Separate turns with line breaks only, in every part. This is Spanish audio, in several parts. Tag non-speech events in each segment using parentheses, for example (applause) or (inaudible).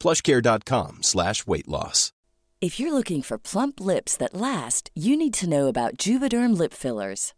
plushcare.com slash weight loss.
If you're looking for plump lips that last, you need to know about Juvederm lip fillers.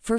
For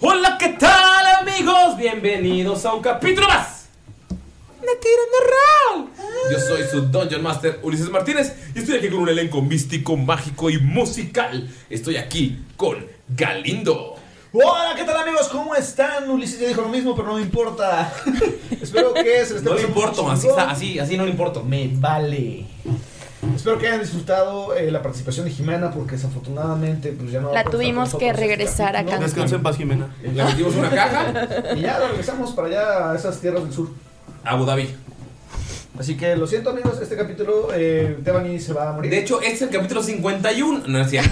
Hola, ¿qué tal amigos? Bienvenidos a un capítulo más de Tiro Normal. Yo soy su Dungeon Master Ulises Martínez y estoy aquí con un elenco místico, mágico y musical. Estoy aquí con Galindo.
Hola, ¿qué tal amigos? ¿Cómo están? Ulises ya dijo lo mismo, pero no me importa. (laughs) Espero que se les
No le importo, así, está- así, así no le importo.
Me vale. Espero que hayan disfrutado eh, la participación de Jimena, porque desafortunadamente pues ya no va a
La
poder estar con
tuvimos que
nosotros este
regresar a
capítulo.
Cancún.
paz, Jimena. Le metimos una caja
(laughs) Y ya la regresamos para allá a esas tierras del sur.
a Abu Dhabi.
Así que lo siento amigos, este capítulo eh, Devani se va a morir.
De hecho, este es el capítulo 51. No es (laughs) cierto.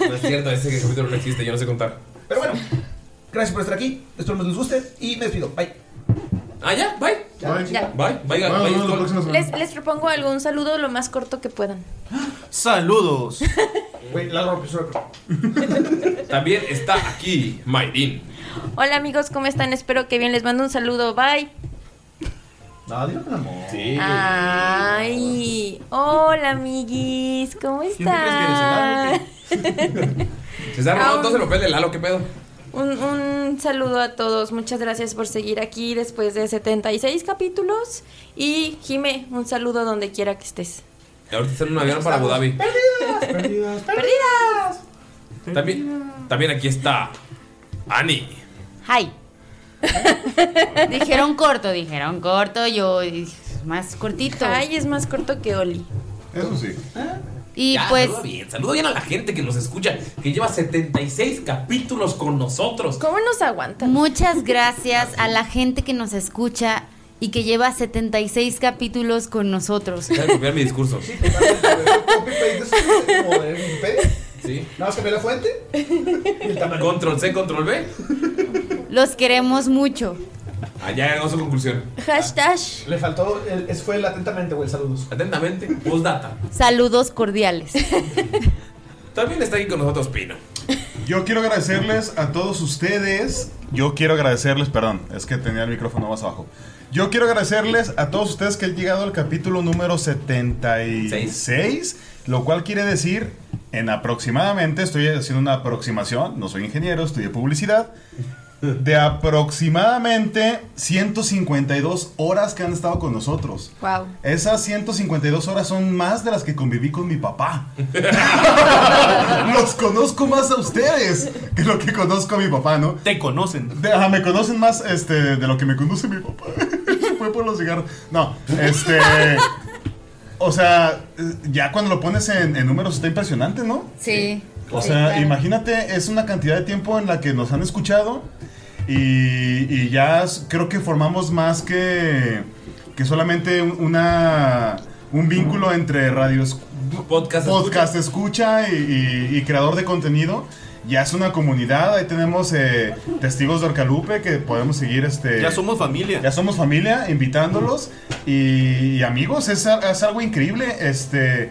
No es cierto, ese capítulo no existe, yo no sé contar.
Pero bueno, gracias por estar aquí. Espero que les guste y me despido. Bye.
Ah, ya, bye.
Ya.
Bye, bye, bye. bye,
Les, les propongo algún saludo lo más corto que puedan.
Saludos.
Güey, la ropa sueco.
También está aquí Mayrin.
Hola amigos, ¿cómo están? Espero que bien. Les mando un saludo. Bye.
No, Ah, dilo con amor.
Sí.
Ay. Hola amiguis, ¿cómo están?
Se está robando todo el papel de Lalo, ¿qué pedo?
Un, un saludo a todos. Muchas gracias por seguir aquí después de 76 capítulos. Y Jime, un saludo donde quiera que estés.
Y ahorita está en un avión para Abu Dhabi.
¡Perdidas!
También, también aquí está Ani.
Hi. (laughs) dijeron corto, dijeron corto, yo dije, más cortito.
Ay, es más corto que Oli.
Eso sí.
Y pues
Saludo bien, saludo bien a la gente que nos escucha, que lleva 76 capítulos con nosotros.
¿Cómo nos aguantan? (laughs)
muchas gracias a la gente que nos escucha y que lleva 76 capítulos con nosotros.
Voy a copiar mi discurso. Sí.
Nada más cambié la fuente.
Control C, control B.
Los queremos mucho.
Allá llegamos a su conclusión.
Hashtag.
Le faltó, el- eso fue el atentamente, güey, saludos.
Atentamente, postdata.
Saludos cordiales.
También está aquí con nosotros Pino.
Yo quiero agradecerles a todos ustedes Yo quiero agradecerles, perdón, es que tenía el micrófono más abajo. Yo quiero agradecerles a todos ustedes que han llegado al capítulo número 76, lo cual quiere decir, en aproximadamente, estoy haciendo una aproximación, no soy ingeniero, estudié publicidad, de aproximadamente 152 horas que han estado con nosotros.
Wow.
Esas 152 horas son más de las que conviví con mi
(laughs)
papá. Los conozco más a ustedes que lo que conozco a mi papá, ¿no?
Te conocen.
De- ajá, me conocen más este, de lo que me conoce mi papá. (laughs) Fue por los cigarros. No, este. O sea, eh, ya cuando lo pones en, en números está impresionante, ¿no?
Sí.
O
Sí,
sea,
claro.
imagínate, es una cantidad de tiempo en la que nos han escuchado y, y ya s- creo que formamos más que, que solamente un- una, un vínculo entre radio escu-
Podcast
podcast escucha y, y- y creador de contenido. Ya es una comunidad, ahí tenemos eh, testigos de Orcalupe que podemos seguir este...
Ya somos familia.
Ya somos familia, invitándolos y, y amigos, es, a- es algo increíble. Este,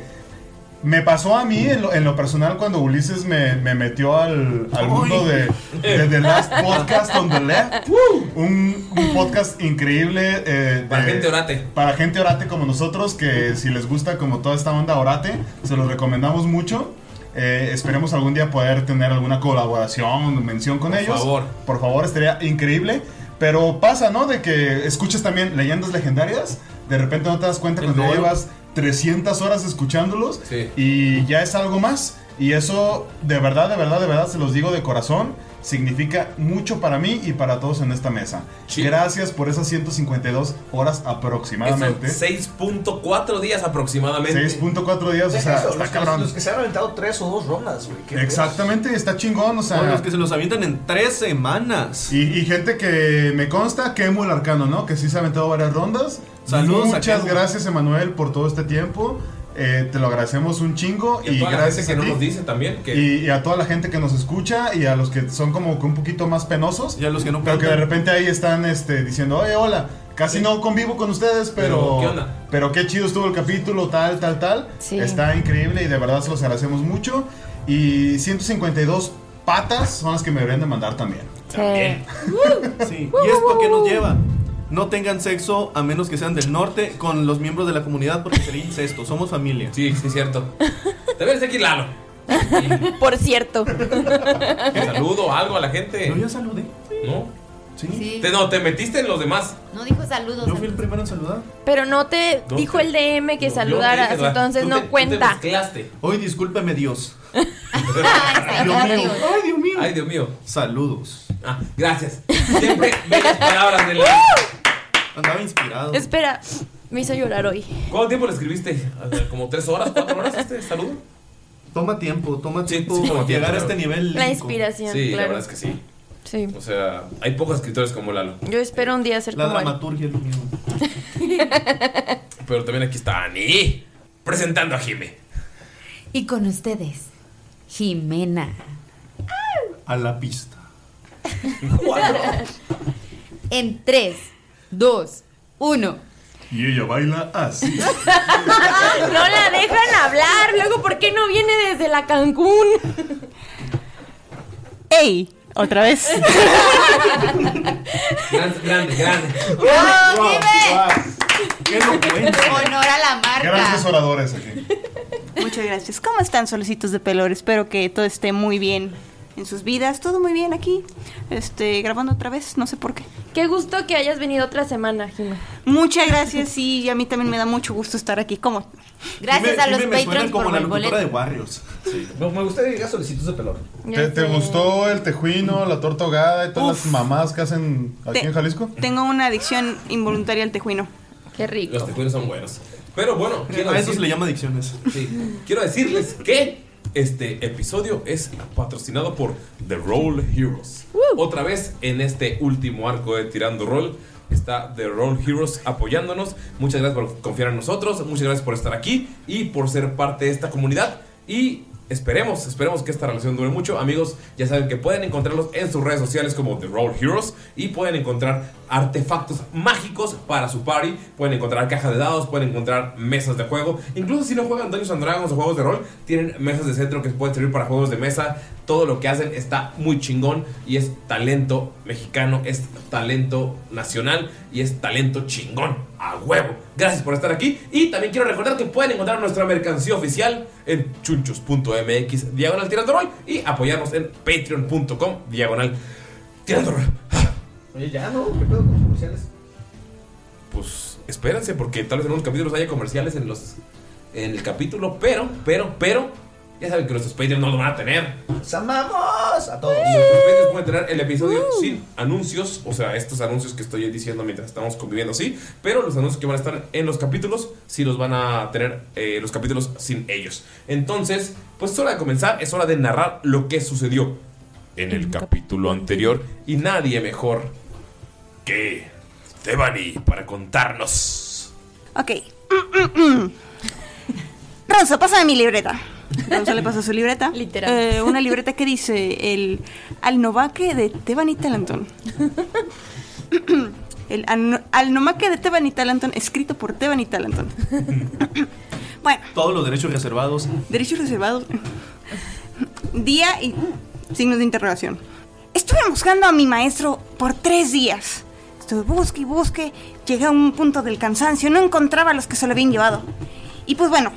me pasó a mí en lo, en lo personal cuando Ulises me, me metió al, al mundo de, (laughs) de The Last Podcast on the Left. Un, un podcast increíble. eh,
Para
de-
gente orate.
Para gente orate como nosotros, que si les gusta como toda esta onda orate, se los recomendamos mucho. Eh, esperemos algún día poder tener alguna colaboración, mención con ellos.
favor.
Por favor, estaría increíble. Pero pasa, ¿no? De que escuchas también leyendas legendarias. De repente no te das cuenta
El
cuando
rol.
llevas 300 horas escuchándolos.
Sí.
Y ya es algo más. Y eso, de verdad, de verdad, de verdad, se los digo de corazón. Significa mucho para mí y para todos en esta mesa.
Sí.
Gracias por esas 152 horas aproximadamente.
Eso, 6.4 días aproximadamente.
6.4 días, o
Es
sea,
eso,
está
los, que,
cabrón.
los que se han aventado tres o dos rondas, güey. qué pedo.
Exactamente, está chingón, o sea.
Son los que se los avientan en tres semanas.
Y, y gente que me consta, Kemu el Arcano, ¿no? Que sí se ha aventado varias rondas.
Saludos a
Muchas
Kemu.
gracias, Emanuel, por todo este tiempo. Eh, te lo agradecemos un chingo.
Y a
Y,
toda la gente
gracias
que
a
no
ti.
nos dice también que
Y, y a toda la gente que nos escucha y a los que son como que un poquito más penosos.
Y a los que no
Pero que de
cuentan.
repente ahí están este, diciendo, oye, hola, casi no convivo con ustedes, pero...
Pero, ¿qué onda?
pero qué chido estuvo el capítulo, tal, tal, tal.
Sí.
Está increíble y de verdad se los agradecemos mucho. Y 152 patas son las que me deberían de mandar también.
también. (laughs)
Sí.
¡Uh!
Y es porque nos lleva. No tengan sexo a menos que sean del norte con los miembros de la comunidad porque sería incesto. Somos familia.
Sí, sí, cierto. También está aquí
(laughs)
Lalo.
Por cierto.
(laughs) Un saludo, algo a la
Yo
gente.
ya saludé.
¿No?
Sí.
Te, no, te metiste en los demás.
No dijo saludos.
Yo fui el primero en saludar.
Pero no te
No,
dijo el DM que
No, yo no te
saludaras,
dije,
entonces
tú te-
no
tú
cuenta.
Te mezclaste.
Hoy discúlpeme Dios.
Ay,
Dios
(laughs)
señor
mío.
Dios.
Ay, Dios mío.
Ay, Dios mío.
Saludos.
Ah, gracias. Siempre bellas palabras de la.
Andaba inspirado.
Espera, me hizo llorar hoy.
¿Cuánto tiempo le escribiste? ¿Como tres horas, cuatro horas este saludo?
Toma tiempo, toma
Sí,
tiempo
sí, toma tiempo,
llegar a
claro.
este nivel.
La
lírico.
inspiración,
Sí, la
claro.
verdad es que sí.
Sí.
O sea, hay pocos escritores como Lalo.
Yo espero un día ser
La
como él.
dramaturgia es lo mío.
Pero también aquí está Ani presentando a Jimmy.
Y con ustedes,
(laughs)
Jimena.
A la pista.
En 3, 2, 1.
Y ella baila
(laughs)
así.
No la dejan hablar, luego ¿por qué no viene desde la Cancún?
¡Ey! Otra vez.
Grande, grande, grande.
¡Bravo, Jime!
¡Qué elocuente!
Honor a la marca.
Grandes oradores aquí.
(laughs) Muchas gracias. ¿Cómo están, solecitos de pelor? Espero que todo esté muy bien en sus vidas. Todo muy bien aquí. Este, grabando otra vez, no sé por qué.
(laughs) Qué gusto que hayas venido otra semana, Jimé.
Muchas gracias y a mí también me da mucho gusto estar aquí. ¿Cómo?
Gracias
Jime-
a los
Jime me suena
patrons
como
por
la
el
locutora
boleto.
de Warriors.
No, me gustaría llegar a solicitos de pelor.
¿Te, te gustó el tejuino, la torta ahogada y todas
Uf.
las mamás que hacen aquí
Te-
en Jalisco?
Tengo una adicción involuntaria al tejuino.
Qué
Los
rico.
tejuinos son buenos. Pero
(laughs)
bueno, quiero,
A eso
decir-
se le llama adicciones.
sí, quiero decirles que este episodio es patrocinado por The Roll Heroes. Otra vez en este último arco de Tirando Roll. Está The Roll Heroes apoyándonos. Muchas gracias por confiar en nosotros. Muchas gracias por estar aquí y por ser parte de esta comunidad. Y Esperemos, esperemos que esta relación dure mucho. Amigos, ya saben que pueden encontrarlos en sus redes sociales como The Roll Heroes y pueden encontrar artefactos mágicos para su party. Pueden encontrar cajas de dados, pueden encontrar mesas de juego. Incluso si no juegan Dungeons and Dragons o juegos de rol, tienen mesas de centro que pueden servir para juegos de mesa. Todo lo que hacen está muy chingón y es talento mexicano, es talento nacional y es talento chingón. A huevo. Gracias por estar aquí. Y también quiero recordar que pueden encontrar nuestra mercancía oficial en chunchos.mx diagonal tirando rol y apoyarnos en patreon.com diagonal tirando rol.
Oye, ya, ¿no? ¿Qué pedo con los comerciales?
Pues espérense porque tal vez en unos capítulos haya comerciales en los en el capítulo, pero, pero, pero ya saben que nuestros Patreons no lo van a tener.
¡Los amamos a todos!
Nuestros Patreons pueden tener el episodio sin anuncios, o sea, estos anuncios que estoy diciendo mientras estamos conviviendo, sí, pero los anuncios que van a estar en los capítulos, sí los van a tener eh, los capítulos sin ellos. Entonces, pues es hora de comenzar, es hora de narrar lo que sucedió en el capítulo
(gasps)
anterior y nadie mejor que Devani para contarnos.
Ok. Mm, Ronzo, pásame mi libreta. Ronzo le pasa su libreta. Literal. Eh, una
(laughs)
libreta que dice el alnovaque de Teban y Talanton. el alno- alnovaque de Teban y Talanton, escrito por Teban y Talanton.
Todos los derechos reservados.
Derechos reservados. Día y signos de interrogación. Estuve buscando a mi maestro por tres días. Estuve busque y busque. Llegué a un punto del cansancio. No encontraba a los que se lo habían llevado. Y pues bueno,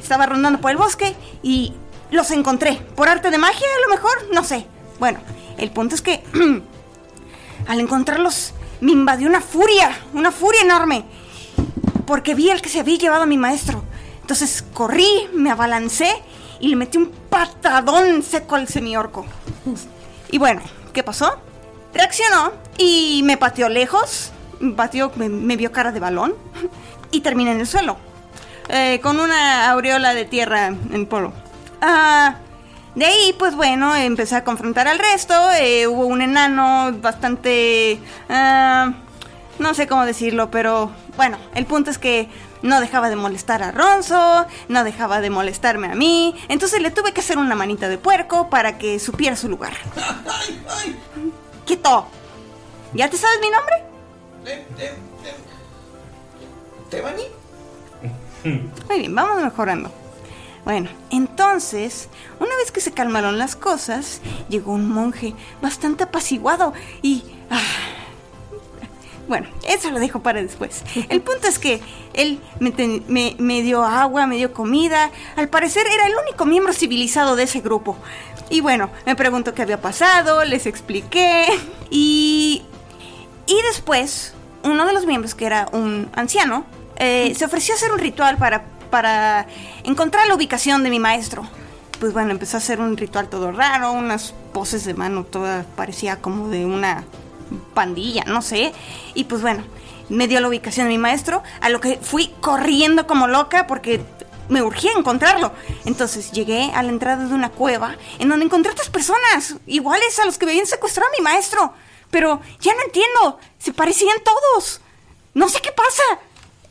estaba rondando por el bosque y los encontré. Por arte de magia, a lo mejor, no sé. Bueno, el punto es que (clears throat) al encontrarlos me invadió una furia, una furia enorme. Porque vi al que se había llevado a mi maestro. Entonces corrí, me abalancé y le metí un patadón seco al semiorco. Y bueno, ¿qué pasó? Reaccionó y me pateó lejos, me pateó, me, me vio cara de balón y terminé en el suelo, eh, con una aureola de tierra en polo. Ah, de ahí, pues bueno, empecé a confrontar al resto, eh, hubo un enano bastante... ah, no sé cómo decirlo, pero bueno, el punto es que no dejaba de molestar a Ronzo, no dejaba de molestarme a mí, entonces le tuve que hacer una manita de puerco para que supiera su lugar. ¡Quieto! ¿Ya te sabes mi nombre?
¿Tebani?
Muy bien, vamos mejorando. Bueno, entonces, una vez que se calmaron las cosas, llegó un monje bastante apaciguado y... ah, bueno, eso lo dejo para después. El punto es que él me, ten- me- me dio agua, me dio comida. Al parecer era el único miembro civilizado de ese grupo. Y bueno, me preguntó qué había pasado, les expliqué. Y y después, uno de los miembros, que era un anciano, eh, se ofreció a hacer un ritual para, para encontrar la ubicación de mi maestro. Pues bueno, empezó a hacer un ritual todo raro, unas poses de mano, toda parecía como de una pandilla, no sé. Y pues bueno, me dio la ubicación de mi maestro, a lo que fui corriendo como loca porque me urgía encontrarlo. Entonces llegué a la entrada de una cueva en donde encontré otras personas, iguales a los que me habían secuestrado a mi maestro. Pero ya no entiendo, se parecían todos. No sé qué pasa.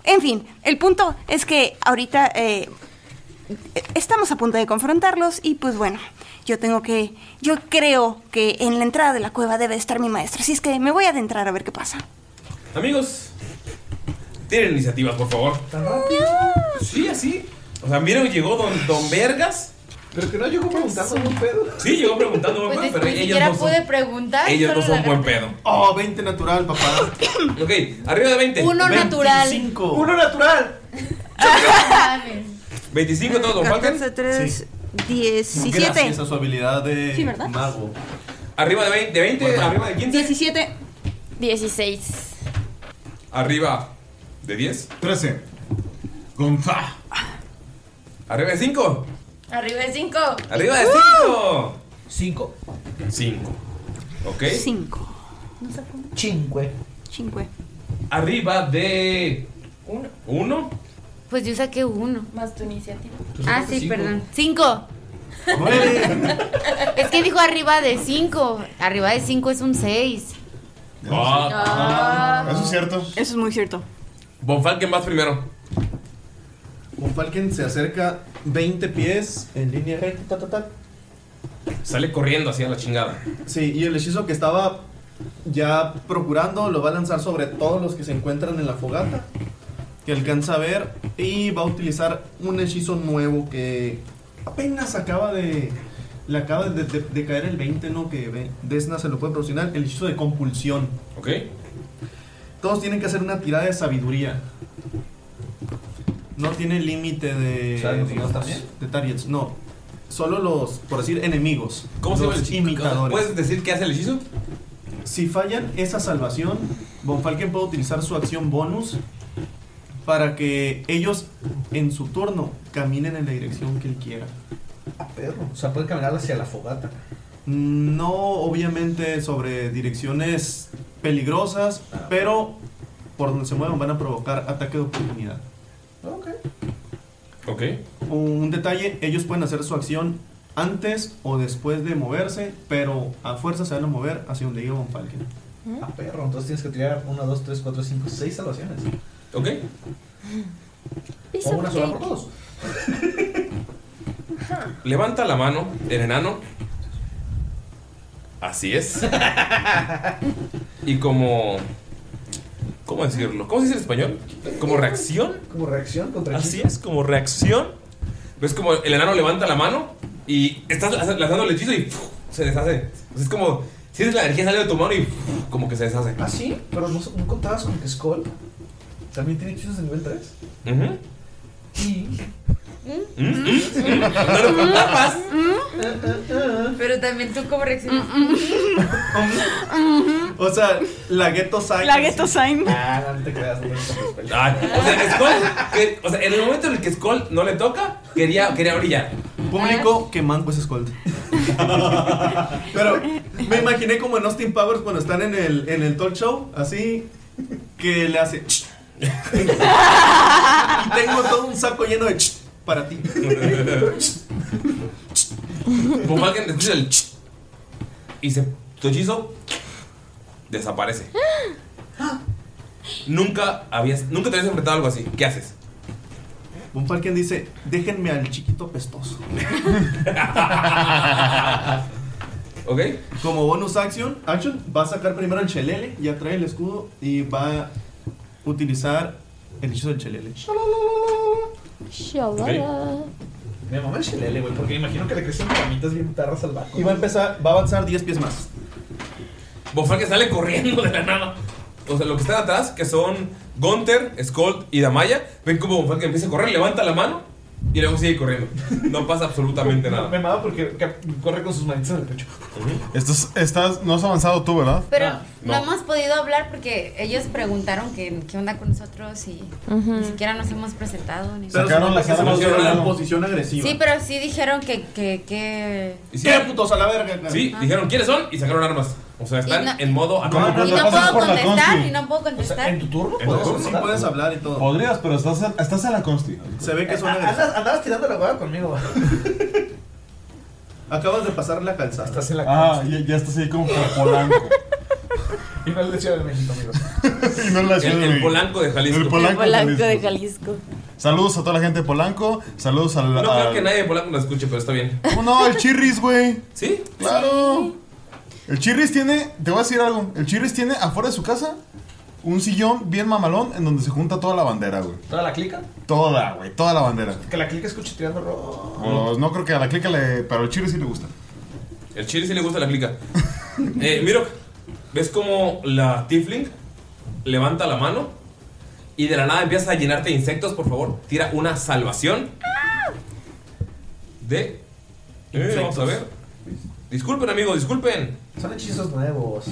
En fin, el punto es que ahorita eh, estamos a punto de confrontarlos y pues bueno, yo tengo que, yo creo que en la entrada de la cueva debe estar mi maestro, así es que me voy a adentrar a ver qué pasa.
Amigos, tienen iniciativas, por favor.
Ah.
Sí, así. O sea, miren, llegó Don, don Vergas.
Pero que no llegó preguntando, no pedo.
Sí, llegó preguntando, buen
Pues
pedo,
ni-
pero
ni
ellos
siquiera
no son,
pude preguntar.
ellos no
solo
son
la-
buen pedo.
Oh, 20 natural, papá.
(coughs) ok, arriba de 20.
Uno
Ve-
natural.
Uno
natural.
(laughs)
25 todos, Don Falken.
3,
Gracias a su habilidad de
Sí, ¿verdad?
mago.
Arriba de 20, de
Pues,
20 arriba de 15.
17.
16.
Arriba de 10.
13. Gonza.
Arriba de 5.
Arriba de 5.
Arriba de 5.
5.
5. Ok.
5.
Chingüe.
5.
Arriba de 1.
Pues yo saqué uno.
Más tu iniciativa.
Ah, sí,
cinco.
perdón. Cinco. es que dijo arriba de cinco. Arriba de cinco es un seis.
Ah. Eso es cierto.
Ah. Eso es muy cierto.
Von Falken vas primero.
Von Falken se acerca 20 pies en línea recta, ta, ta, ta.
Sale corriendo hacia la chingada.
Sí, y el hechizo que estaba ya procurando lo va a lanzar sobre todos los que se encuentran en la fogata. Que alcanza a ver. Y va a utilizar un hechizo nuevo que apenas acaba de. Le acaba de, de- de caer el 20, ¿no? Que ve- Desna se lo puede proporcionar. El hechizo de compulsión.
Ok.
Todos tienen que hacer una tirada de sabiduría. No tiene límite de.
¿Saben los demás también?
De targets, no. Solo los, por decir, enemigos.
¿Cómo se llama
Los
el hechizo?
imitadores.
¿Puedes decir qué hace el hechizo?
Si fallan esa salvación, Von Falken puede utilizar su acción bonus para que ellos en su turno caminen en la dirección que él quiera.
Perro. O sea, pueden caminar hacia la fogata.
No, obviamente, sobre direcciones peligrosas,
Ah,
pero por donde se muevan van a provocar ataque de oportunidad.
Ok.
Un detalle, ellos pueden hacer su acción antes o después de moverse, pero a fuerza se van a mover hacia donde llega Von Falken.
Ah, perro. Entonces tienes que tirar 1, 2, 3, 4, 5, 6 salvaciones.
Ok.
O una sola por todos.
Levanta la mano el enano. Así es. y como. ¿Cómo decirlo? ¿Cómo se dice en español? Como reacción.
Como reacción contra
Así es, como reacción. ¿Ves como el enano levanta la mano y estás lanz- lanzando el hechizo y ¡puf! se deshace? O sea, Es como. Sientes la energía sale de tu mano y ¡puf! como que se deshace.
Ah, sí, pero no, no contabas con que Skull también tiene hechizos de nivel 3.
Ujú.
Pero también tú como reaccionas.
Mm, Mm-hmm.
O sea, la Ghetto Sign.
La Ghetto Sign.
Ah, no te creas, no
Ay, o sea, Skull, que- o sea, en el momento en el que Skull no le toca, quería, quería brillar.
Público que manco es Scold. (laughs) Pero me imaginé como en Austin Powers cuando están en el, en el talk show, así que le hace. y tengo todo un saco lleno de para ti.
Como alguien escucha el ch- y se tu hechizo desaparece. Nunca habías, nunca te habías enfrentado a algo así. ¿Qué haces?
Un Falken dice: Déjenme al chiquito pestoso.
¿Ok?
Como bonus action, action va a sacar primero el chelele, ya trae el escudo y va a utilizar el hechizo del chelele.
Me mamá el Shelele, güey, porque me imagino que le crecen ramitas bien perras al barco.
Y va a empezar, va a avanzar 10 pies más.
Bofal que sale corriendo de la nada. O sea, lo que están atrás, que son Gunther, Skold y Damaya, ven como Bofal que empieza a correr, levanta la mano y luego sigue corriendo. No pasa absolutamente nada.
Me mama porque ca- corre con sus manitas en el pecho.
Estos, ¿Eh? estás, no has avanzado tú, ¿verdad?
Pero
Ah,
no.
no.
hemos podido hablar porque ellos preguntaron qué, qué onda con nosotros y ni siquiera nos hemos presentado. Ni
Pero Sacaron se nota las que se armas pusieron de la en mano.
posición
agresiva.
Sí, pero sí dijeron que... que, que-
¿Qué
putos a la verga?
Sí,
Ajá.
dijeron quiénes son y sacaron armas. O sea, están
Y no-
en modo
Y no puedo contestar, y no puedo contestar.
turno
puedes hablar. hablar y todo.
Podrías, pero estás, en- estás en la consti.
Se ve que son
Ah,
agresivos.
Andas, andabas tirando la hueá conmigo.
Acabas de pasar la calzada.
Estás en la
Ah, ya, ya estás ahí como polanco.
(laughs) Y no es de Ciudad de México, amigos.
(laughs) (laughs) Y no en la
El-
Ciudad de
el
México.
Polanco de Jalisco.
El Polanco, de Jalisco.
Jalisco.
Saludos a toda la gente de Polanco. Saludos al.
No creo
al-
que nadie de Polanco nos escuche, pero está bien.
¿Cómo no? El Chirris, güey.
¿Sí?
Claro. El Chirris tiene, te voy a decir algo. El Chirris tiene afuera de su casa un sillón bien mamalón en donde se junta toda la bandera, güey.
¿Toda la clica?
Toda, güey, toda la bandera.
Que la clica escuche tirando rojo.
O- no creo que a la clica le. Pero al Chirris sí le gusta.
El chile sí le gusta la clica. Eh, Miro, ¿ves cómo la Tifling levanta la mano? Y de la nada empiezas a llenarte de insectos, por favor. Tira una salvación. De. Eh, vamos a
Insectos.
ver. Disculpen, amigos, disculpen.
Son hechizos nuevos.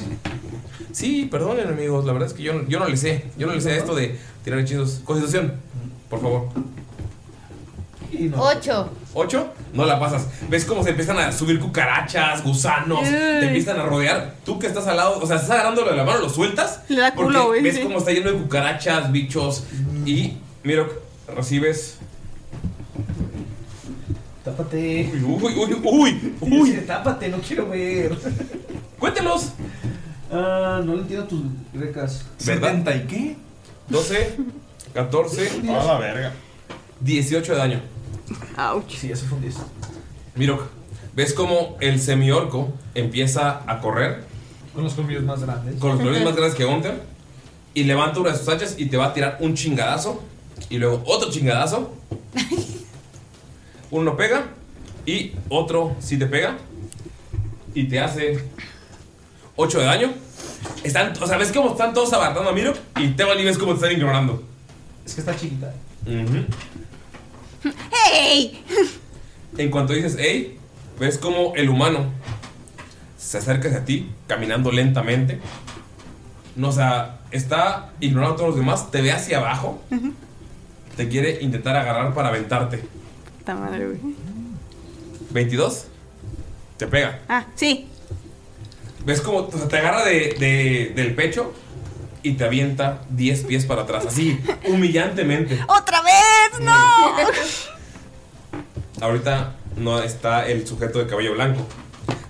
Sí, perdonen, amigos. La verdad es que yo, yo no le sé. Yo no le sé a esto de tirar hechizos. Constitución, por favor.
Ocho.
¿Ocho? No la pasas. ¿Ves cómo se empiezan a subir cucarachas, gusanos? Te empiezan a rodear. Tú que estás al lado, o sea, estás agarrándolo de la mano, lo sueltas.
Le da
porque
culo, güey,
Ves
sí.
cómo está lleno de cucarachas, bichos. Y, mira, recibes.
Tápate.
Uy, uy, uy, uy, uy.
tápate, no quiero ver.
(laughs) Cuéntelos.
Ah, no le entiendo tus grecas.
¿Verdad?
y qué?
12, 14.
A la verga.
18 de daño.
Ouch.
Sí, ese fue un 10.
Miro, ¿ves cómo el semiorco empieza a correr
Con los colmillos más grandes.
con los colores más grandes que Hunter? Y levanta una de sus hachas y te va a tirar un chingadazo. Y luego otro chingadazo. Uno no pega. Y otro sí te pega. Y te hace 8 de daño. Están, o sea, ves cómo están todos abarcando a Miro. Y te y ves cómo te están ignorando.
Es que está chiquita.
Ujú.
¡Hey!
En cuanto dices, hey, ves como el humano se acerca hacia ti, caminando lentamente. No, o sea, está ignorando a todos los demás, te ve hacia abajo, te quiere intentar agarrar para aventarte.
Puta madre, güey.
22, te pega.
Ah, sí.
Ves como o sea, te agarra de- de- del pecho y te avienta 10 pies para atrás, así, humillantemente.
¡Otra vez! ¡No!
Ahorita no está el sujeto de cabello blanco.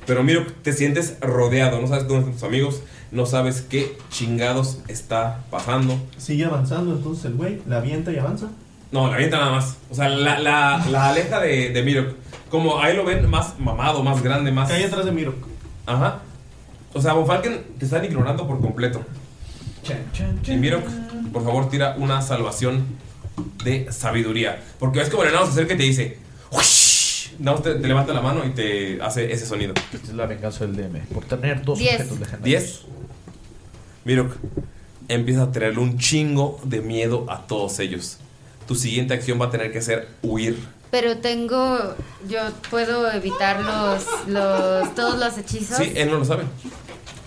Pero miro, te sientes rodeado, no sabes dónde están tus amigos, no sabes qué chingados está pasando.
Sigue avanzando entonces el güey, la avienta y avanza.
No, la avienta nada más. O sea, la, la, la aleja de, de Miro. Como ahí lo ven más mamado, más grande, más. Cae
atrás de Miro.
Ajá. O sea, Von Falken te están ignorando por completo. Y Miro, por favor, tira una salvación de sabiduría. Porque ves como el enano se acerca y te dice. "Huish". Nada más te, te levanta la mano y te hace ese sonido.
Esta Este es la venganza del DM. Por tener dos
Diez.
objetos legendarios.
10. Mirok, empieza a tener un chingo de miedo a todos ellos. Tu siguiente acción va a tener que ser huir.
Pero tengo. Yo puedo evitar los. los todos los hechizos
Sí, él no lo sabe.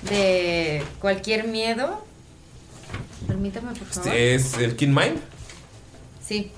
de cualquier miedo. Permítame, por favor.
Este es el King Mind.
Sí.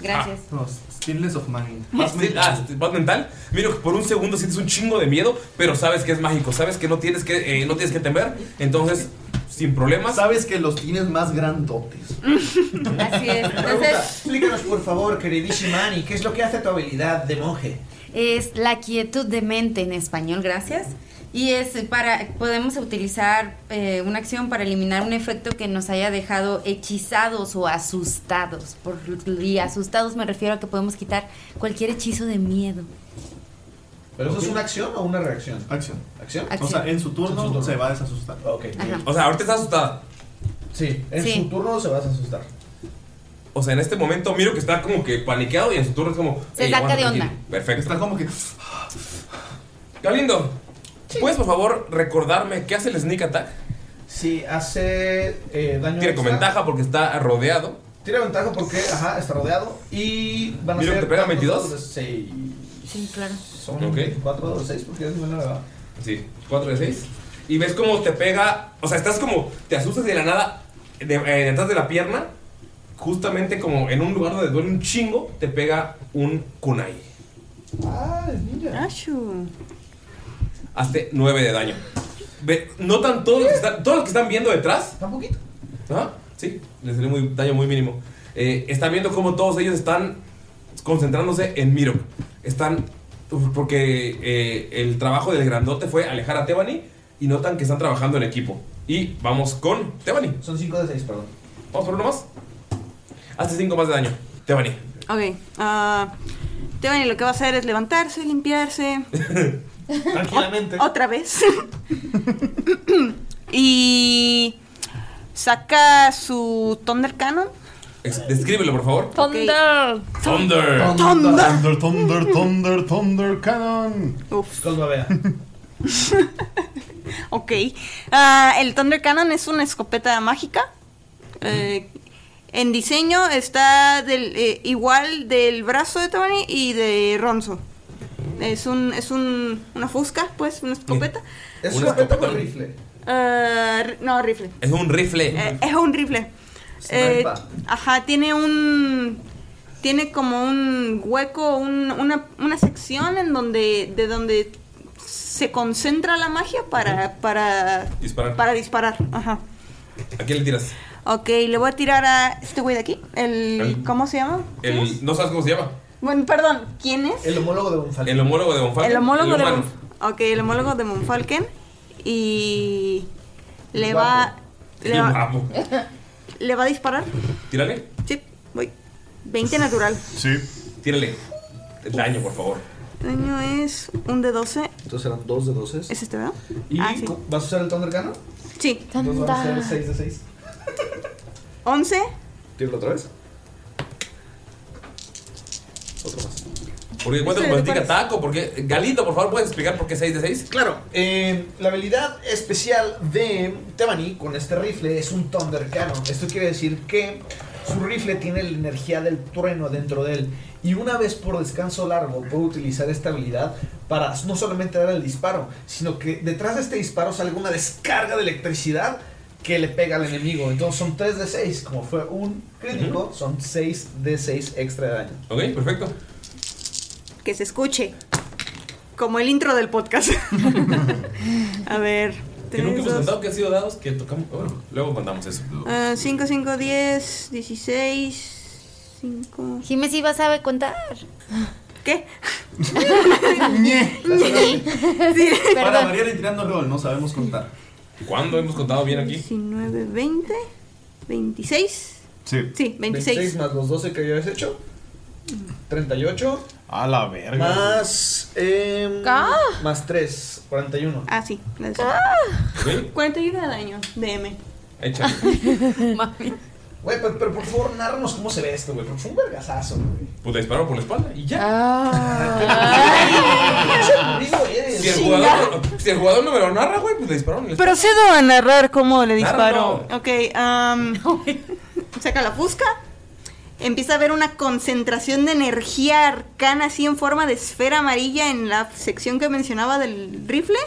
Gracias.
No, stillness of mind.
Paz mental. Ah, este, paz mental. Miro, por un segundo sientes un chingo de miedo, pero sabes que es mágico, sabes que no tienes que, eh, no tienes que temer, entonces, sin problemas.
Sabes que los tienes más grandotes.
Así es.
Pregunta,
Entonces,
explícanos por favor, queridísima Annie, ¿qué es lo que hace tu habilidad de monje?
Ah. es la quietud de mente en español, gracias. Y es eh, para, podemos utilizar eh, una acción para eliminar un efecto que nos haya dejado hechizados o asustados. Por, y asustados me refiero a que podemos quitar cualquier hechizo de miedo.
¿Pero eso es una acción o una reacción?
Acción.
¿Acción?
O sea, en su turno, se va a desasustar.
Ok.
Ajá.
O sea, ahorita estás asustada.
Sí, en
Sí.
su turno se vas a asustar.
O sea, en este momento Miro que está como que paniqueado y en su turno es como...
Se
"Ey,
saca
aguanta,
de onda".
tranquilo". Perfecto. Está
como que...
Galindo, ¿puedes por favor recordarme qué hace el sneak attack?
Sí, hace eh, daño.
Tiene con
extra.
ventaja porque está rodeado.
Tiene ventaja porque, ajá, está rodeado. Y van a
Miro,
ser.
¿te pega
dados
22?
de seis.
Sí, claro.
Son
Ok.
24 dados de 6 porque es muy nueva.
Sí, 4 de 6. Y ves cómo te pega. O sea, estás como. Te asustas de la nada. De, eh, detrás de la pierna. Justamente como en un lugar donde duele un chingo. Te pega un kunai.
Ah, mira.
Ashu.
Hazte 9 de daño. Ve- notan todos los, que están, todos los que están viendo detrás.
Un poquito.
¿Ah? Sí, les salió muy, daño muy mínimo. Eh, están viendo cómo todos ellos están concentrándose en Miro. Están. uf, Porque eh, el trabajo del grandote fue alejar a Tebani y notan que están trabajando en equipo. Y vamos con Tebani.
Son 5 de 6, perdón.
Vamos por uno más. Hace 5 más de daño. Tebani.
Ok. ah, Tebani lo que va a hacer es levantarse, limpiarse.
Tranquilamente.
Otra vez. (laughs) y saca su Thunder Cannon.
Ex- Descríbelo, por favor.
Thunder.
Thunder.
Thunder, Thunder, Thunder, Thunder Cannon.
Uf.
vea.
Ok. Ah, el Thunder Cannon es una escopeta mágica. Eh, en diseño está del, eh, igual del brazo de Tony y de Ronzo. Es un es un, una fusca, pues, una escopeta.
Es
Una
una escopeta
escopeta.
con rifle.
Ah, ri- no, rifle.
Es un rifle.
Eh, es un rifle. Eh,
Sniper.
ajá, tiene un. Tiene como un hueco, un- una, una sección en donde. de donde se concentra la magia para. para.
Disparar.
para disparar. Ajá.
¿A quién le tiras?
Ok, le voy a tirar a este güey de aquí. El.
El-
¿Cómo se llama?
El, no sabes cómo se llama.
Bueno, perdón, ¿quién es?
El homólogo de Bonfalken.
El homólogo de Bonfalken.
El homólogo de
humano.
Monf- Ok, el homólogo de Monfalken. Y. le
Guapo.
va.
Sí,
le va,
guapo.
(laughs) le va a disparar.
Tírale.
Sí, voy. 20 natural.
Sí.
Tírale el daño, por favor.
Daño es un de 12.
Entonces eran 2 de 12.
¿Es este, verdad?
¿Y
Ah, sí.
cu- vas a usar el Thunder Cannon?
Sí.
Entonces van a ser 6 de 6.
11.
Tíralo otra vez. Otro más.
Porque cuenta como platica taco, porque Galindo, por favor, puedes explicar por qué 6 de 6?
Claro, eh, la habilidad especial de Tebani con este rifle es un Thunder Cannon. Esto quiere decir que su rifle tiene la energía del trueno dentro de él. Y una vez por descanso largo puede utilizar esta habilidad para no solamente dar el disparo, sino que detrás de este disparo salga una descarga de electricidad que le pega al enemigo. Entonces son 3 de 6, como fue un crítico, son 6 de 6 extra de daño.
Ok, perfecto.
Que se escuche. Como el intro del
(laughs)
podcast. A ver.
Que nunca hemos
3, 2,
contado que han sido dados que tocamos. Bueno, luego contamos eso.
5, 5, 10, 16, 5.
Jimé
(laughs)
sí va sabe contar.
¿Qué?
(laughs)
Para
Perdón.
variar y tirando LOL, no sabemos contar.
¿Cuándo hemos contado bien aquí?
19, 20, 26.
Sí.
Sí, 26.
más los 12 que habías hecho. 38.
A la verga.
Más. em,
¿Ca?
más 3. 41.
Ah, sí. la de- 41 de daño. DM.
Échale.
Mami.
Güey, pero, pero por favor, narranos cómo se ve esto, güey. Porque fue un vergazazo, güey.
Pues le dispararon por la espalda y ya.
(laughs) Ay, qué aburrido
Eh,
eres.
Si el, jugador, si el jugador no me lo narra, güey, pues le dispararon en la espalda.
Procedo a narrar cómo le
Narralo.
disparo. Ok, am,
(laughs)
saca la fusca. Empieza a haber una concentración de energía arcana así en forma de esfera amarilla en la sección que mencionaba del rifle.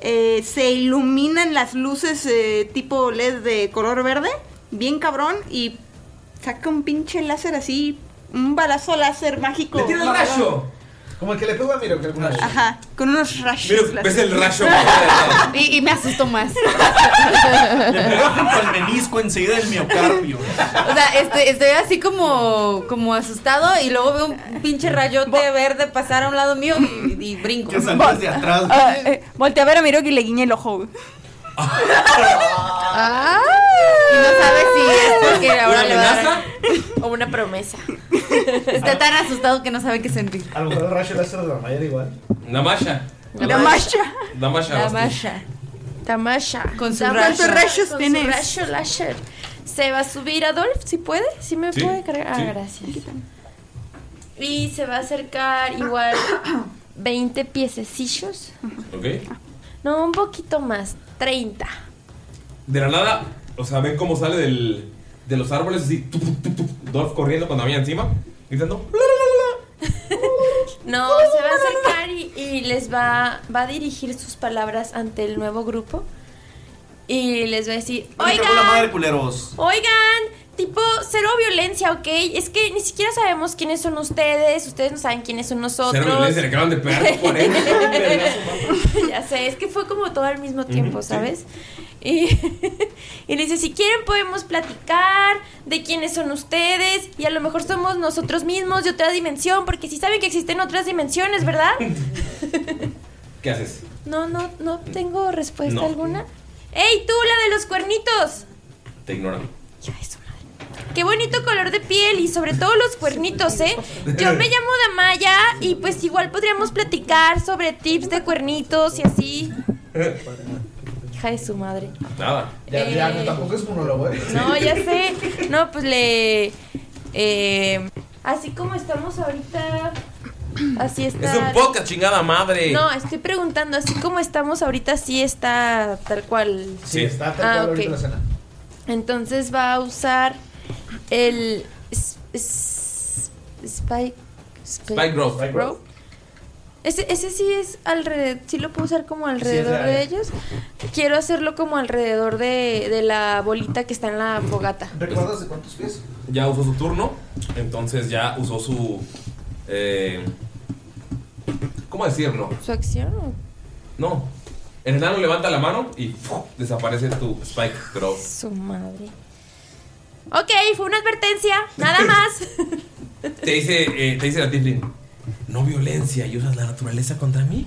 Eh, se iluminan las luces eh, tipo LED de color verde, bien cabrón, y saca un pinche láser así, un balazo láser mágico.
¡Le tira el
Cabrón.
rayo! Como el que le pegó a Miro, que alguna vez.
Ajá, con unos rayos.
Mira,
láser.
ves el
(laughs)
rayo.
Y, y me asustó más.
(laughs) Junto al menisco enseguida el miocardio.
O sea, este, estoy así como, como asustado y luego veo un pinche rayote verde pasar a un lado mío y, y brinco.
Que salías de atrás.
Ah, eh, voltea a ver a Miro y le guiñé el ojo. güey.
Ah. Y no sabe si es porque ahora
¿Una
le va a
amenaza?
dar
(laughs)
o una promesa. Está tan asustado que no sabe qué sentir.
A lo mejor el rayo láser de la mayor igual.
Namasha.
Namasha.
Namasha. vas tú.
Tamasha. Tamasha. Con
su ¿Cuántos rasho. rayos
Con
tienes?
Su rasho láser. Se va a subir Adolf, si puede, si me
Sí,
puede cargar. Ah,
sí.
gracias. Y se va a acercar (coughs) igual 20 piececillos.
Ok.
No, un poquito más, 30.
De la nada, o sea, ven cómo sale del, de los árboles así. tup, tup, tup, tup, Dolph corriendo cuando había encima, gritando.
Uh, No, se va a acercar y, y les va, va a dirigir sus palabras ante el nuevo grupo. Y les va a decir,
Con la
oigan,
madre, culeros.
Oigan, tipo, cero violencia, ¿ok? Es que ni siquiera sabemos quiénes son ustedes, ustedes no saben quiénes son nosotros.
Cero violencia, le acaban de
(laughs)
pegar 40.
(laughs)
(laughs)
ya sé, es que fue como todo al mismo tiempo,
Ujú, sí.
¿sabes? Y, (laughs) y le dice, si quieren podemos platicar de quiénes son ustedes y a lo mejor somos nosotros mismos de otra dimensión, porque sí saben que existen otras
(laughs)
dimensiones, ¿verdad?
¿Qué haces?
No, no, no tengo respuesta
No.
alguna. ¡Ey, tú, la de los cuernitos!
Te ignoran.
Qué bonito color de piel y sobre todo los cuernitos, ¿eh? Yo me llamo Damaya y pues igual podríamos platicar sobre tips de cuernitos y así. Hija de su madre.
Nada.
Ya, ya, no,
Eh.
tampoco es monólogo, eh.
No, ya sé. No, pues le... eh, así como estamos ahorita... Así está...
Es un podcast, chingada madre.
No, estoy preguntando, así como estamos ahorita, sí está tal cual.
Sí, está tal
Ah,
cual
ok.
ahorita la cena.
Entonces va a usar el s- s- spike spe-
Spike Growth.
Spike Growth. Ese, ese sí es alrededor, sí lo puedo usar como alrededor
real.
de ellos. Quiero hacerlo como alrededor de, de la bolita que está en la fogata.
¿Recuerdas de cuántos pies?
Ya usó su turno, entonces ya usó su. eh, ¿Cómo decirlo?
¿Su acción? o?
No. El enano levanta la mano y ¡fu! desaparece tu Spike Growth.
Su madre. Ok, fue una advertencia,
(laughs)
nada más.
Te dice, eh, te dice la Tiflin: No violencia y usas la naturaleza contra mí.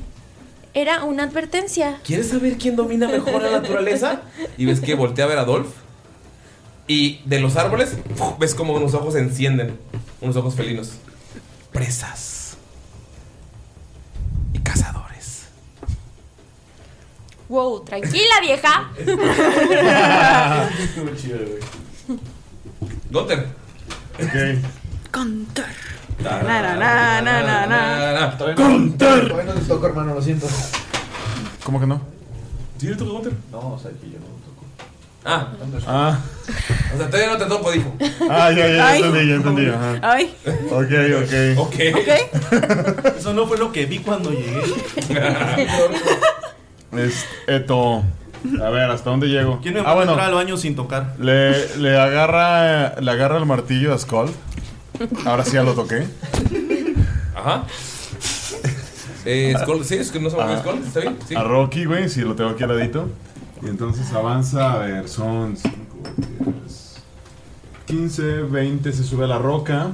Era una advertencia.
¿Quieres saber quién domina mejor la naturaleza? Y ves que voltea a ver a Adolf. Y de los árboles, ¡fu! ves como unos ojos se encienden. Unos ojos felinos.
(laughs)
presas y cazadores.
Wow, tranquila, vieja.
(laughs)
Gunter.
Contar.
Na, na, na, na, na, na.
Gunter.
Todavía no les toco, hermano, lo siento.
¿Cómo que no?
¿Sí le tocó Gunter?
No, o sea, que yo no toco.
Ah.
Ah.
O sea, todavía no te toco, dijo.
Ah, ya, ya, ya
Ay.
entendí, ya entendí. Ajá.
(laughs) Ay.
Ok, ok.
Ok.
Eso no fue lo que vi
(laughs)
cuando llegué.
Es, eto. A ver, ¿hasta dónde llego?
¿Quién me
ah,
puede
bueno,
entrar al baño sin tocar?
le, le agarra le agarra el martillo a Skull. Ahora sí ya lo toqué.
Ajá. Eh, Skull, sí, es que no se llama Skull, ¿está bien? Sí.
Ah. A Rocky, güey, si lo tengo aquí al ladito. Y entonces avanza, a ver, son 5, 10, 15, 20, se sube a la roca.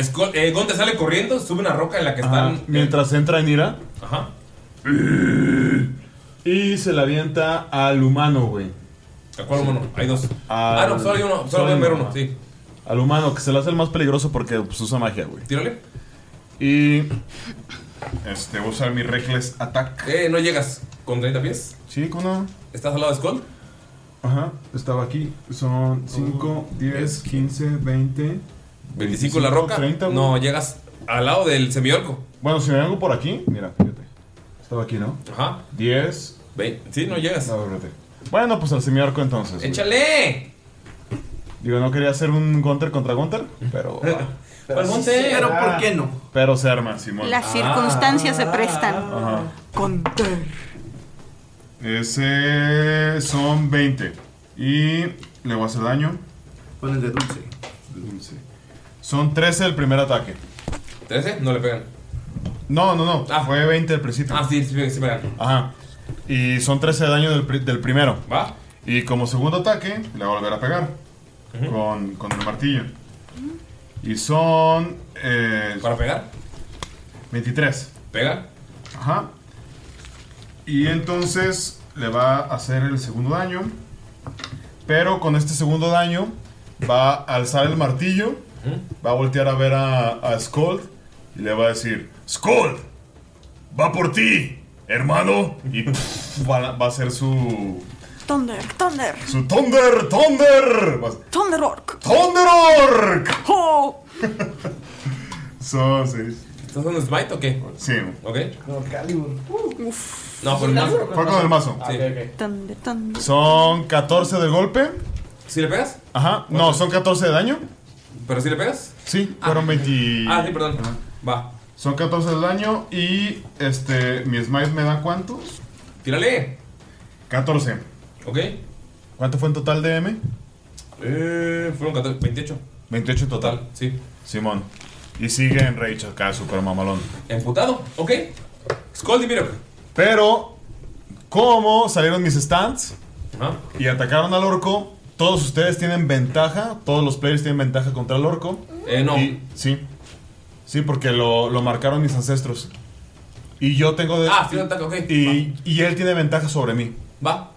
Skull, eh, Gunter sale corriendo, sube una roca en la que
Ajá,
están. eh,
mientras entra en ira.
Ajá.
Y se la avienta al humano, güey.
¿A cuál humano? Hay dos. Ah, no, solo hay uno, solo pueden ver uno, sí.
Al humano, que se le hace el más peligroso porque pues, usa magia, güey.
Tírale.
Y. Este, voy a usar mi Reckless Attack.
Eh, no llegas con 30 pies.
Sí, ¿cómo no?
¿Estás al lado de Skull?
Ajá, estaba aquí. Son
Oh,
5, 10, 15, 20.
25 la roca.
30, güey.
no, llegas al lado del semiorco.
Bueno, si me vengo por aquí, mira, fíjate. Estaba aquí, ¿no?
Ajá.
10.
Sí, no llegas.
No, espérate. Bueno, pues al semiarco entonces. güey.
¡Échale!
Digo, no quería hacer un Gunter contra Gunter, (laughs) pero. va.
Pero sí se
Pero
da.
¿por qué no?
Pero se arma, Simón.
Ah.
Las
Ah.
circunstancias se prestan.
Ajá.
Contar.
Ese son 20. Y le voy a hacer daño.
Con el de dulce.
dulce. Son 13 el primer ataque.
¿13? No le pegan.
No, no, no. Fue 20 al principio.
Ah, sí, sí, sí pegan.
Ajá. Y son 13 de daño del, pri- del primero.
Va.
Y como segundo ataque, le voy a volver a pegar. con, con el martillo. Y son. eh,
¿Para pegar?
23.
Pega.
Ajá. Y entonces le va a hacer el segundo daño. Pero con este segundo daño va a alzar el martillo. Va a voltear a ver a, a Skold. Y le va a decir: ¡Skold! ¡Va por ti, hermano! Y pff, va, a- va a hacer su.
Thunder, Thunder,
Su Thunder, Thunder. Va a-
Thunder Orc.
¡Thunder Orc!
¡Oh!
Son seis.
¿Estás dando smite o qué?
Sí.
Ok.
No, Calibur.
Uf.
No, Ah, con el mazo.
Fue con el mazo.
Sí.
(laughs)
Thunder, Thunder.
Son 14 de golpe.
¿Sí le pegas?
Ajá. No, son 14 de daño.
¿Pero sí le pegas?
Sí, fueron 20.
Ah, sí, perdón. Va.
Son 14 de daño y este mi smite me da cuántos?
Tírale.
14.
Ok.
¿Cuánto fue en total de M?
Eh, fueron 14, 28.
28 en total.
Sí.
Simón. Y sigue en rage acá, super mamalón.
Emputado. Ok. Scold y Miro.
Pero como salieron mis stands
Ajá.
y atacaron al orco, todos ustedes tienen ventaja, todos los players tienen ventaja contra el orco.
Eh, no.
Y- sí. Sí, porque lo, lo marcaron mis ancestros. Y yo tengo de-
Ah, sí, lo ataca, ok.
y, y él tiene ventaja sobre mí.
Va.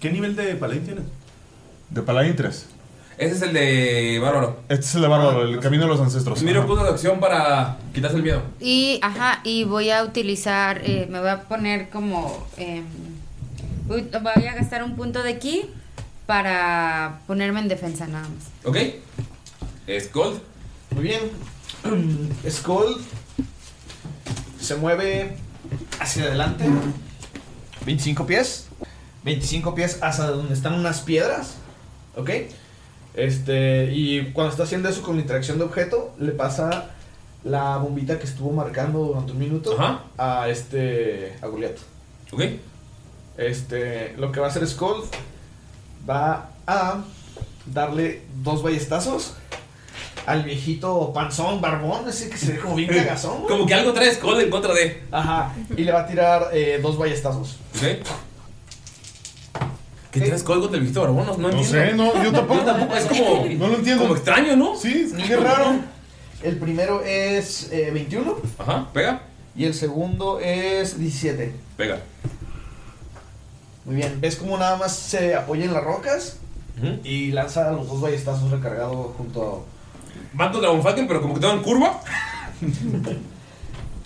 ¿Qué nivel de paladín tienes?
De Paladín 3.
Ese es el de Bárbaro.
Este es el de Bárbaro, el camino de los ancestros.
Miro puso la acción para quitarse el miedo.
Y, ajá, y voy a utilizar, eh, me voy a poner como, eh, voy voy a gastar un punto de ki para ponerme en defensa nada más.
Ok. Scold.
Muy bien. Skull se mueve hacia adelante. 25 pies. 25 pies hacia donde están unas piedras. ¿Ok? Este, y cuando está haciendo eso con la interacción de objeto, le pasa la bombita que estuvo marcando durante un minuto
Ajá.
a este, a Goliath.
Ok.
Este, lo que va a hacer Skull va a darle dos ballestazos al viejito panzón, barbón, ese que se ve como
(laughs)
bien cagazón. güey.
Como que algo trae Scold en contra de.
Ajá, y le va a tirar eh, dos ballestazos.
¿Ok? ¿Qué traes código del visto barbón? No, entiendo.
sé, no, yo tampoco.
Es como.
No lo entiendo.
Como extraño, ¿no?
Sí, qué raro.
El primero es eh, 21
Ajá, pega,
y el segundo es 17.
pega.
Muy bien, ves como nada más se apoya en las rocas
Ujú.
y lanza los dos ballestazos recargados junto
Van contra Von Falken, pero como que te dan curva.
(laughs)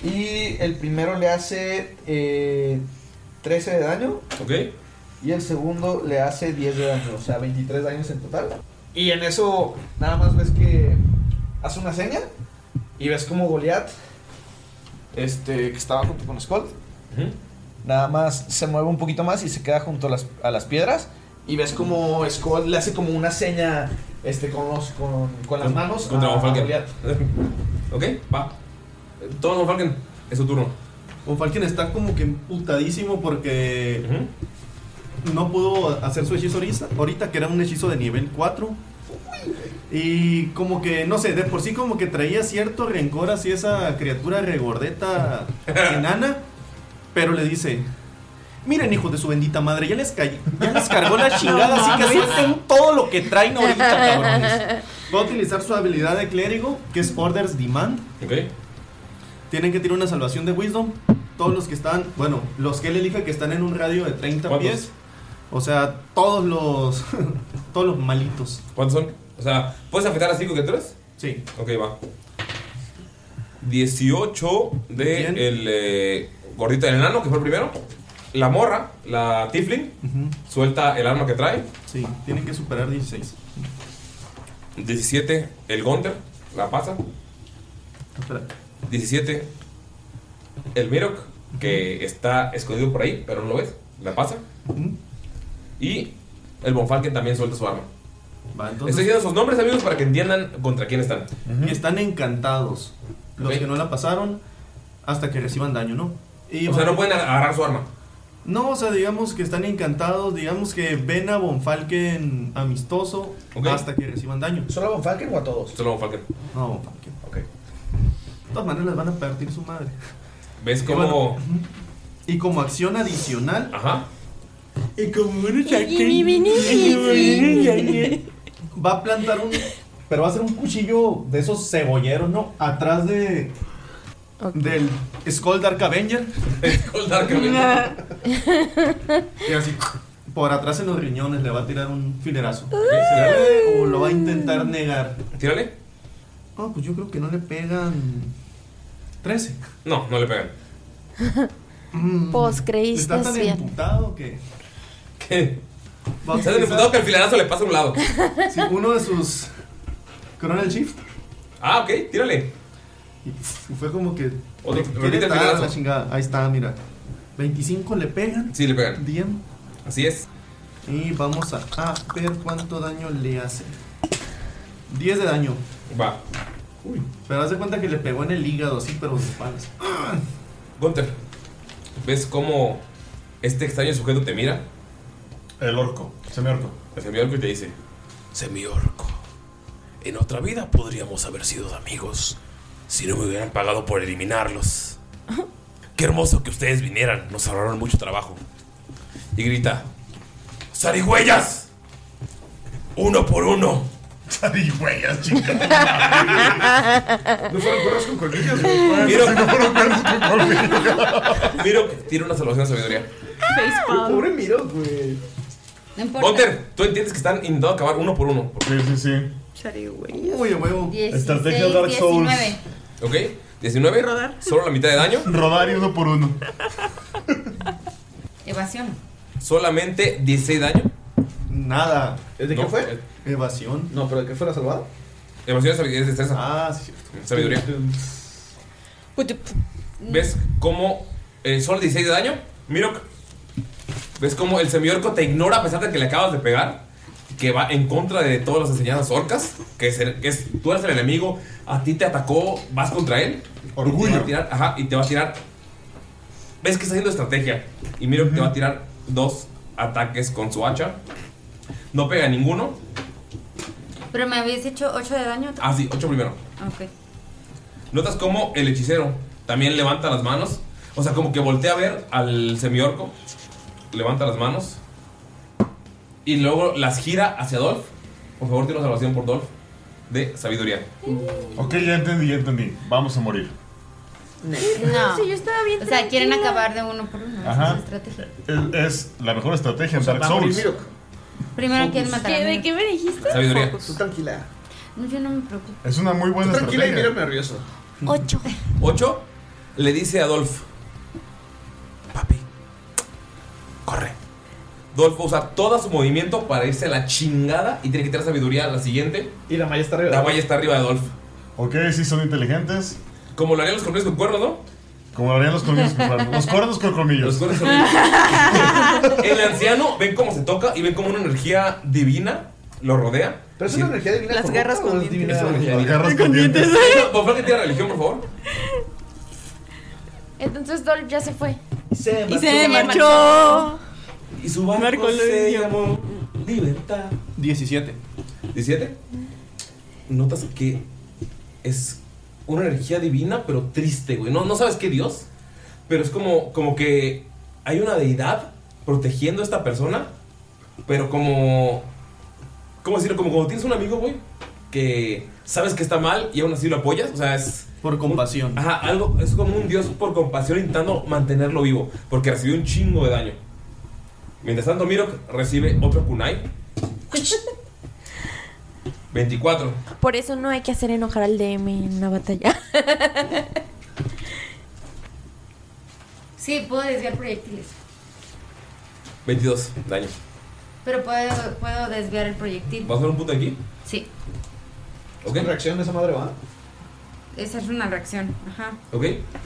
Y el primero le hace eh, 13 de daño.
Ok.
Y el segundo le hace 10 de daño, o sea, 23 daños en total. Y en eso nada más ves que hace una seña y ves como Goliath, este, que estaba junto con Skull, nada más se mueve un poquito más y se queda junto a las, a las piedras. Y ves como Skull le hace como una seña este, con, los, con, con las manos
Contra
a
Von Falken.
Goliath.
(laughs) ok, va. Toma Von Falken, es su turno.
Von Falken está como que emputadísimo porque no pudo hacer su hechizo ahorita, ahorita, que era un hechizo de nivel 4. Y como que, no sé, de por sí como que traía cierto rencor hacia esa criatura
(laughs)
regordeta enana, pero le dice... Miren, hijos de su bendita madre, ya les, cay- ya les
(laughs)
cargó la
No
chingada, así que
mames.
suelten todo lo que traen ahorita, cabrones. Va a utilizar su habilidad de clérigo, que es Orders Demand.
Ok.
Tienen que tirar una salvación de Wisdom. Todos los que están, bueno, los que él elija que están en un radio de 30
¿Cuántos?
pies. O sea, todos los (laughs) todos los malitos.
¿Cuántos son? O sea, ¿puedes afectar a 5 criaturas?
Sí.
Ok, va. 18 de
Bien.
el eh, gordito del enano, que fue el primero. La morra, la tifling, suelta el arma que trae.
Sí, tienen que superar 16.
17, el Gunter, la pasa. 17, el Mirok, que está escondido por ahí, pero no lo ves, la pasa.
Ujú.
Y el Bonfalken también suelta su arma.
entonces-
Estoy diciendo sus nombres, amigos, para que entiendan contra quién están.
Y están encantados. Los que no la pasaron hasta que reciban daño, ¿no? Y
O sea, no pueden agarrar su arma.
No, o sea, digamos que están encantados, digamos que ven a Bonfalken amistoso hasta que reciban daño.
¿Solo a Bonfalken o a todos?
Solo Bonfalken.
No, Bonfalken. Ok. De todas maneras, les van a partir su madre.
¿Ves
Y
cómo-
bueno, y como acción adicional.
Ajá.
Y como un Va a plantar un. Pero va a ser un cuchillo de esos cebolleros, ¿no? Atrás de. Del Skull Dark Avenger.
Skull Dark Avenger.
y así. Por atrás en los riñones le va a tirar un filerazo. ¿Le- ¿O lo va a intentar negar?
Tírale.
Ah, pues yo creo que no le pegan. 13.
No, no le pegan.
Pues creíste
Mm. Está tan
bien.
emputado que.
¿Qué?
Va a
Está tan
utilizar-
emputado que el filarazo le pasa a un lado.
(laughs) Sí, uno de sus. Coronel Shift.
Ah, ok, tírale.
Y y fue como que.
Otro-
¿Qué
repite el
tal
filarazo.
la chingada? Ahí está, mira. 25 le pegan.
Sí, le pegan.
Bien.
Así es.
Y vamos a, a ver cuánto daño le hace. 10 de daño.
Va.
Uy. Pero haz de cuenta que le pegó en el hígado, así, pero de palas.
Gunter, ¿ves cómo este extraño sujeto te mira?
El orco, semiorco.
El semiorco y te dice: Semiorco, en otra vida podríamos haber sido amigos si no me hubieran pagado por eliminarlos. Qué hermoso que ustedes vinieran, nos ahorraron mucho trabajo. Y grita: ¡Sarigüeyas! Uno
(laughs)
por uno.
¡Sarigüeyas, chicas!
No fueron perros con colmillos, Miro, no fueron perros con colmillos. Miro, tira una salvación de sabiduría.
Pobre Miro, güey.
No importa.
Gunter, tú entiendes que están intentando acabar uno por uno. Sí, sí, sí.
Uy, a huevo.
Estrategia Dark Souls.
19.
Ok, 19. Solo la mitad de daño.
Rodar y uno por uno.
Evasión.
Solamente 16 daño.
Nada.
¿De
qué fue?
Evasión.
No, pero ¿de qué fue la salvada?
Evasión es sabi- es destreza.
Ah, sí, cierto.
Sabiduría. ¿Ves cómo eh, solo 16 de daño? Mirok. ¿Ves cómo el semiorco te ignora a pesar de que le acabas de pegar? Que va en contra de todas las enseñanzas orcas. Que es, el- que es- tú eres el enemigo, a ti te atacó, vas contra él. Orgullo. Y te va a tirar, ajá, y te va a tirar. ¿Ves que está haciendo estrategia? Y Mirok te va a tirar dos ataques con su hacha. No pega ninguno.
Pero me habías hecho 8 de daño.
Ah, sí, 8 primero.
Ok.
Notas como el hechicero también levanta las manos. O sea, como que voltea a ver al semiorco. Levanta las manos. Y luego las gira hacia Dolph. Por favor, tiene una salvación por Dolph. De sabiduría.
Ok, ya entendí, ya entendí. Vamos a morir.
No.
Sí, yo estaba bien
O sea, quieren
tranquila.
acabar de uno por uno. esa
Ajá.
Es la estrategia.
Es, es la mejor estrategia en Dark
va a morir
Souls.
Primero quieren matar.
¿Qué-
a
de
mí.
qué me dijiste?
Sabiduría.
Tú tranquila.
No, yo no me preocupo.
Es una muy buena
Tú tranquila y
estrategia.
mírame nervioso.
Ocho.
¿Ocho? Le dice a Dolph. Papi, corre. Dolph usa todo su movimiento para irse a la chingada y tiene que tirar sabiduría a la siguiente.
Y la malla está arriba.
La malla está arriba de Dolph.
Ok, sí son inteligentes.
Como lo harían los colmillos con cuernos, ¿no?
Como lo harían los colmillos con cuernos. Los cuernos con colmillos. Los
cuernos con colmillos. El anciano, ven cómo se toca y ven cómo una energía divina lo rodea.
Pero es una energía divina.
Las
corrupta
garras
o es divina.
Es una energía divina.
garras con dientes.
No, Bonfalque que tiene religión, por favor.
Entonces Dolph ya se fue.
Se
marchó.
Y su barco
Marco
se
Leño.
llamó Libertad.
17.
¿17? Notas que es una energía divina, pero triste, güey. No, no sabes qué Dios, pero es como, como que hay una deidad protegiendo a esta persona, pero como. ¿Cómo decirlo? Como cuando tienes un amigo, güey, que sabes que está mal y aún así lo apoyas. O sea, es.
Por compasión.
Ajá, algo. Es como un Dios por compasión intentando mantenerlo vivo, porque recibió un chingo de daño. Mientras tanto, Mirok recibe otro kunai. 24.
(laughs) Por eso no hay que hacer enojar al DM en
(laughs)
una batalla.
Sí, puedo desviar proyectiles.
22, daño.
Pero puedo, puedo desviar el proyectil.
¿Vas a ver un punto aquí?
Sí,
¿Ok?
Reacción de esa madre, va.
esa es una reacción. Ajá.
¿Ok?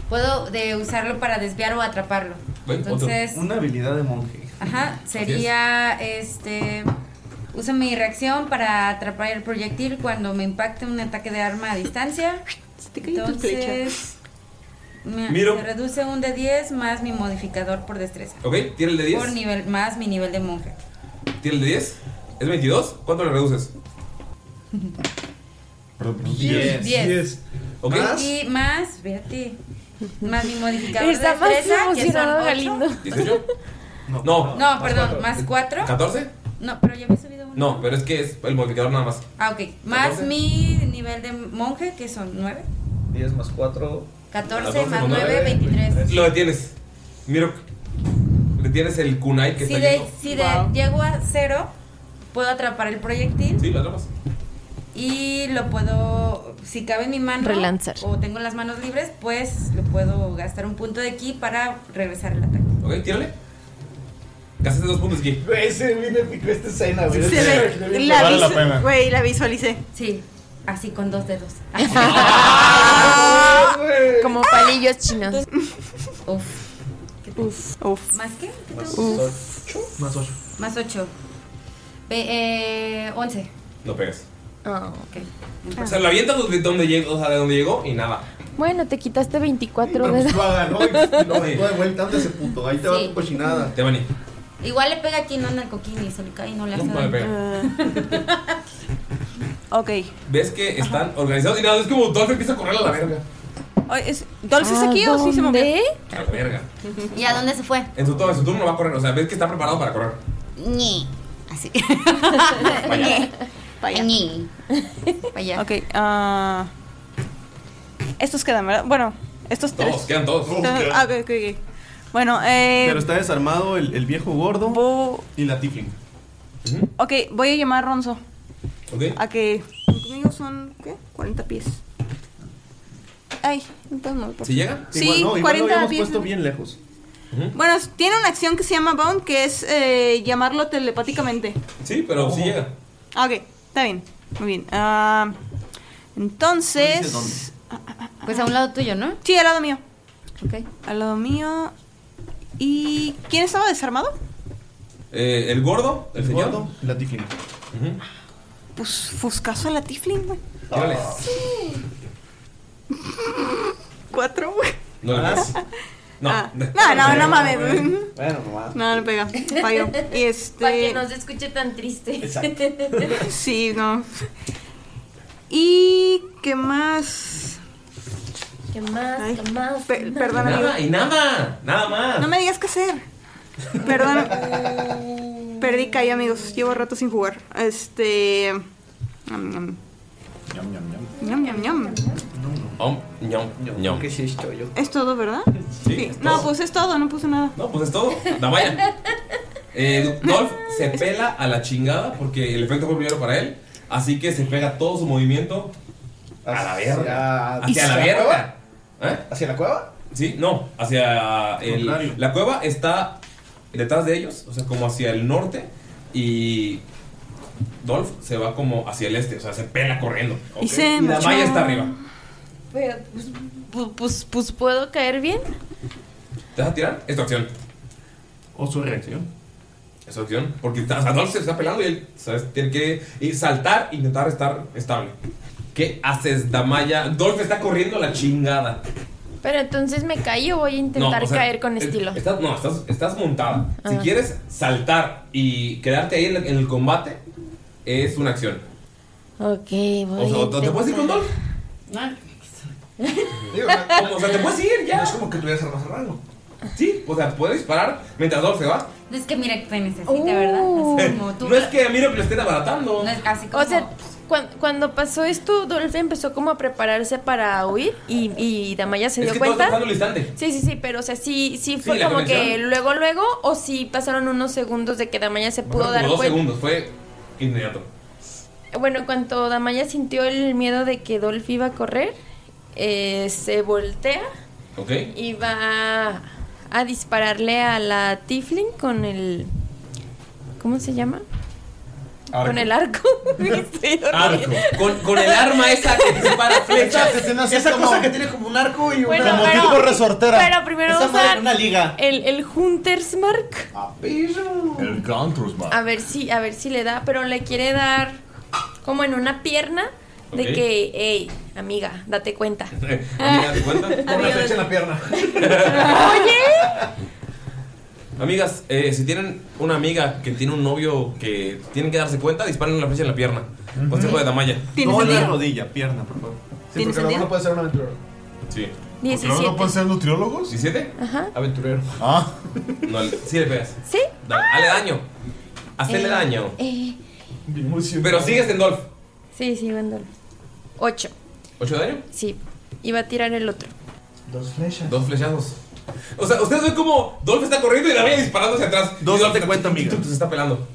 Puedo de usarlo para desviar o atraparlo.
Ven, otro.
Entonces,
Una habilidad de monje.
ajá, sería este. Uso mi reacción para atrapar el proyectil cuando me impacte un ataque de arma
(laughs)
a distancia. Entonces, me,
Miro.
se reduce un de 10 más mi modificador por destreza.
¿Ok? Tira el de
Por
10.
nivel, más mi nivel de monje.
Tira el de 10. ¿Es 22? ¿Cuánto le reduces?
Diez. Diez.
¿Ok?
Y más, ve a ti, más mi
(laughs)
modificador
Está
de
más
destreza, que son
emocionado,
ocho.
Galindo.
¿18? No.
No, perdón, más 4.
¿14?
No, pero ya me subí.
No, pero es que es el modificador nada más.
Ah, ok. Más mi nivel de monje, que son 9.
10 más 4.
14 más 9, 23.
Lo detienes. Miro. Detienes el kunai que
Si,
está
de,
lleno.
si de- llego a 0, puedo atrapar el proyectil
Sí, lo atrapas.
y lo puedo, si cabe en mi mano
Relanzar.
o tengo las manos libres, pues lo puedo gastar un punto de aquí para regresar el ataque.
¿Ok? Tírale. Gastaste dos puntos aquí.
Ese güey me picó esta escena, güey.
Se ve- la
Vale la
visu-
pena.
Güey, la visualicé.
Sí, así con dos dedos.
(laughs)
Ah,
Como palillos chinos.
Uf.
Uf. Uf.
¿Más qué? ¿Qué te
Más
gusta?
Más 8.
Más 8. Eh, 11.
No pegas.
Ah, ok.
O sea, lo avientas donde, donde llegó, o sea, de donde llegó y nada.
Bueno, te quitaste 24
Pero pues
dedos.
lo agarró
(laughs)
y lo aventó de vuelta ante ese puto. Ahí te va
Sí.
tu cochinada.
Te van
Igual le pega aquí, no en el coquín y se le cae y no le hace
No le
daño.
Ok.
Ves que están organizados y nada, es como Dolph empieza a correr a la verga.
Ay, es- ¿Dolph es aquí o sí se movió?
A la verga.
¿Y a Ah, dónde se fue?
En su, turno, en su turno va a correr, o sea, ves que está preparado para correr.
Ñe.
(laughs)
Así.
Vaya.
Vaya.
Ñe. Vaya.
Ok. ah, estos quedan, ¿verdad? Bueno, estos
Todos,
tres.
quedan todos. Todos
Ah,
quedan.
ok, ok, ok. Bueno, eh.
Pero está desarmado el, el viejo gordo y la tifling.
Ok, voy a llamar a Ronzo.
Ok.
A que conmigo son, ¿qué? 40 pies. Ay, no puedo mover, por
¿Si
favor. Sí, 40 pies.
puesto bien lejos.
Bueno, tiene una acción que se llama Bound, que es eh, llamarlo telepáticamente.
Sí, pero sí llega.
Ah, ok, está bien. Muy bien. Ah, entonces.
Pues a un lado tuyo, ¿no?
Sí, al lado mío.
Ok.
Al lado mío. ¿Y quién estaba desarmado?
Eh, el gordo, el, señor.
la tifling.
Pues Fuscazo a la Tiflin, güey.
Tírale.
(laughs) Cuatro, güey.
No le pegas. No.
Ah. (laughs) No, no, no mames.
Bueno, mamá.
No, no pega.
(laughs)
Falló. Y este.
Para que
No se escuche tan triste.
(laughs)
Sí, no. ¿Y qué más?
¿Qué más? ¿Qué más?
perdón,
nada,
amigo.
y nada, nada más.
No me digas qué hacer. Perdón.
(laughs)
Perdí calle, amigos. Llevo rato sin jugar. Este. ñam, ñam. Ñam, ñam, ñam.
Om, ñom, ñom. ¿Qué sí esto yo?
Es todo, ¿verdad?
Sí. es
No,
todo.
pues es todo, no puse nada.
No, pues es todo. No, vaya. Eh, Dolph se pela a la chingada porque el efecto fue primero para él. Así que se pega todo su movimiento A la verga.
¿Hacia-
Hacia
hacia
la
la
verga. ¿Eh?
¿Hacia la cueva?
Sí, no, hacia el-
Contrario.
la cueva está detrás de ellos, o sea, como hacia el norte y Dolph se va como hacia el este, o sea, se pela corriendo.
Y
¿ok?
se
la
marchó.
malla está arriba.
Pero, pues, pu- pues, pues, puedo caer bien.
¿Te vas a tirar? Es tu acción. ¿O su reacción? Es su acción, porque está- o sea, Dolph se está pelando y él ¿sabes? tiene que ir saltar e intentar estar estable. ¿Qué haces, Damaya? Dolph está corriendo a la chingada.
Pero entonces me caí o voy a intentar
o sea,
caer con
es-
estilo.
Estás, no, estás, estás montada. Si
Ah.
quieres saltar y quedarte ahí en el, en el combate, es una acción.
Ok, voy.
O sea,
a
o te- te puedes ir con
intentar.
Dolph. (laughs)
Digo, no-
O sea, te puedes ir ya.
No es como que tuvieras armas de rango.
Sí, o sea, puedes disparar mientras Dolph se va.
Es que mira que te necesita, ¿verdad? Uh. Así como tú.
No es que a Miro que lo estén abaratando.
No es así como. pues,
O sea, cuan- cuando pasó esto, Dolph empezó como a prepararse para huir y, y Damaya se
Es
dio
que todo está
cuenta.
pasando al instante.
Sí, sí, sí, pero o sea, sí, sí fue
la
como que
conexión.
luego, luego, o sí pasaron unos segundos de que Damaya se pudo
Pasaron
dar
como dos
cuenta.
segundos, fue inmediato.
Bueno, en cuanto Damaya sintió el miedo de que Dolph iba a correr, eh, se voltea
¿Ok?
y va a dispararle a la Tiflin con el. ¿Cómo se llama?
Arco. (laughs)
Con
(laughs)
el arco. Estoy
Arco. Con, con el arma esa que dispara flechas.
Esa cosa
(laughs)
que tiene como un arco y
Bueno,
una.
Como pero- tipo resortera. pero primero
Esa
usan-
madre, una liga. Ah,
El, el Huntersmark.
El Guntrusman.
A ver si, a ver si le da, pero le quiere dar como en una pierna de
Ok.
que, hey, amiga, date (laughs) cuenta.
Eh, Amiga, ¿te cuenta? Con una flecha en la
(laughs)
pierna. Amigas, eh, si tienen una amiga que tiene un novio que tienen que darse cuenta, disparen una flecha en la pierna. Consejo de Damaya.
¿Tiene No en la sentido? rodilla, pierna, por favor.
Sí, porque a lo mejor no puede ser un aventurero.
Sí.
Diecisiete.
¿No pueden ser nutriólogos?
¿17?
Ajá.
Aventurero. Ah. No, le- sí le pegas.
¿Sí?
Da- Dale daño. Hacele
Eh,
daño.
eh,
Pero sigues en Dolph.
sí, sí, Bandol. Ocho.
¿8 de daño?
Sí. Iba a tirar el otro.
Dos flechas. Dos flechazos. O sea, ustedes ven como Dolph está corriendo y Damaya disparando hacia atrás. Dos Dolph te cuenta, amiga. Se está pelando.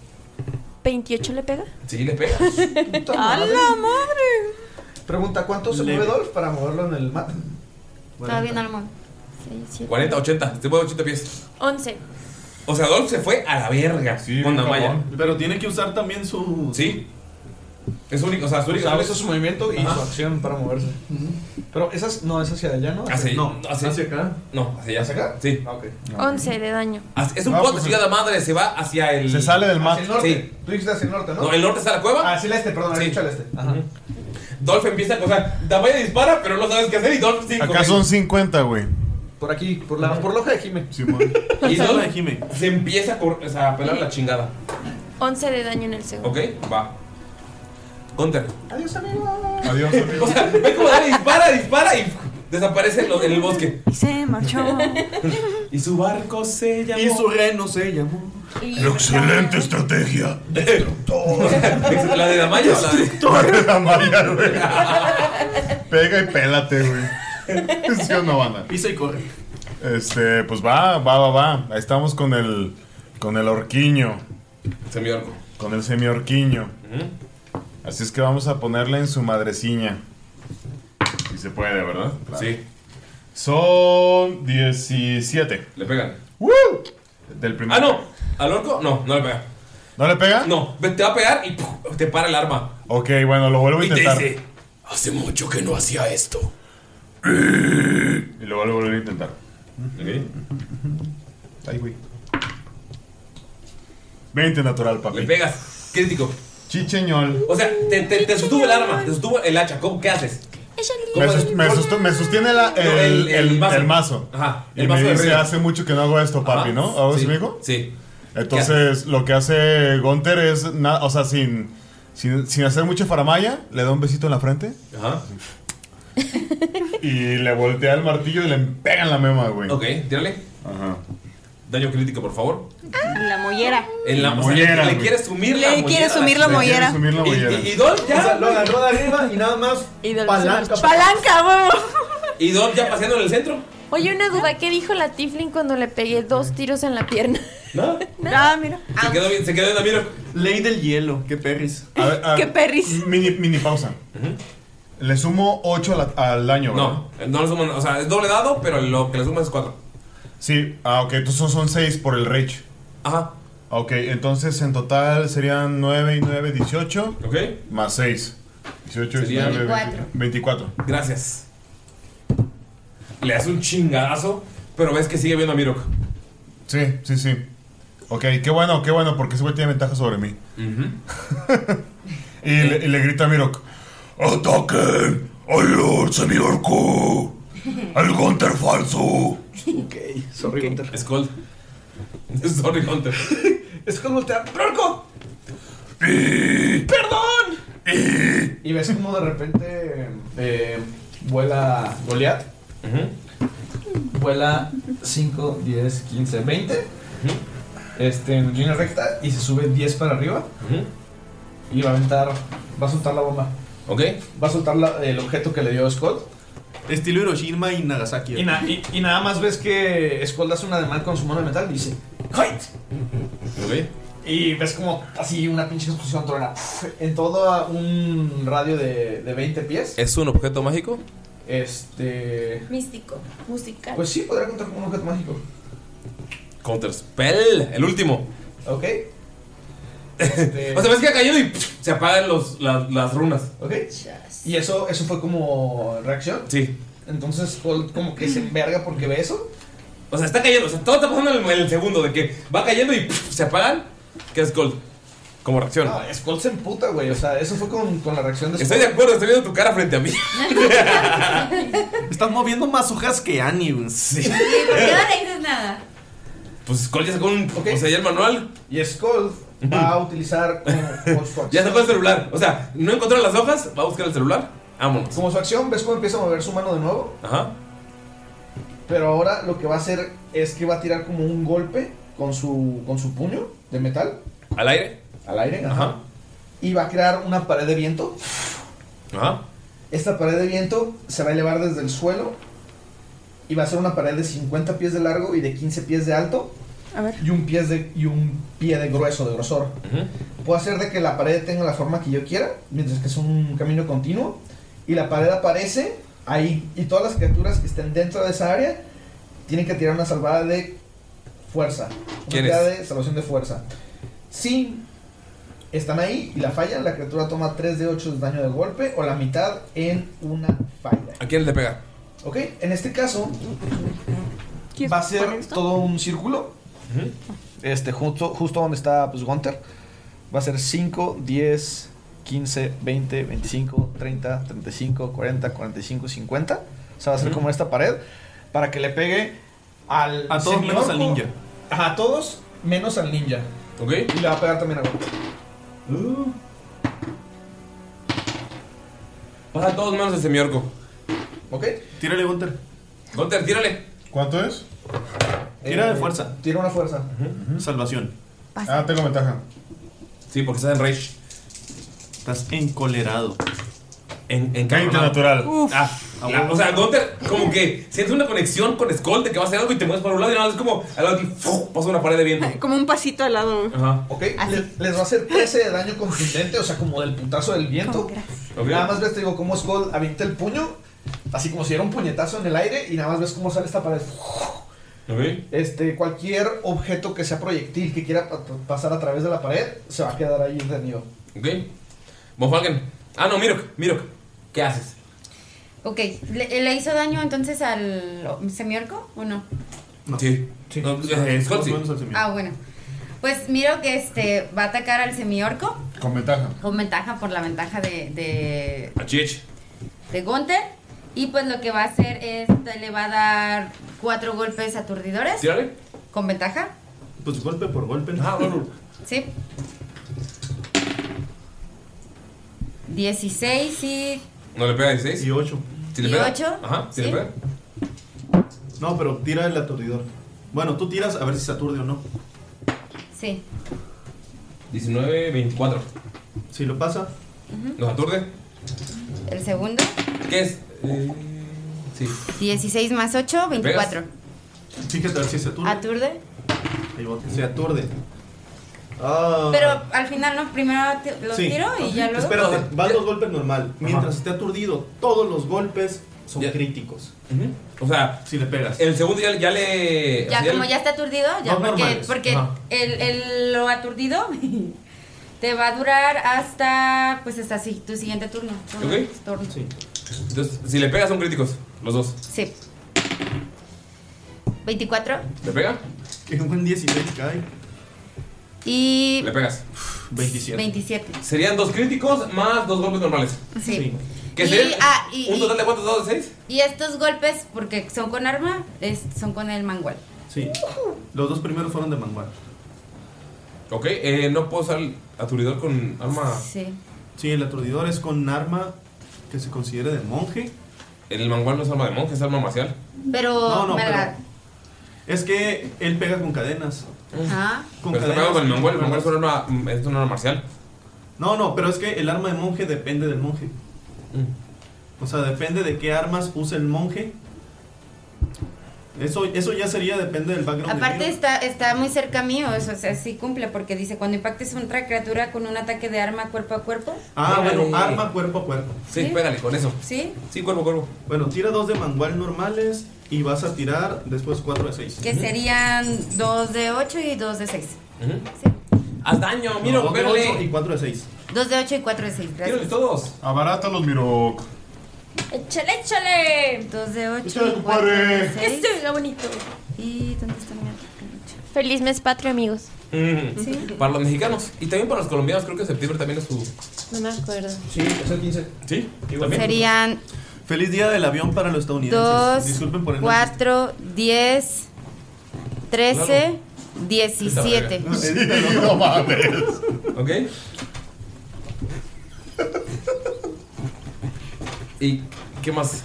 28 le pega.
Sí, le pega.
(laughs) ¡A la madre!
Pregunta: ¿cuánto se
Leve.
mueve Dolph para moverlo en el mapa?
Todavía no lo muevo.
40, 80. Se mueve 80 pies.
11.
O sea, Dolph se fue a la verga con Damaya.
Pero tiene que usar también su.
Sí. Es único, o sea, su único.
O sea, usa su movimiento y
Ajá.
su acción para moverse. Pero esas no, es hacia allá, ¿no?
Hacia-
no,
hacia-
acá.
No, hacia allá.
¿Hacia acá? Ah,
Sí. Ok.
11 de daño.
Es un poco de chingada madre, se va hacia el. pues, Se sale del
Hacia el norte.
Sí.
Tú dijiste hacia el norte, ¿no?
No, el norte está la cueva.
Ah, hacia el este, perdón, había dicho al este. Ajá.
Dolph empieza a cosar. Damaya dispara, pero no sabes qué hacer y Dolph sigue.
Acá son 50, güey.
Por aquí, por la, por la hoja de Jime.
Y Dolph se empieza a, cor- o sea, a pelar la chingada.
11 de daño en el segundo.
¿Ok? Va. Counter.
Adiós, amigo.
Adiós, O sea, ve como dale, dispara, dispara y desaparece en, lo- en el bosque.
Y se (laughs) marchó.
Y su barco se llamó.
Y su reno se llamó.
Excelente este estrategia.
¿La de Damaya o la de.?
de Damaya, güey. Pega y pélate, güey. Sí o no, banda.
Pisa y corre.
Este, pues va, va, va, va. Ahí estamos con el. Con el orquiño.
Semiorco.
Con el semiorquiño. Así es que vamos a ponerle en su madreciña. Si se puede, ¿verdad?
Sí.
Son 17.
Le pegan.
¡Woo! Del primer.
Ah, no. ¿Al orco? No, no le pega.
¿No le pega?
No, ve- te va a pegar y ¡puf! te para el arma.
Ok, bueno, lo vuelvo a
Y te
intentar.
dice: Hace mucho que no hacía esto.
Y lo vuelvo a volver a intentar. Ahí, güey. 20 natural, papi.
Le pegas. Crítico.
Chicheñol.
O sea, te, te, te sostuvo el arma, te sostuvo el hacha. ¿Cómo, ¿Qué haces?
Me, sus- me sust- me sostiene la- el,
el- el
el- el mazo.
mazo. Ajá,
Y
el
me
mazo de
dice,
River.
hace mucho que no hago esto, papi,
Ajá,
¿no? ¿Hago
sí,
eso, amigo?
Sí.
Entonces, lo que hace Gunter es, na- o sea, sin, sin, sin hacer mucha faramaya, le da un besito en la frente
Ajá.
y le voltea el martillo y le pega en la mema, güey.
Ok, tírale.
Ajá.
Daño crítico, por favor.
La mollera.
En la,
La
o sea,
mollera,
le,
güey.
quiere sumir la
Le quiere sumir la Le quiere mollera. sumir la
Y-
mollera.
Y, y Dolph ya.
O sea, lo agarró de arriba y nada más.
Y Dolph se
palanca.
marchó. ¡Palanca, huevo!
Y Dolph ya paseando en el centro.
(laughs)
Oye, una duda, ¿qué dijo la Tiflin cuando le pegué dos tiros en la pierna? (laughs)
¿No?
Ah,
Nada, mira.
Se quedó, bien- se quedó en la mira.
Ley del hielo, qué perris.
A ver, a ver,
Qué perris.
Mini, mini pausa. Le sumo 8 al, daño, ¿verdad?
No, no le suman, o sea, es doble dado, pero lo que le sumas es 4.
Sí, ah, ok, entonces son 6 por el Rage.
Ajá.
Ok, entonces en total serían 9 y 9, 18.
Ok.
Más 6. 18,
Serían
19,
24.
24.
Gracias. Le hace un chingadazo, pero ves que sigue viendo a Mirok.
Sí, sí, sí. Ok, qué bueno, qué bueno, porque ese güey tiene ventaja sobre mí. (laughs) y, le, y le grita a Mirok: ¡Ataquen al semiorco! ¡Al Gunter falso!
Ok, sorry Hunter. Skull. (laughs) Sorry Hunter.
Skull voltea. ¡Rorco!
¡Perdón!
Y ves como de repente eh, vuela Goliath.
Vuela 5, 10, 15, 20. Este, en línea recta y se sube 10 para arriba. Y va a aventar. Va a soltar la bomba.
Ok.
Va a soltar la- el objeto que le dio Scott.
Estilo Hiroshima y Nagasaki.
Y, na- y- y nada más ves que Scott hace un ademán con su mano de metal y dice: ¡Hoit! Y ves como así una pinche explosión truena. En todo un radio de, de 20 pies.
¿Es un objeto mágico?
Este.
Místico, musical.
Pues sí, podría contar como un objeto mágico.
Counter Spell, el último.
Ok.
O sea, ves que cayó y se apagan los, las, las runas.
Ok. Y eso, eso fue como reacción.
Sí.
Entonces Scott como que se enverga porque ve eso.
O sea, está cayendo, o sea, todo está pasando en el, el segundo de que va cayendo y se apagan. ¿Qué es Gold? Como reacción.
No, Skull se emputa, güey. O sea, eso fue con, con la reacción de
Estoy de acuerdo, estoy viendo tu cara frente a mí.
(laughs) Estás moviendo más hojas que Annie. güey.
(laughs) Sí.
(laughs) ¿Por qué no le dices nada?
Pues Skull ya sacó un. O sea, ya el manual.
Y Skull va a
(laughs)
utilizar como,
Ya sacó el celular. O sea, no encontró las hojas, va a buscar el celular. Vámonos.
como su acción. ¿Ves cómo empieza a mover su mano de nuevo?
Ajá.
Pero ahora lo que va a hacer es que va a tirar como un golpe con su, con su puño de metal
Al aire.
al aire. ajá. Y va a crear una pared de viento.
Ajá.
Esta pared de viento se va a elevar desde el suelo y va a ser una pared de 50 pies de largo y de 15 pies de alto
A ver.
y un, pies de, y un pie de grueso, de grosor. Puedo hacer de que la pared tenga la forma que yo quiera, mientras que es un camino continuo. Y la pared aparece ahí y todas las criaturas que estén dentro de esa área tienen que tirar una salvada de fuerza. Una
¿Quién
tirada
es?
de salvación de fuerza. Si están ahí y la fallan, la criatura toma 3 de 8 de daño de golpe o la mitad en una falla.
¿A quién le pega?
Ok, en este caso va a ser todo un círculo. Este, justo, justo donde está pues Gunter. Va a ser 5, 10, 15, 20, 25, 30, 35, 40, 45, 50. O sea, va a ser
Ujú.
como esta pared. Para que le pegue al.
A todos menos
semiorco.
al ninja.
Ajá, a todos menos al ninja.
Ok.
Y le va a pegar también a Gunter.
Uh. Baja todos manos de semiorco.
Ok.
Tírale, Gunter.
Gunter, tírale.
¿Cuánto es?
Tira de
Eh,
fuerza.
Tira una fuerza.
Salvación.
Ah, tengo ventaja.
Sí, porque estás en rage.
Estás encolerado.
En, en
20
natural.
Ah, la- o sea, Gunter, como que sientes una conexión con Skull de que va a hacer algo y te mueves para un lado y nada más es como al lado de ti, ¡fu! pasa una pared de viento.
Como un pasito al lado.
Ajá.
Ok, les, les va a hacer 13 de daño contundente, o sea, como del putazo del viento.
Ok.
Nada más ves, te digo, cómo Skull avienta el puño, así como si era un puñetazo en el aire, y nada más ves cómo sale esta pared.
Ok.
Este, cualquier objeto que sea proyectil que quiera pa- pasar a través de la pared, se va a quedar ahí detenido.
Ok. Bonfalken. Ah, no, Mirok, Mirok. ¿Qué haces?
Ok, ¿le, le hizo daño entonces al semiorco o no?
Sí. No, eh, Skull sí.
Ah, bueno. Pues miro que este va a atacar al semiorco
Con ventaja.
con ventaja por la ventaja de, de,
A Chich.
de Gunther. Y pues lo que va a hacer es le va a dar cuatro golpes aturdidores
Tírale.
con ventaja.
Pues golpe por golpe.
Ah, bueno.
Sí. 16 y
No le pega 16.
Y 8.
¿Sí
le ¿Y pega? ocho? Ajá, ¿sí le Sí. pega?
No, pero tira el aturdidor. Bueno, tú tiras a ver si se aturde o no.
sí.
19, 24.
Si lo pasa.
¿Nos aturde?
El segundo.
¿Qué es? Eh, sí.
16 más 8, 24.
Fíjate a ver si se aturde.
Aturde.
Ahí va. Se aturde. Ah.
Pero al final, ¿no? Primero te- los
Sí.
tiro y ya luego.
Espérate, van los golpes normal. Mientras esté aturdido, todos los golpes son críticos.
O sea,
si le pegas.
El segundo ya, ya le. o sea,
Ya como ya está aturdido, ya
Dos
porque,
normales.
porque
Ajá.
el, el- lo aturdido (laughs) te va a durar hasta pues hasta si- tu siguiente turno.
Ok.
Turno.
Sí. Entonces, si le pegas son críticos, los dos.
Sí. 24
¿Le pega?
Qué buen 16 cae.
y
Le pegas.
27.
27.
Serían dos críticos más dos golpes normales.
Sí.
¿Qué
Y-
serían?
ah, y-
¿Un
y-
total de cuántos dados de seis?
Y estos golpes, porque son con arma, es- son con el mangual.
Sí. Los dos primeros fueron de manual.
Ok, eh, no puedo usar el aturdidor con arma.
Sí.
Sí, el aturdidor es con arma que se considere de monje.
El mangual no es arma de monje, es arma marcial.
Pero
No, no,
me
pero-
la-
Es que él pega con cadenas.
Ajá.
Con
Pero
cadenas.
está pegado con el mangual, el mangual es un arma, mm, es un arma marcial.
No, no, pero es que el arma de monje depende del monje. O sea, depende de qué armas usa el monje. Eso, eso ya sería, depende del background. del
Aparte
niño.
está, está muy cerca mío, eso, o sea, sí cumple, porque dice, cuando impactes otra criatura con un ataque de arma cuerpo a cuerpo,
Ah,
Pégale.
bueno, arma cuerpo a cuerpo.
Sí, pégale con eso.
¿sí?
Sí, cuerpo a cuerpo.
Bueno, tira dos de mangual normales y vas a tirar después cuatro de seis.
Que serían 2 de 8 y 2 de 6.
Haz daño,
miro,
dos de
pégale.
ocho
y 4 de 6.
2 de 8 y 4 de 6, gracias.
todos.
Abarata los Mirok.
¡Échale, échale! 2 de 8
Échale,
y 4 de
compadre.
6.
Esto es lo bonito.
¿Y dónde está mi arma?
Feliz mes patrio, amigos.
Mm.
Sí.
Para los mexicanos y también para los colombianos, creo que septiembre también es su.
No me acuerdo.
Sí, es el 15.
Sí,
Serían
Feliz día del avión para los estadounidenses. Disculpen por el
2, 4, 10, 13,
Siete.
17.
(laughs) No mames.
¿Ok? ¿Y qué más?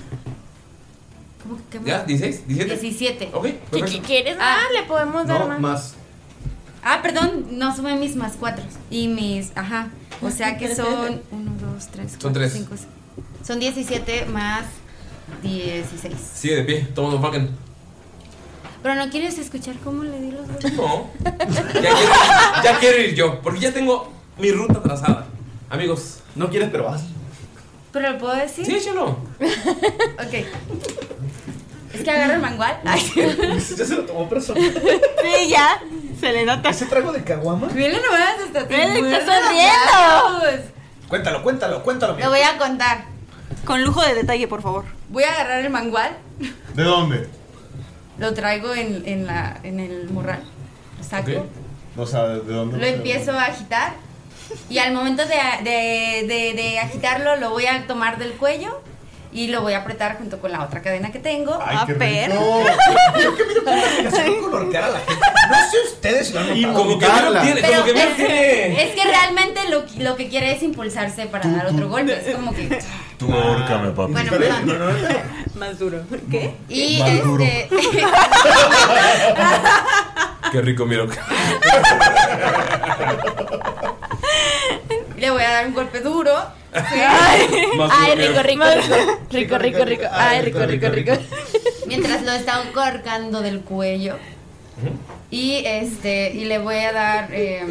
¿Cómo que qué más?
¿Ya? ¿16? ¿17?
17.
Ok,
¿Qué,
perfecto.
quieres Ah, le podemos
dar No, más. más.
Ah, perdón, no sumé mis más 4. Y mis, ajá. O sea
(laughs)
que son 1, 2, 3,
Son
4,
tres.
5, Son 17 más 16.
Sigue de pie, toma Don Falken.
Pero no quieres escuchar cómo le di los golpes.
No. Ya quiero ir yo, porque ya tengo mi ruta trazada. Amigos.
No quieres, pero vas.
¿Pero lo puedo decir?
Sí, échalo.
(laughs) Ok. Es que agarro el mangual.
(laughs)
Ay,
ya se lo tomó personal.
Sí, ya. Se le nota.
¿Ese trago de caguama?
Mira nomás, hasta te
Mira,
muerden
está
los
sonriendo.
labios.
Cuéntalo, cuéntalo, cuéntalo.
Lo voy a contar.
Con lujo de detalle, por favor.
Voy a agarrar el mangual,
¿De dónde?
lo traigo en, en la, en el morral. Lo saco,
No sabes de dónde.
lo empiezo a agitar y al momento de, de- de- de agitarlo lo voy a tomar del cuello y lo voy a apretar junto con la otra cadena que tengo.
Ay, qué
perro.
(laughs)
No sé ustedes si lo han
Y
notado.
como que no lo tiene, como que no lo
es,
tiene.
es que realmente lo, lo que quiere es impulsarse para dar otro golpe. Es como que.
Tú ahorcame, papi.
Bueno, perdón.
(laughs) Más duro. ¿Qué?
Y (laughs)
Más duro.
este.
Qué rico, miro.
Le voy a dar un golpe duro.
Más
(laughs) Ay,
duro,
rico, rico, rico. Rico, rico, rico. Ay, rico, rico, rico.
Mientras lo está corcando del cuello. Y este. Y le voy a dar eh,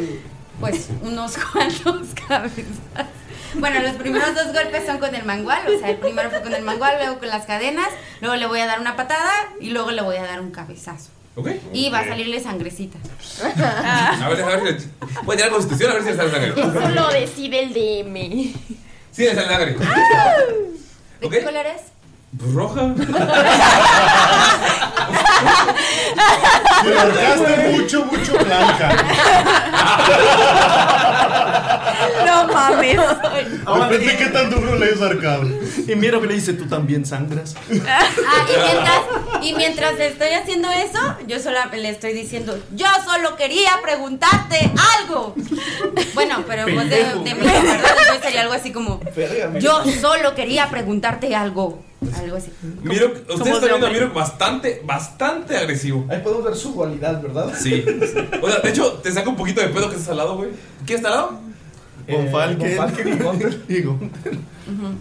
pues unos (laughs) cuantos cabezas. Bueno, los primeros dos golpes son con el mangual, o sea, el primero fue con el mangual, luego con las cadenas, luego le voy a dar una patada y luego le voy a dar un cabezazo.
Ok.
Y va a salirle sangrecita.
A ver, a ver. si- Voy a tirar constitución a ver si le sale sangre.
Eso lo decide el DM.
Sí, le sale sangre.
¿De
Ok.
qué color es?
Roja.
Te ahorcaste mucho, mucho blanca.
No
(laughs)
mames.
Pues
Depende qué tan duro le hayas ahorcado.
Y mira que le dice, tú también sangras.
Ah, y mientras, y mientras estoy haciendo eso, yo solo le estoy diciendo, yo solo quería preguntarte algo. Bueno, pero en voz de,
Pendejo.
de mi verdad entonces sería algo así como,
Verga,
yo solo quería preguntarte algo. Algo así.
Miro, ustedes
Somos de
están viendo a
hombre.
Miro bastante, bastante agresivo.
Ahí podemos ver su dualidad, ¿verdad?
Sí. O sea, de hecho, te saca un poquito de pedo que estás al lado, güey. ¿Quién está al lado? Eh,
Von
Von
Falken.
Falken y
(laughs)
Gunther.
Y Gunther.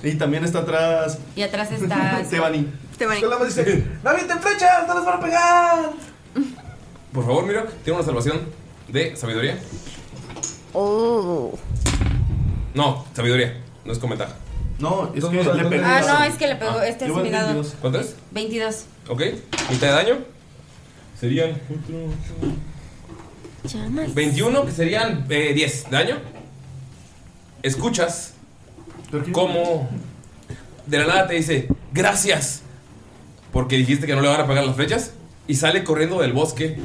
Y también está atrás
Y atrás está...
(laughs) Tebani.
Te van a-
Solo más dice, no avienten flechas, no les van a pegar.
Por favor, Miro, tiene una salvación de sabiduría.
Oh.
No, sabiduría. No es con ventaja.
No, es que le pegué.
Ah, no, es que le pegó.
Ah,
este es
yo voy
mi
al
dado.
22. ¿Cuánto es?
22.
Ok. Mitad de daño. Serían cuatro,
Llamas.
21, que serían eh, 10 de daño. Escuchas cómo de la nada te dice, gracias, porque dijiste que no le van a pagar las flechas. Y sale corriendo del bosque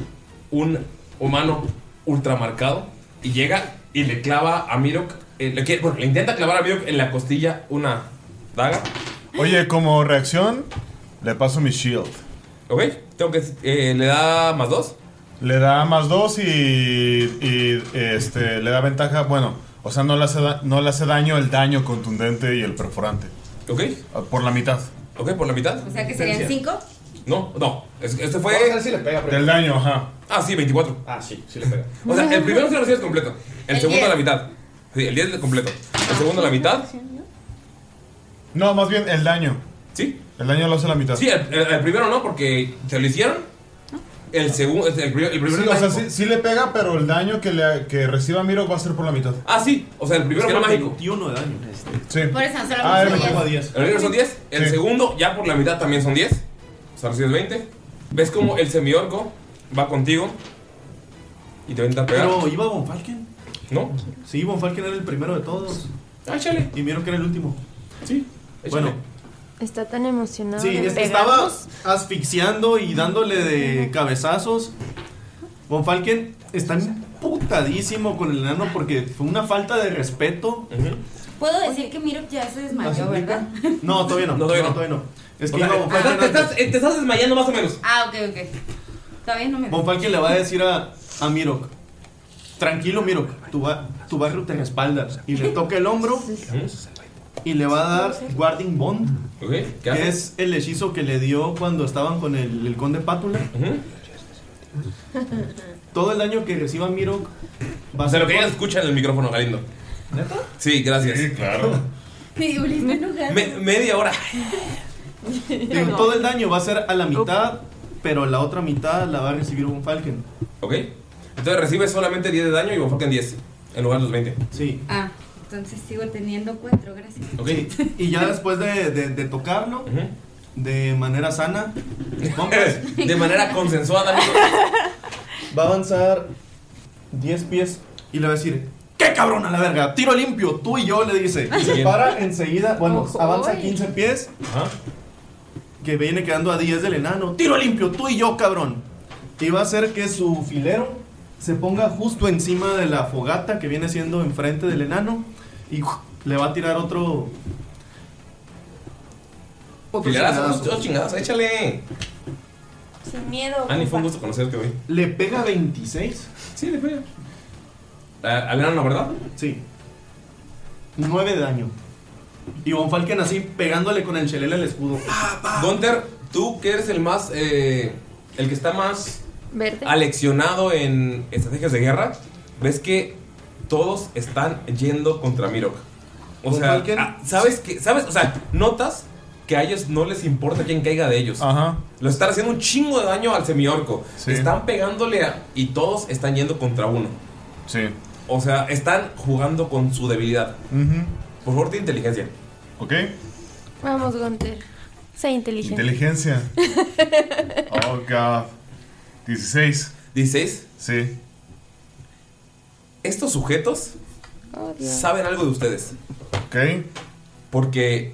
un humano ultramarcado y llega y le clava a Mirok, eh, le, quiere- bueno, le intenta clavar a Mirok en la costilla una daga.
Oye, como reacción, le paso mi shield.
Ok, tengo que. eh, ¿Le da más dos?
Le da más dos y. y, este, le da ventaja. Bueno, o sea, no le, hace da- no le hace daño el daño contundente y el perforante.
Ok.
Por la mitad.
Ok, por la mitad.
O sea que serían 5.
No, no. es- Este fue.
Del daño, ajá.
Ah, sí, 24. Ah, sí, sí le pega. O sea, el primero sí lo recibes completo. El,
El
segundo a la
10.
mitad. Sí, el 10 completo. El segundo a la mitad.
No, más bien el daño.
¿Sí?
El daño lo hace la mitad.
Sí, el, el- el primero no, porque se lo hicieron. El segundo. El, primero. El primero
Sí, o
es
sea,
mágico.
sí, sí le pega, pero el daño que, le, que reciba Miro va a ser por la
(laughs)
mitad.
Ah, sí. O sea, el primero
Es que
fue
era
mágico. 21 de daño.
Este, Sí.
Por eso solo
Ah,
me
era
salió
como
diez.
10.
El primero son 10. El segundo, ya por la mitad, también son 10. O sea, recibes 20. ¿Ves cómo el semiorco va contigo? Y te va a intentar pegar.
Pero iba Von Falken.
¿No?
Sí, Von Falken era el primero de todos.
Ah, échale.
Y vieron que era el último.
Sí.
Bueno,
Está tan emocionado.
sí,
de
es que estaba
pegarnos.
asfixiando y dándole de cabezazos. Von Falken está emputadísimo con el enano porque fue una falta de respeto.
Puedo decir que Miro ya se
¿Así
desmayó, ¿verdad?
No, todavía no. No, todavía no. Es que
O sea,
iba Von Falken
te estás-
antes.
te estás desmayando más o menos.
Ah, ok, ok. Todavía no me.
Von Falken le va a decir a, a Mirok: Tranquilo, Mirok, tu, ba- tu barrio te respalda. Y le toca el hombro y le va a dar Guarding Bond.
Ok, ¿qué
que
haces?
es el hechizo que le dio cuando estaban con el, el conde Pátula. Todo el daño que reciba Mirok va a
O
ser.
sea, lo que ella escucha en el micrófono, Galindo.
¿Neta?
Sí, gracias. Sí, claro.
Sí, Ulises, me enojé.
media hora.
Digo, Todo el daño va a ser a la mitad, pero la otra mitad la va a recibir un Falken.
Ok. Entonces recibes solamente 10 de daño y Bonfoken 10. En lugar de los 20.
Sí.
Ah, entonces sigo teniendo 4, gracias.
Ok.
Y ya después de, de- de tocarlo, de manera
(laughs)
sana,
de manera consensuada,
va a avanzar 10 pies y le va a decir: ¡Qué cabrón a la verga! ¡Tiro limpio! Tú y yo le dice. Y se
Bien.
para enseguida. Bueno,
Ojo.
avanza 15 pies.
Ajá.
que viene quedando a 10 del enano. Tiro limpio, tú y yo, cabrón. Y va a hacer que su filero se ponga justo encima de la fogata que viene siendo enfrente del enano. Y ¡uf! le va a tirar otro.
Filerazo,
chingadazo.
dos chingadas, échale.
Sin miedo.
Ani, fue un gusto conocerte hoy.
Le pega 26.
Sí, le pega. Ah, Al enano, ¿verdad?
Sí. 9 de daño. Y Von Falken así pegándole con el chelel al escudo.
Ah, Gunter, tú que eres el más. eh, el que está más
Verde.
aleccionado en estrategias de guerra, ves que todos están yendo contra Mirok. O
¿Con
sea,
Falken?
ah, sabes que, sabes, o sea, notas que a ellos no les importa quién caiga de ellos.
Ajá.
Los están haciendo un chingo de daño al semiorco. Están pegándole a- y todos están yendo contra uno.
Sí. Mm.
O sea, están jugando con su debilidad. Por favor, de inteligencia.
Ok.
Vamos, Gunter. Sé inteligente.
Inteligencia. Oh, God. 16.
¿16?
Sí.
Estos sujetos
Eh,
Oh, Dios.
saben algo de ustedes.
Ok.
Porque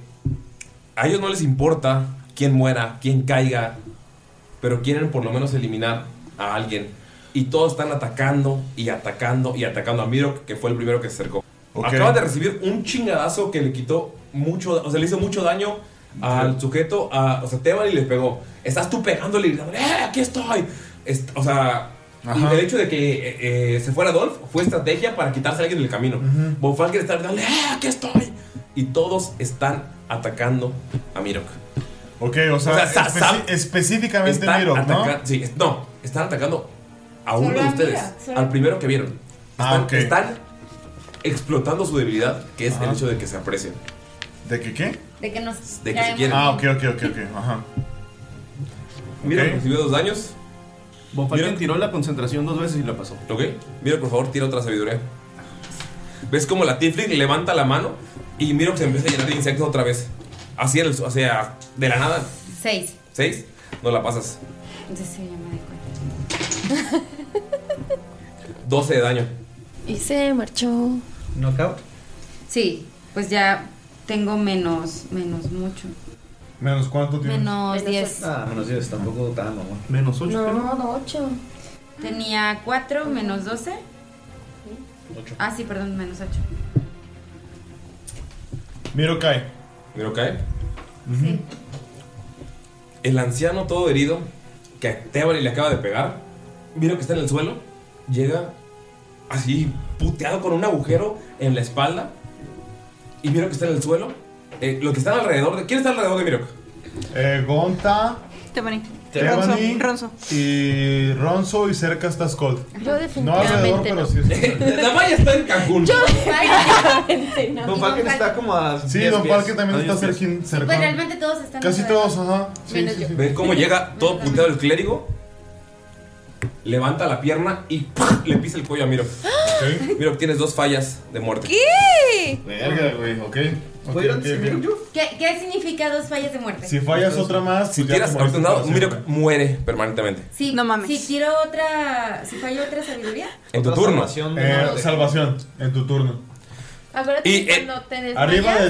a ellos no les importa quién muera, quién caiga, pero quieren por lo menos eliminar a alguien. Y todos están atacando y atacando y atacando a Mirok, que fue el primero que se acercó.
Ok.
Acaba de recibir un chingadazo que le quitó mucho, o sea, le hizo mucho daño al sujeto, a, o sea, Teban y le pegó. Estás tú pegándole y gritándole, ¡eh, aquí estoy! Est- o sea, y
Ajá.
el hecho de que eh, eh, se fuera Dolph fue estrategia para quitarse a alguien del camino. Von Falken está gritando, ¡eh, aquí estoy! Y todos están atacando a Mirok.
Ok, o sea,
sa-
espe-
sa-
específicamente
están
Miro, ¿no?
ataca- sí, es- no, están atacando a uno
Solo
de
a
ustedes,
Mira, solo-
al primero que vieron.
Ah,
Están,
ok.
están explotando su debilidad, que es el hecho de que se aprecien.
¿De que qué?
De que nos.
De que se
caemos.
quieren.
Ah, ok, ok, ok, ok. Ajá.
Mira,
Ok.
recibió dos daños.
Von Falken tiró la concentración dos veces y la pasó.
Ok. Mira, por favor, tira otra sabiduría. ¿Ves como la Tifling levanta la mano y Mirox se empieza a llenar de insectos otra vez? Así, en el- o sea, de la nada.
Seis.
¿Seis? No la pasas.
Entonces sí, ya me di cuenta.
12 de daño.
Y se marchó.
No acabo.
Sí, pues ya tengo menos, menos mucho.
¿Menos cuánto tienes?
Menos diez.
Ah, menos 10, tampoco tan mamón.
Menos
No, no, ocho. Tenía cuatro menos doce. Ah, sí, perdón, menos ocho.
Miro cae.
¿Miro cae? El anciano todo herido, que a Teban le acaba de pegar, Miro que está en el suelo, llega así puteado con un agujero en la espalda. Y Miro que está en el suelo. Eh, los que están alrededor de. ¿Quién está alrededor de Miro?
Eh, Gonta,
Tebani.
Tebani
Ronzo.
y Ronzo y cerca está Skull.
Yo
No alrededor, Ah,
definitivamente
pero
no.
sí.
(laughs) La Maya está en Cancún.
(laughs) Definitivamente no.
Don Falken está
como a.
Sí,
10
Don
pies.
Falken también está cerquín- cerca.
Pues realmente todos están.
Casi
alrededor.
todos, ajá. Sí,
Menos
sí,
yo.
sí.
¿Ves cómo llega todo puteado el clérigo? Levanta la pierna y ¡pum! le pisa el
(gasps)
cuello a Miro. Miro, tienes dos fallas de muerte.
¿Qué?
Verga, güey, ok. Ok, ok, ok.
¿Qué, qué significa dos fallas de muerte?
Si fallas otra más, pues
Si tiras ahorita un dado, Miro muere permanentemente.
Sí, no mames. Si tiro otra. Si fallo otra sabiduría.
En tu turno.
Salvación, salvación, en tu turno.
Acuérdate
Y,
que
eh,
cuando te
Arriba de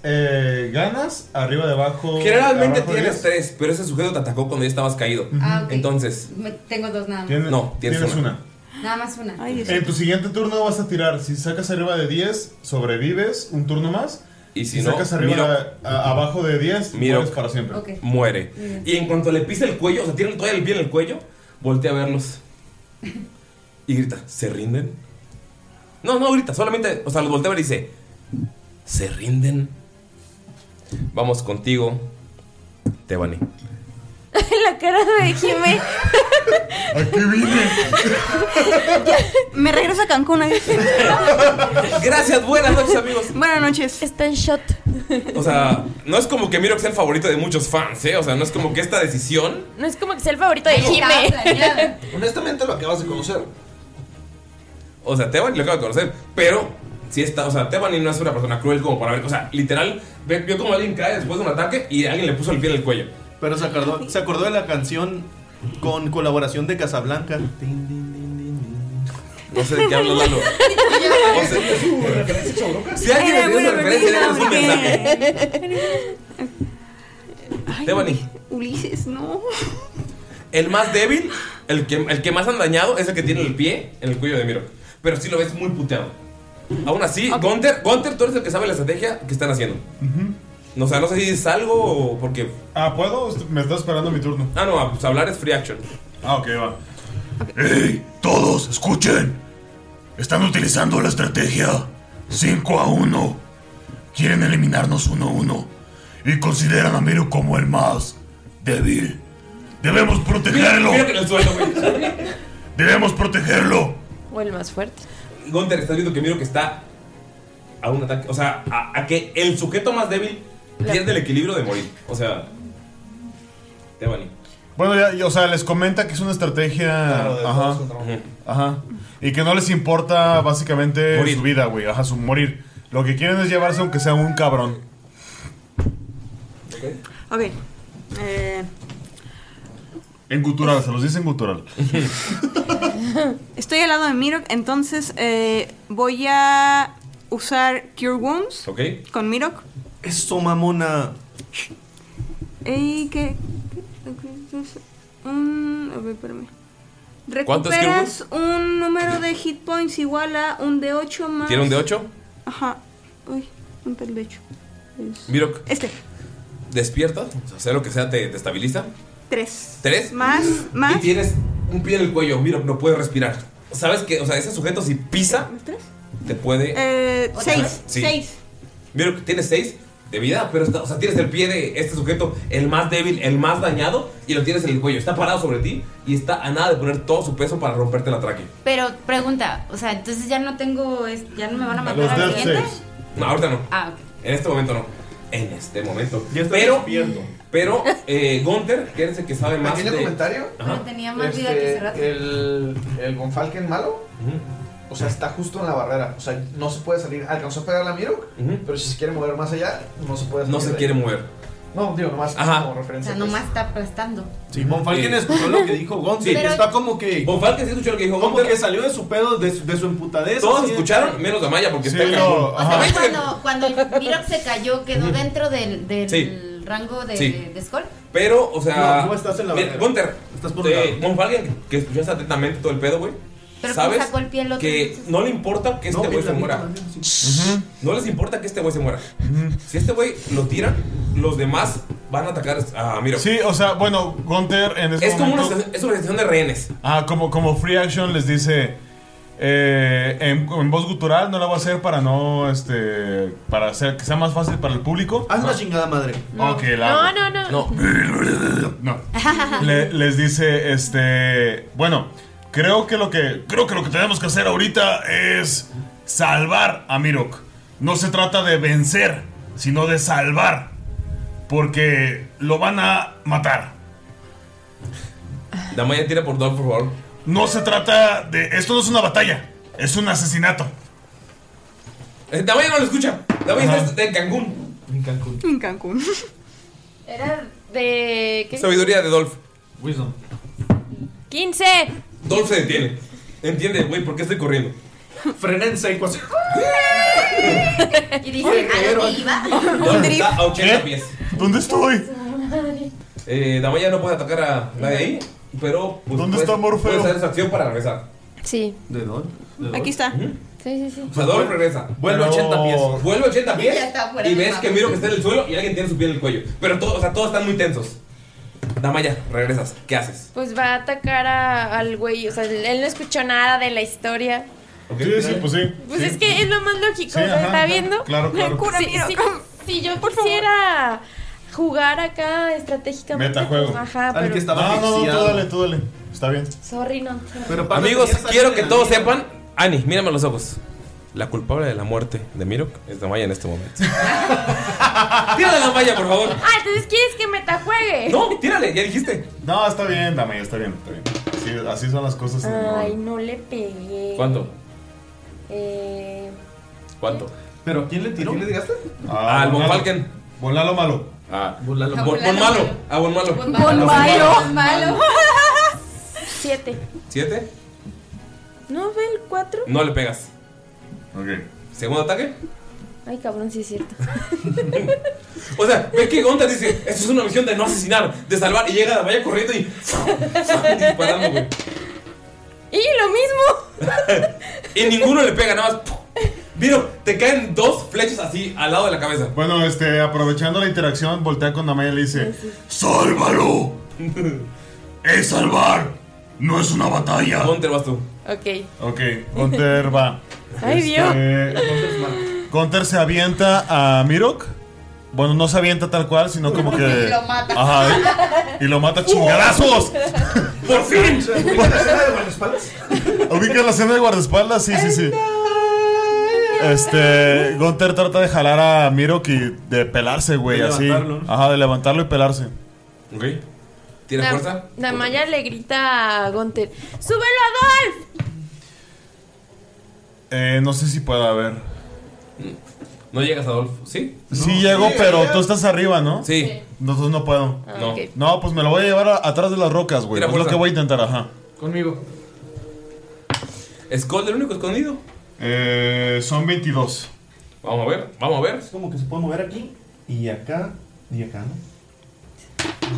10, eh, ganas. Arriba de abajo.
Generalmente
abajo
tienes tres, pero ese sujeto te atacó cuando ya estabas caído.
Ah, ok.
Entonces,
Me- tengo dos nada más.
no, tienes,
tienes
una.
Nada más una.
En tu Eh, pues, siguiente turno vas a tirar. Si sacas arriba de 10, sobrevives un turno más.
Y si no,
sacas arriba
mira-
a- abajo de 10,
Miro.
mueres para siempre.
Ok.
Muere. Y en cuanto le pisa el cuello, o sea, tiene todavía el pie en el cuello, voltea a verlos. Y grita, ¿se rinden? No, no grita, solamente, o sea, los voltea a ver y dice, ¿se rinden? Vamos contigo, Tebani.
(laughs) la cara de
(laughs)
Jimé.
qué
(laughs)
vine?
Me regreso a Cancún. adiós.
(laughs) Gracias, buenas noches, amigos.
Buenas noches.
Está en shot.
O sea, no es como que Miro sea el favorito de muchos fans, ¿eh? O sea, no es como que esta decisión...
(laughs) No es como que sea el favorito de
Estaba planeado.
(laughs) Jimé.
Honestamente lo acabas de conocer.
O sea, Tebani lo acabo de conocer, pero sí está, o sea, Tebani no es una persona cruel como para ver, o sea, literal, ve- vio como alguien cae después de un ataque y alguien le puso el pie en el cuello.
Pero se acordó, se acordó de la canción con colaboración de
(laughs)
Casablanca.
No sé de qué
(laughs)
hablas, Lalo.
O
Si alguien
Era
entendió esa
buena
referencia, déjanos un
pregunta,
mensaje.
(laughs)
Tebani,
Ulises, no.
el más débil, el que, el que más han dañado es el que tiene el pie en el cuello de Miro. Pero sí lo ves muy puteado. Aún así, Gunter, Gunter, tú eres el que sabe la estrategia que están haciendo. No, o sea, no sé si es algo o porque.
Ah, ¿puedo? Me estás esperando mi turno.
Ah, no, pues hablar es free action.
Ah, ok, va.
¡Ey! ¡Todos, escuchen! Están utilizando la estrategia 5 a 1. Quieren eliminarnos 1 a 1. Y consideran a Miro como el más débil. Debemos protegerlo.
Mira que en el suelo, güey.
Debemos protegerlo.
O el más fuerte.
Gunter, estás viendo que Miro que está a un ataque. O sea, a, a que el sujeto más débil pierde el equilibrio de morir. O sea, Tebani.
Bueno, ya, y, o sea, les comenta que es una estrategia. ajá. Ajá. Y que no les importa básicamente
Morir.
su vida, güey. Ajá, su morir. Lo que quieren es llevarse aunque sea un cabrón.
Ok. Eh,
En gutural, se los dice en gutural.
estoy al lado de Mirok, entonces eh, voy a usar Cure Wounds
Ok.
con Mirok.
Eso, mamona.
¿Y qué? Un, a ver, espérame.
¿Cuánto es Cure
Recuperas un número de hit points igual a un de 8 más.
¿Tiene un de 8?
Ajá. Uy, un tal de 8.
Miro,
Este,
despierta. O sea, sea lo que sea, te, te estabiliza.
3.
¿Tres?
Más, más.
Y tienes un pie en el cuello. Miro, no puede respirar. ¿Sabes que O sea, ese sujeto si pisa, te puede.
Eh, seis.
Sí. (laughs)
Seis.
Miro que tienes 6 de vida, pero está, o sea, tienes el pie de este sujeto, el más débil, el más dañado, y lo tienes en el cuello. Está parado sobre ti y está a nada de poner todo su peso para romperte el atraque.
Pero pregunta, o sea, entonces ya no tengo. es- Ya no me van a matar
Los
al
Death
siguiente.
Saves. No, ahorita no.
Ah, ok.
En este momento no. En este momento. pero, Pero, eh, Gunther, que eres el que sabe más.
¿Pequeño
de-
comentario?
Ajá.
Tenía más vida que ese rato.
El, el Gonfalken malo O sea, está justo en la barrera. O sea, no se puede salir. Alcanzó a pegarle a Miruk, pero si se quiere mover más allá, no se puede salir.
No se
de
quiere
ahí.
mover.
No, digo, nomás
Ajá.
como
O
referencia.
sea, nomás está aplastando.
Sí, Von Falken escuchó lo que dijo Gonzi.
Sí.
y Está como que.
Von Falken sí escuchó lo que dijo
Como que salió de su pedo, de su, de su emputadez.
Todos
así de-
escucharon, menos Amaya, porque
Sí,
está
no,
cabrón.
ajá.
Amaya-
Cuando, cuando el Mirok se cayó, quedó dentro del, del
Sí.
rango de,
Sí.
de Skull.
Pero, o sea.
No, no estás en la
mira,
barrera.
Gunter, estás por eh, Monfalken, que- que escuchaste atentamente todo el pedo, güey.
Pero ¿cómo
¿Sabes?
sacó el pie el otro?
Que no le importa que este güey se muera. No les importa que este güey se muera. Si este güey lo tiran, los demás van a atacar a Miro.
Sí, o sea, bueno, Gunter en este
Ah, Es como una
momento-
estación- es una estación de rehenes.
Ah, como, como Free Action les dice. eh, en, en voz gutural no la voy a hacer para no. Este. Para hacer que sea más fácil para el público. Haz una
chingada madre.
Ok, la. hago.
no, no. (laughs)
No. Le- les dice, este. Bueno, creo que lo que. Creo que lo que tenemos que hacer ahorita es salvar a Mirok. No se trata de vencer, sino de salvar. Porque lo van a matar.
Damaya tira por dos, por favor.
No se trata de. Esto no es una batalla, es un asesinato.
Damaya Eh, no lo escucha. Damaya está en Cancún. En Cancún.
En Cancún.
Era de. ¿qué?
Sabiduría de Dolph. Wisdom.
15.
Dolph se detiene. Entiende, güey, ¿por qué estoy corriendo?
Frenen seco así.
Y dice, ¿a dónde iba?
(laughs)
Dolph está a 80 pies.
¿Dónde estoy?
Eh, Damaya no puede atacar a nadie ahí, pero. Pues, ¿Dónde está Morfeo? Puede hacer esa acción para regresar.
Sí.
¿De dónde?
Aquí está.
Sí, sí, sí.
O sea, Dolph regresa. Vuelve a 80 pies. Vuelve a 80 pies.
Ya está fuera
Y
de
ves
mapa.
que Miro que está en el suelo y alguien tiene su pie en el cuello. Pero todo, o sea, todos están muy tensos. Damaya, regresas. ¿Qué haces?
Pues va a atacar a- al güey. O sea, él no escuchó nada de la historia.
Sí, sí, pues sí.
Pues es que es lo más lógico.
Sí,
o sea,
ajá,
¿Está
ajá.
viendo?
Claro, claro. Cura,
Si,
mira,
si- si yo quisiera jugar acá estratégicamente.
Metajuego.
pues, Ajá, pero.
No, no, no, tú dale, tú dale. Está bien.
Sorry, no. sorry.
Amigos, quiero que todos sepan. Ani, mírame a los ojos. La culpable de la muerte de Mirok es Damaya en este
(laughs)
momento. Tírale a Damaya, por favor.
Ah, entonces quieres que metajuegue.
No, tírale, ya dijiste.
No, está bien, Damaya, está bien, está bien. Sí, así son las cosas. en el
Ay,
rol.
no le pegué.
¿Cuánto?
Eh,
¿Cuánto?
¿Pero quién le tiró? ¿Quién le tiraste?
Ah, Al
Von
Von
Malo.
Falken.
Volalo malo.
Ah,
volalo
Von Von malo. Ah, Von malo.
Von
Von
malo. Malo. Siete.
¿Siete?
¿No ve el cuatro?
No le pegas.
Ok.
¿Segundo ataque?
Ay, cabrón, sí es cierto.
O sea, ve que Gonta dice, esto es una misión de no asesinar, de salvar, y llega Damaya corriendo y... (laughs) disparando, güey.
Y lo mismo.
Y ninguno le pega, nada más. ¡pum! Vieron, te caen dos flechas así al lado de la cabeza.
Bueno, este, aprovechando la interacción, voltea con Damaya y le dice:
(laughs)
¡Sálvalo! ¡Es salvar! No es una batalla.
Gunter vas tú.
Ok.
Ok, Gunter va.
(laughs)
Este,
Ay, Dios.
Gunter se avienta a Mirok. Bueno, no se avienta tal cual, sino
(laughs)
como que.
Lo mata.
Ajá. Y lo mata a chingadazos.
¡Por fin!
¿Ubicas la escena de guardaespaldas? ¿Ubicas la escena de guardaespaldas? Sí, sí, sí. Este. Gunter trata de jalar a Mirok y de pelarse, güey,
De
así.
levantarlo,
Ajá, de levantarlo y pelarse.
Ok. ¿Tienes
Dam-
fuerza?
Damaya le grita a Gonter: ¡Súbelo a Dolph!
Eh, no sé si pueda haber.
No llegas, Adolfo. ¿Sí?
Sí llego, pero tú estás arriba, ¿no?
Sí.
Entonces no puedo.
Ah, No. ok.
No, pues me lo voy a llevar a- atrás de las rocas, güey.
Tira
Es lo
fuerza.
que voy a intentar, ajá.
Conmigo. Skull, el único escondido.
Eh, son 22.
Vamos a ver, vamos a ver.
Es como que se puede mover aquí y acá y acá, ¿no?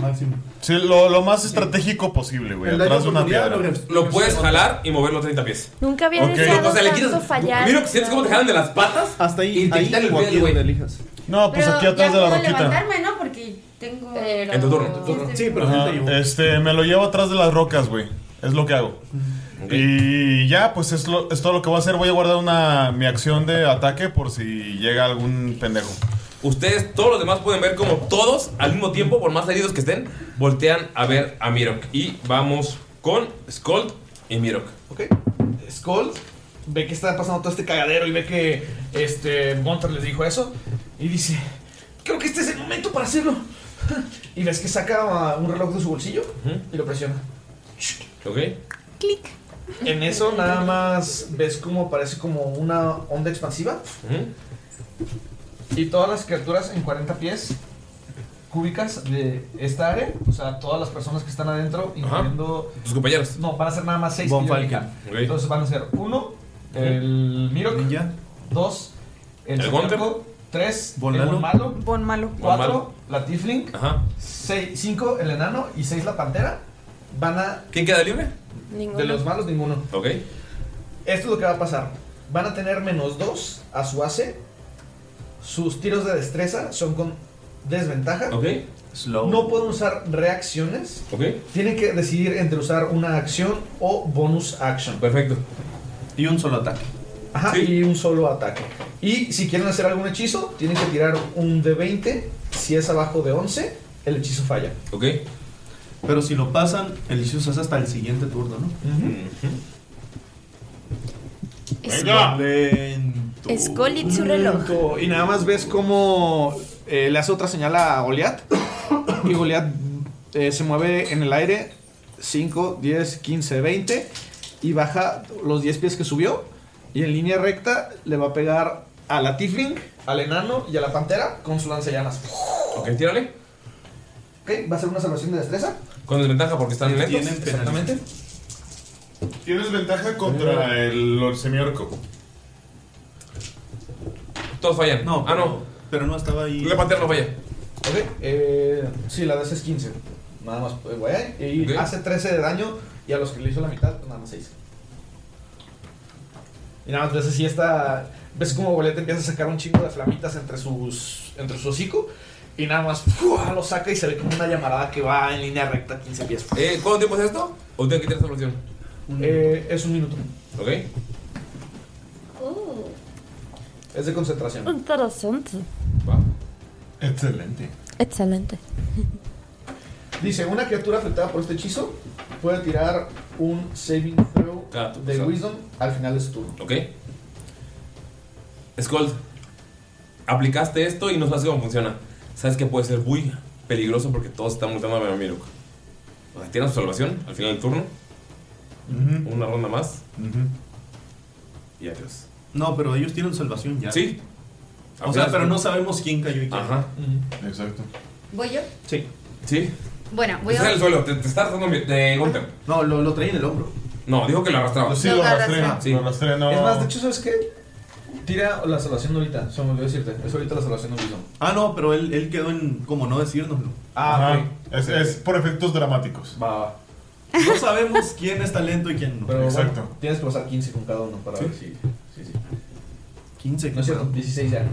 Máximo.
Sí, lo, lo más estratégico posible, güey.
El daño
Atrás de una
oportunidad
piedra.
Lo puedes jalar y moverlo 30 pies.
Nunca había deseado
O sea, le quitas.
tanto fallar.
Mira que sientes cómo te jalan de las patas.
Hasta ahí.
Y te
ahí
quitan el
o
pie
aquí
del güey.
donde elijas.
No, pues
Pero
aquí atrás
ya
de la
puedo
roquita.
levantarme, ¿no? Porque tengo...
En tu turno, en tu turno.
Sí, pero
Ajá,
gente, yo-
Este, me lo llevo atrás de las rocas, güey. Es lo que hago. Y ya, pues es, lo- es todo lo que voy a hacer. Voy a guardar una mi acción de ataque por si llega algún pendejo.
Ustedes, todos los demás pueden ver como todos, al mismo tiempo, por más heridos que estén, voltean a ver a Mirok. Y vamos con Skull y Mirok.
Skull ve que está pasando todo este cagadero y ve que este Monter les dijo eso y dice, creo que este es el momento para hacerlo. (laughs) Y ves que saca uh, un reloj de su bolsillo y lo presiona.
¿Ok?
Clic. En eso nada más ves como parece como una onda expansiva. Y todas las criaturas en 40 pies cúbicas de esta área, o sea, todas las personas que están adentro, incluyendo...
Tus compañeros.
No, van a ser nada más 6
Von Falken. Ok.
Entonces van a ser 1, el Mirok, 2, el,
El
Zodiaco,
Gunter.
tres,
Von
el
Lalo.
Von Malo,
Bon malo.
cuatro, la Tifling, seis- cinco, el Enano y seis, la Pantera, van a...
¿Quién queda libre?
Ninguno. De los malos, ninguno.
Ok.
Esto es lo que va a pasar. Van a tener menos 2 a su AC. Sus tiros de destreza son con desventaja.
Ok.
No pueden usar reacciones.
Ok.
Tienen que decidir entre usar una acción o bonus action.
Perfecto.
Y un solo ataque. Ajá, y un solo ataque. Y si quieren hacer algún hechizo, tienen que tirar un D20. Si es abajo de 11, el hechizo falla.
Ok.
Pero si lo pasan, el hechizo se hace hasta el siguiente turno, ¿no?
Venga.
Lento.
Scolit su reloj.
Punto. Y nada más ves cómo eh, le hace otra señal a Goliath. Y Goliath eh, se mueve en el aire 5, 10, 15, 20. Y baja los 10 pies que subió. Y en línea recta le va a pegar a la Tifling, al enano y a la pantera con su lanzallamas.
Ok, tírale.
Ok, va a ser una salvación de destreza.
Con desventaja porque están lentos.
Tienen Exactamente.
Tienes ventaja contra el, el semiorco.
Todos fallan.
No,
ah, no.
Pero no estaba ahí.
La pantera no falla.
Ok, eh, sí, la DC es 15. Nada más, pues, güey. Y
Ok.
hace 13 de daño. Y a los que le hizo la mitad, pues, nada más 6. Y nada más, ves así está. Ves como Goleta empieza a sacar un chingo de flamitas entre, sus, entre su hocico. Y nada más, ¡fua! lo saca y se ve como una llamarada que va en línea recta 15 pies.
Eh, ¿Cuánto tiempo es esto? ¿O tengo que tirar esta solución?
Eh, es un minuto.
Ok.
Es de concentración.
Interesante.
Excelente.
Excelente.
Dice: Una criatura afectada por este hechizo puede tirar un saving throw
Cada turno,
de
¿sabes?
Wisdom al final de su turno.
Ok. Skull, aplicaste esto y no sabes cómo funciona. Sabes que puede ser muy peligroso porque todos están mutando a Menomiro. O sea, tienes tu salvación al final del turno.
Ujú.
Una ronda más
Ujú.
y adiós.
No, pero ellos tienen salvación ya.
Sí.
O sea, pero no sabemos quién cayó y quién.
Ajá.
Exacto.
¿Voy yo?
Sí.
Sí.
Bueno, voy
Está en
a.
el suelo, te, te está tratando de golpe.
No, lo, lo traía en el hombro.
No, dijo que lo ¿eh? arrastraba.
Pues Sí, lo arrastré.
Sí.
Es más, de hecho, ¿sabes qué? Tira la salvación ahorita, se me olvidó decirte. Es ahorita la salvación de Wisdom.
Ah, no, pero él, él quedó en como no decírnoslo.
Ah,
Ajá. Es, es por efectos dramáticos.
Va, va.
No sabemos quién es talento y quién no.
Pero bueno, tienes que pasar 15 con cada uno para ver si. Sí, sí.
15,
No es cierto, 16 ya.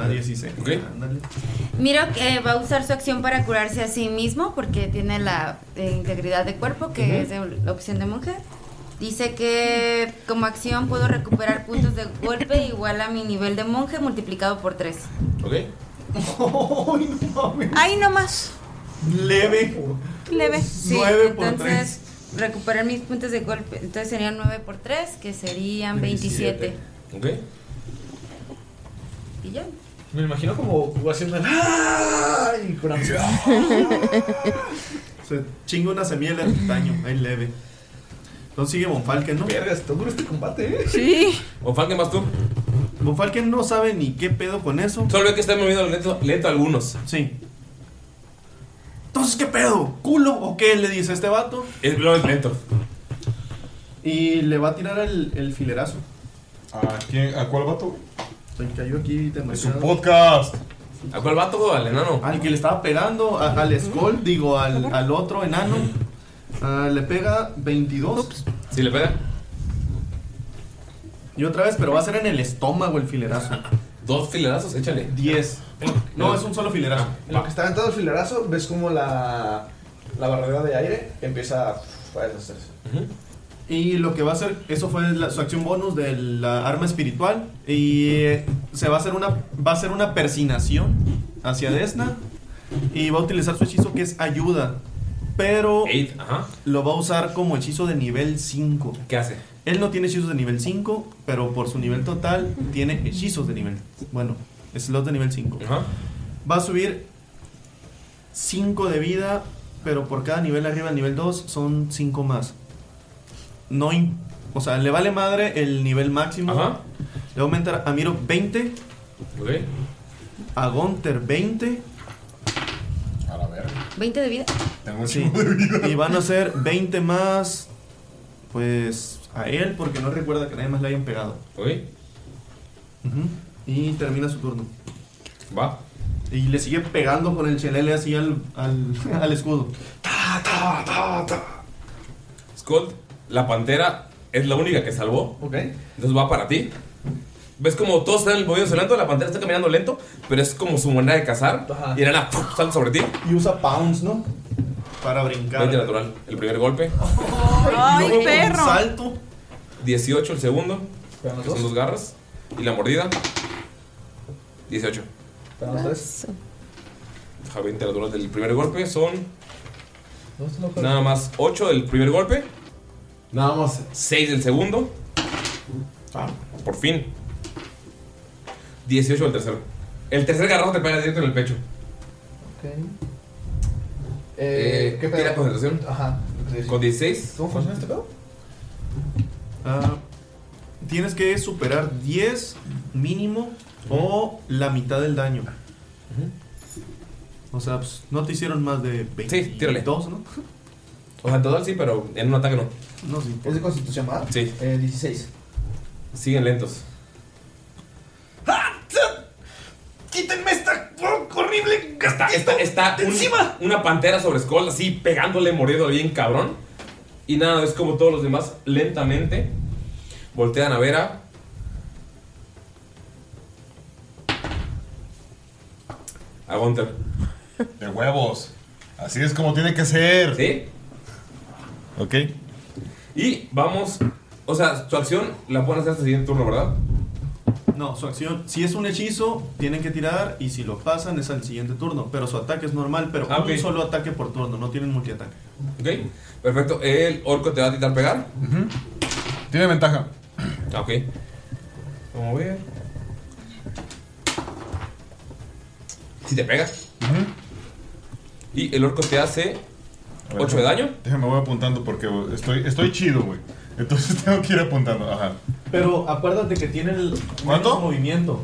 Ah, 16.
Ok.
Ándale.
Miro que va a usar su acción para curarse a sí mismo porque tiene la eh, integridad de cuerpo, que
Ujú.
es de- la opción de monje. Dice que como acción puedo recuperar puntos de golpe igual a mi nivel de monje multiplicado por (laughs) 3.
Ok.
Ahí nomás.
Leve.
Leve.
Sí, entonces recuperar mis puntos de golpe. Entonces serían 9 por 3, que serían 27.
Ok.
Y ya.
Me imagino como Hugo haciendo. ¡Ah! Y curando.
Se chinga una semilla de daño, ahí leve. Entonces sigue Bonfalken, ¿no?
Verga, está duro este combate, ¿eh?
Sí.
Bonfalken, vas tú.
Bonfalken no sabe ni qué pedo con eso.
Solo ve que están moviendo lento, lento algunos.
Sí. Entonces, ¿qué pedo? ¿Culo o qué? Le dice este vato.
Es lo es lento.
Y le va a tirar el, el filerazo.
¿A, quién, ¿A cuál vato?
Se cayó aquí
Es
demasiado.
un podcast.
¿A cuál vato? ¿Al enano?
Al que le estaba pegando, a- al Skull, digo, al, al otro enano. Ah, le pega 22.
Sí, le pega.
Y otra vez, pero va a ser en el estómago el filerazo.
Dos filerazos, échale. Ah.
10. No, es un solo filerazo.
En lo que está aventado el filerazo, ves como la. La barrera de aire empieza a, a deshacerse.
Y lo que va a hacer, eso fue la- su acción bonus de la arma espiritual. Y eh, se va a hacer una, va a hacer una persinación hacia Desna. Y va a utilizar su hechizo que es ayuda. Pero lo va a usar como hechizo de nivel 5.
¿Qué hace?
Él no tiene hechizos de nivel 5, pero por su nivel total tiene hechizos de nivel. Bueno, slots de nivel 5. Va a subir 5 de vida, pero por cada nivel arriba del nivel 2 son 5 más. No, im- O sea, le vale madre el nivel máximo. Le va a aumentar a Miro 20. A Gunter 20. A la verga.
20 de vida.
Sí. (laughs) Y van a ser 20 más. Pues. A él, porque no recuerda que nadie más le hayan pegado. Ujú. Y termina su turno.
Va.
Y le sigue pegando con el chelele así al, al, (laughs) al escudo.
Scott, la pantera es la única que salvó. Entonces va para ti. ¿Ves como todos están moviéndose lento? La pantera está caminando lento, pero es como su manera de cazar. Y Irana ¡pum! salta sobre ti.
Y usa pounds, ¿no? Para brincar.
20 natural. El primer golpe.
¡Ay,
No, un
perro!
Salto.
18 el segundo. que Son dos garras. Y la mordida. 18. Deja 20 natural del primer golpe. Son nada más 8 del primer golpe. Nada más Ah. 6 del segundo. Por fin. 18 del tercero. El tercer garrazo te pega directo en el pecho. Eh,
¿Qué
tira
pedo?
concentración.
Ajá.
Con 16.
¿Cómo funciona este pedo?
Ah, tienes que superar 10 mínimo o la mitad del daño. O sea, pues, no te hicieron más de 22,
Sí, tírale.
¿no? (laughs)
O sea, en total sí, pero en un ataque no.
No, sí.
¿Es de constitución, ¿verdad?
Sí.
Eh, 16.
Siguen lentos.
¡Quítenme esta horrible
Está, está, está un- una pantera sobre Skull así pegándole, mordiéndole bien cabrón. Y nada, es como todos los demás lentamente voltean a ver a. A Gunter.
De huevos. Así es como tiene que ser.
¿Sí?
Ok.
Y vamos. O sea, su acción la pueden hacer hasta el siguiente turno, ¿verdad?
No, su acción, si es un hechizo, tienen que tirar y si lo pasan es al siguiente turno. Pero su ataque es normal, pero
Ah, ok.
un solo ataque por turno, no tienen multiataque.
Ok, perfecto. El orco te va a tirar pegar.
Tiene ventaja.
Ah, Ok. Vamos a ver. Si te pega. Y el orco te hace 8 de daño.
Déjame, voy apuntando porque estoy, estoy chido, güey. Entonces (laughs) tengo que ir apuntando. Ajá.
Pero acuérdate que tiene el
¿Cuánto?
movimiento.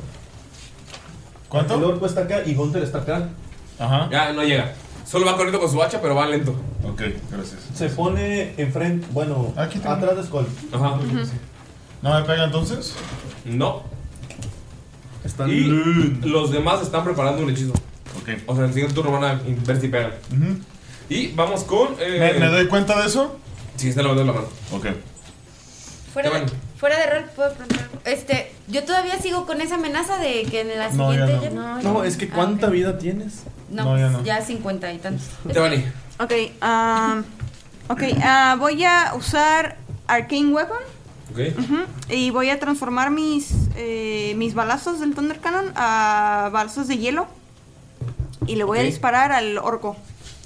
¿Cuánto?
El orco está acá y Gunter está acá.
Ajá.
Ya no llega. Solo va corriendo con su hacha, pero va lento.
Ok, gracias.
Se pone enfrente, bueno, atrás de Skull.
Ajá.
¿No me pega entonces?
No. y los demás están preparando un hechizo.
Ok.
O sea, en el siguiente turno van a ver si pegan.
Ujú.
Y vamos con. eh,
¿Me, me doy cuenta de eso?
Sí, está levantando la mano.
Ok.
Fuera de, fuera de rol, puedo preguntar algo? Este, yo todavía sigo con esa amenaza de que en la
No, ya
siguiente.
no.
ya-
No, es que
Ah,
¿cuánta vida tienes?
No,
No, ya
ya
no.
50 y tantos.
Devani.
Ok, ah, ok, ah, voy a usar Arcane Weapon
Ok.
ujú, y voy a transformar mis, eh, mis balazos del Thunder Cannon a balazos de hielo y le voy
Ok.
a disparar al orco,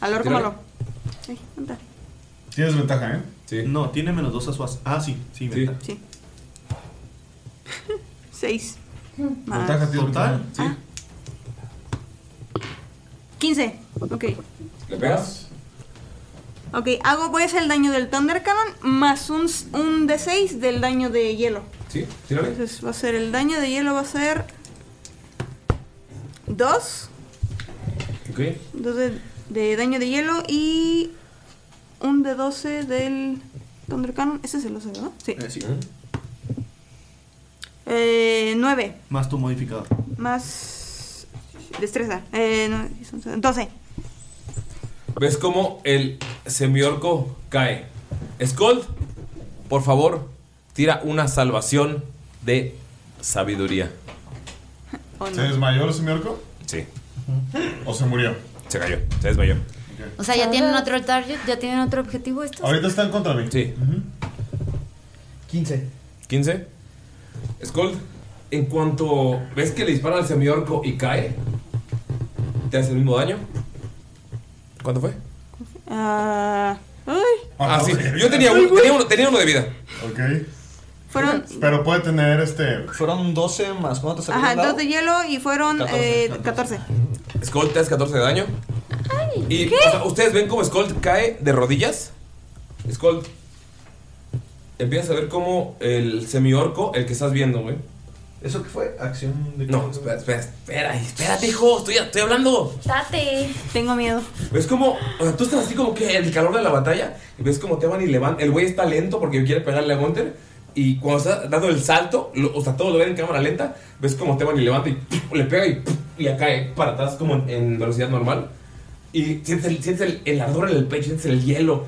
al orco
Tírale.
malo. Ay, anda.
Tienes ventaja, ¿eh?
Sí.
No, tiene menos dos a su as- Ah, sí, sí, ventaja.
Sí. Seis. Más.
Hmm. Ventaja, tío,
Total.
Sí.
15. Ok.
¿Le pegas?
Ok, hago, voy a hacer el daño del Thunder Cannon más un, s- un D6 del daño de hielo.
Sí, tírale.
Entonces va a ser el daño de hielo, va a ser 2,
Ok.
2 de, de daño de hielo y un D12 del Thunder Cannon. Ese es el 12, ¿verdad? Sí.
Eh, sí.
Eh, 9
Más tu modificador.
más destreza. Eh, no, son 12.
¿Ves cómo el semiorco cae? Scold, por favor, tira una salvación de sabiduría.
¿Se desmayó el semiorco?
Sí.
¿O se murió?
Se cayó, se desmayó.
O sea, ya tienen otro target, ya tienen otro objetivo (laughs) estos.
Ahorita están contra mí.
Sí.
15.
15. Skull, en cuanto ves que le disparan al semiorco y cae, te hace el mismo daño. ¿Cuánto fue?
Ah, ay,
Ah, sí. Yo tenía uno, tenía uno, tenía uno de vida.
Ok.
fueron
Pero puede tener este.
Fueron 12 más. ¿Cuánto se
ajá, 2 de hielo y fueron 14. Eh, 14.
Skull, te hace 14 de daño. y o sea, ustedes ven cómo Skull cae de rodillas. Skull, empiezas a ver como el semiorco, el que estás viendo, güey.
¿Eso qué fue? Acción de.
No, espera, espera, espera, espérate, hijo, estoy, estoy hablando.
Date.
Tengo miedo.
Ves como, o sea, tú estás así como que en el calor de la batalla, y ves como te van y levantan. El güey está lento porque quiere pegarle a Gunter. Y cuando está dando el salto, lo- o sea, todos lo ven en cámara lenta, ves como te van y levanta y ¡pum! le pega y, ¡pum! y ya cae para atrás como en, en velocidad normal. Y sientes, el, sientes el, el ardor en el pecho, sientes el hielo,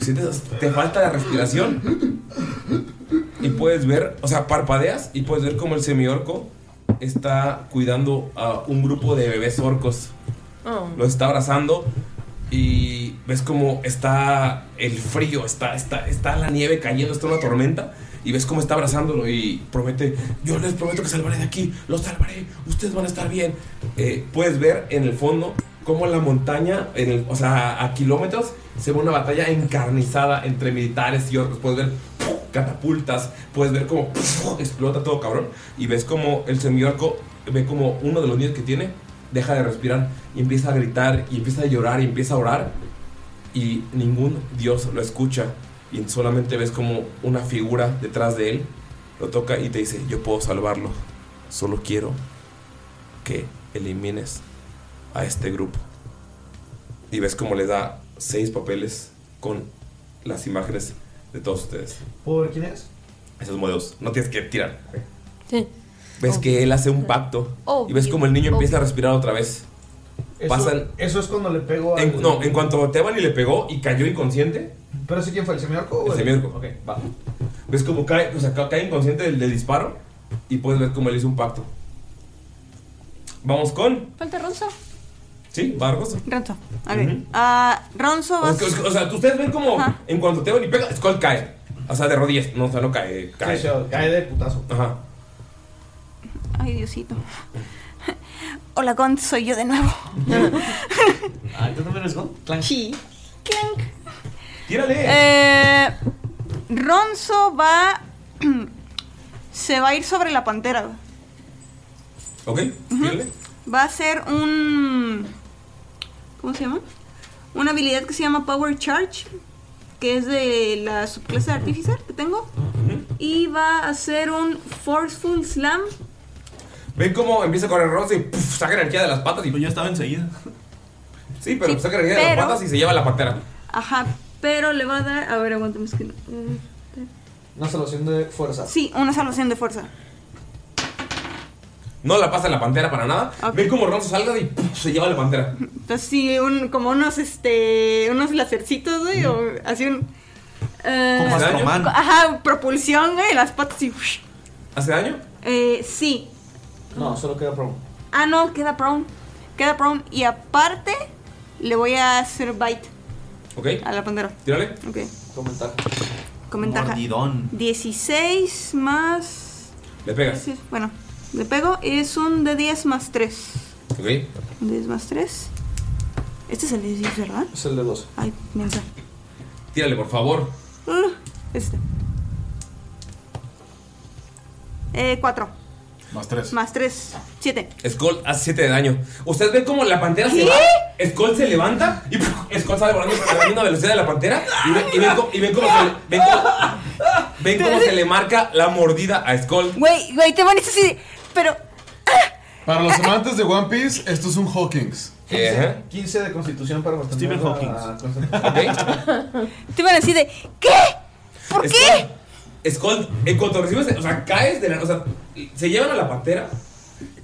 sientes, te falta la respiración. Y puedes ver, o sea, parpadeas y puedes ver como el semiorco está cuidando a un grupo de bebés orcos.
Oh.
Los está abrazando y ves como está el frío, está, está, está la nieve cayendo, está una tormenta. Y ves cómo está abrazándolo y promete, yo les prometo que salvaré de aquí, los salvaré, ustedes van a estar bien. Eh, puedes ver en el fondo cómo la montaña, en el- o sea, a kilómetros, se ve una batalla encarnizada entre militares y orcos. Puedes ver ¡puf! catapultas, puedes ver cómo ¡puf! explota todo cabrón. Y ves como el semiorco ve como uno de los niños que tiene deja de respirar y empieza a gritar y empieza a llorar y empieza a orar. Y ningún dios lo escucha. Y solamente ves como una figura detrás de él lo toca y te dice, yo puedo salvarlo. Solo quiero que elimines a este grupo. Y ves como le da seis papeles con las imágenes de todos ustedes.
¿Puedo ver quién es?
Esos modelos. No tienes que tirar.
Sí.
Ves que él hace un pacto. y ves
Obvio,
como el niño empieza
obvio.
a respirar otra vez.
Eso,
Pasan.
Eso es cuando le pego a.
en- no, en cuanto Teban y le pegó y cayó inconsciente,
¿Pero ese quién fue? ¿El semiarco?
el semiorco. Oh, va. Ves como cae, o sea, ca- cae inconsciente del, del disparo y puedes ver cómo él hizo un pacto. Vamos con.
Falta Ronzo.
¿Sí? ¿Barcos?
Ronzo. A ver. Ah, Ronzo
O,
va.
es que- o es que- o sea, ustedes ven como en cuanto Teban y pega, Skull cae. O sea, de rodillas. No, o sea, no cae. Cae,
Sí, sí, cae de putazo.
Ajá.
Ay, Diosito. Hola, Gont, soy yo de nuevo.
Ah, ¿tú también eres Gon? Clank.
Sí. Clank.
Tírale.
Eh, Ronzo va. Se va a ir sobre la pantera. güey.
Ok, tírale.
Va a ser un. ¿Cómo se llama? Una habilidad que se llama Power Charge. Que es de la subclase de Artificer que tengo. Y va a ser un Forceful Slam.
Ven cómo empieza a correr Rosa y puf, saca energía de las patas y. Pues ya estaba enseguida. Sí, pero saca energía de
pero-
las patas y se lleva la patera.
Ajá. Pero le va a dar. A ver, aguántame. Es que no. eh,
Una salvación de fuerza.
Sí, una salvación de fuerza.
No la pasa la pantera para nada. Ven cómo Ronzo salga y puf, se lleva la pantera.
Entonces sí, un, como unos este. unos lacercitos, güey, o así un. eh,
Como Astroman.
Ajá, propulsión, güey, las patas y. ush.
¿Hace daño?
Eh, sí.
No, solo queda promo.
Ah, no, queda prone. Queda prone. Y aparte, le voy a hacer bite
Ok.
a la pantera.
Tírale.
Ok.
Comentar.
Con ventaja.
Mordidón.
16 más.
Le pegas.
Bueno, le pego. Es un de 10 más 3.
Ok.
Un de 10 más 3. Este es el de 10, ¿verdad?
Es el de 2.
Ay, mensa.
Tírale, por favor.
Uh, este. Eh, 4.
Más tres.
Más 3. 7.
Skull hace 7 de daño. Ustedes ven cómo la pantera se va. Skull se levanta y ¡puf! Skull sale volando a la misma velocidad de la pantera. Y ven, y ven cómo- y ven cómo se le, ven cómo- ven cómo se le marca la mordida a Skull.
Güey, güey, te van a decir. Pero.
Para los amantes de One Piece, esto es un Hawkins.
15, 15 de constitución para mantener
Stephen
la-
Te van a decir de. ¿Qué? ¿Por qué?
Skull, en cuanto recibes, o sea, caes de la. O sea, se llevan a la pantera,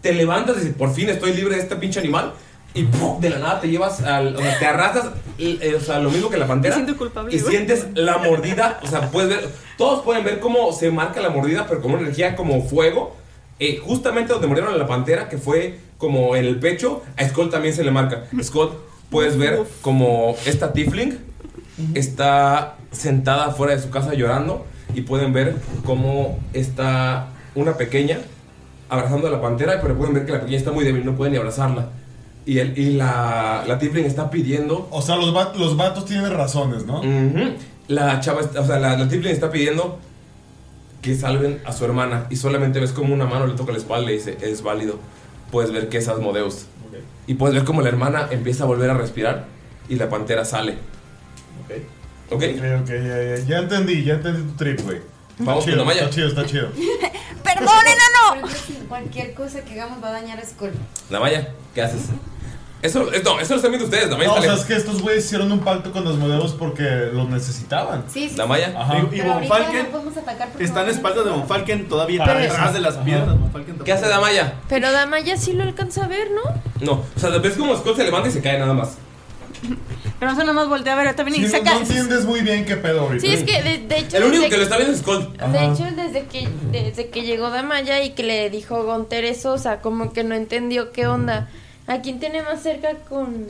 te levantas y dices, por fin estoy libre de este pinche animal. Y ¡pum! de la nada te llevas al. O sea, te arrastras, y, eh, o sea, lo mismo que la pantera.
Me siento culpable,
Y
güey.
sientes la mordida, o sea, puedes ver. Todos pueden ver cómo se marca la mordida, pero como una energía como fuego. Eh, justamente donde murieron a la pantera, que fue como en el pecho, a Skull también se le marca. Skull, puedes ver como esta Tifling está sentada fuera de su casa llorando y pueden ver cómo está una pequeña abrazando a la pantera, pero pueden ver que la pequeña está muy débil, no pueden ni abrazarla. Y, el, y la, la Tifling está pidiendo...
O sea, los, va- los vatos tienen razones, ¿no?
La chava, está- o sea, la, la Tifling está pidiendo que salven a su hermana y solamente ves como una mano le toca la espalda y le dice, es válido. Puedes ver que es Asmodeus. Y puedes ver como la hermana empieza a volver a respirar y la pantera sale. Ok.
Ok, ok, ya, ya, ya entendí, ya entendí tu trip, güey.
Vamos con
chido,
Damaya.
Está chido, está chido.
¡Perdónenlo! Cualquier cosa que hagamos va a dañar a Skull.
Damaya, ¿qué haces? Eso, es- no, eso lo están viendo ustedes. Damaya
No, o
está
sea,
lejos.
es que estos güeyes hicieron un pacto con los modelos porque los necesitaban.
Sí, sí,
Damaya. sí.
Ajá.
Pero ahorita no podemos atacar porque
Está en espaldas de Von Falken, todavía
Ah,
Para
está
eso.
detrás de las piernas. Von Falken
¿Qué hace Damaya?
Pero Damaya sí lo alcanza a ver, ¿no?
No, o sea, ves como Scott se levanta y se cae nada más.
Pero no nada más voltea a ver, también
Sí,
y
no,
saca.
no entiendes muy bien qué pedo ahorita.
Sí, es que de, de hecho.
El único
desde-
que lo está viendo es Scott.
De hecho, desde que, desde que llegó Damaya y que le dijo Gonter eso, o sea, como que no entendió qué onda. ¿A quién tiene más cerca con...?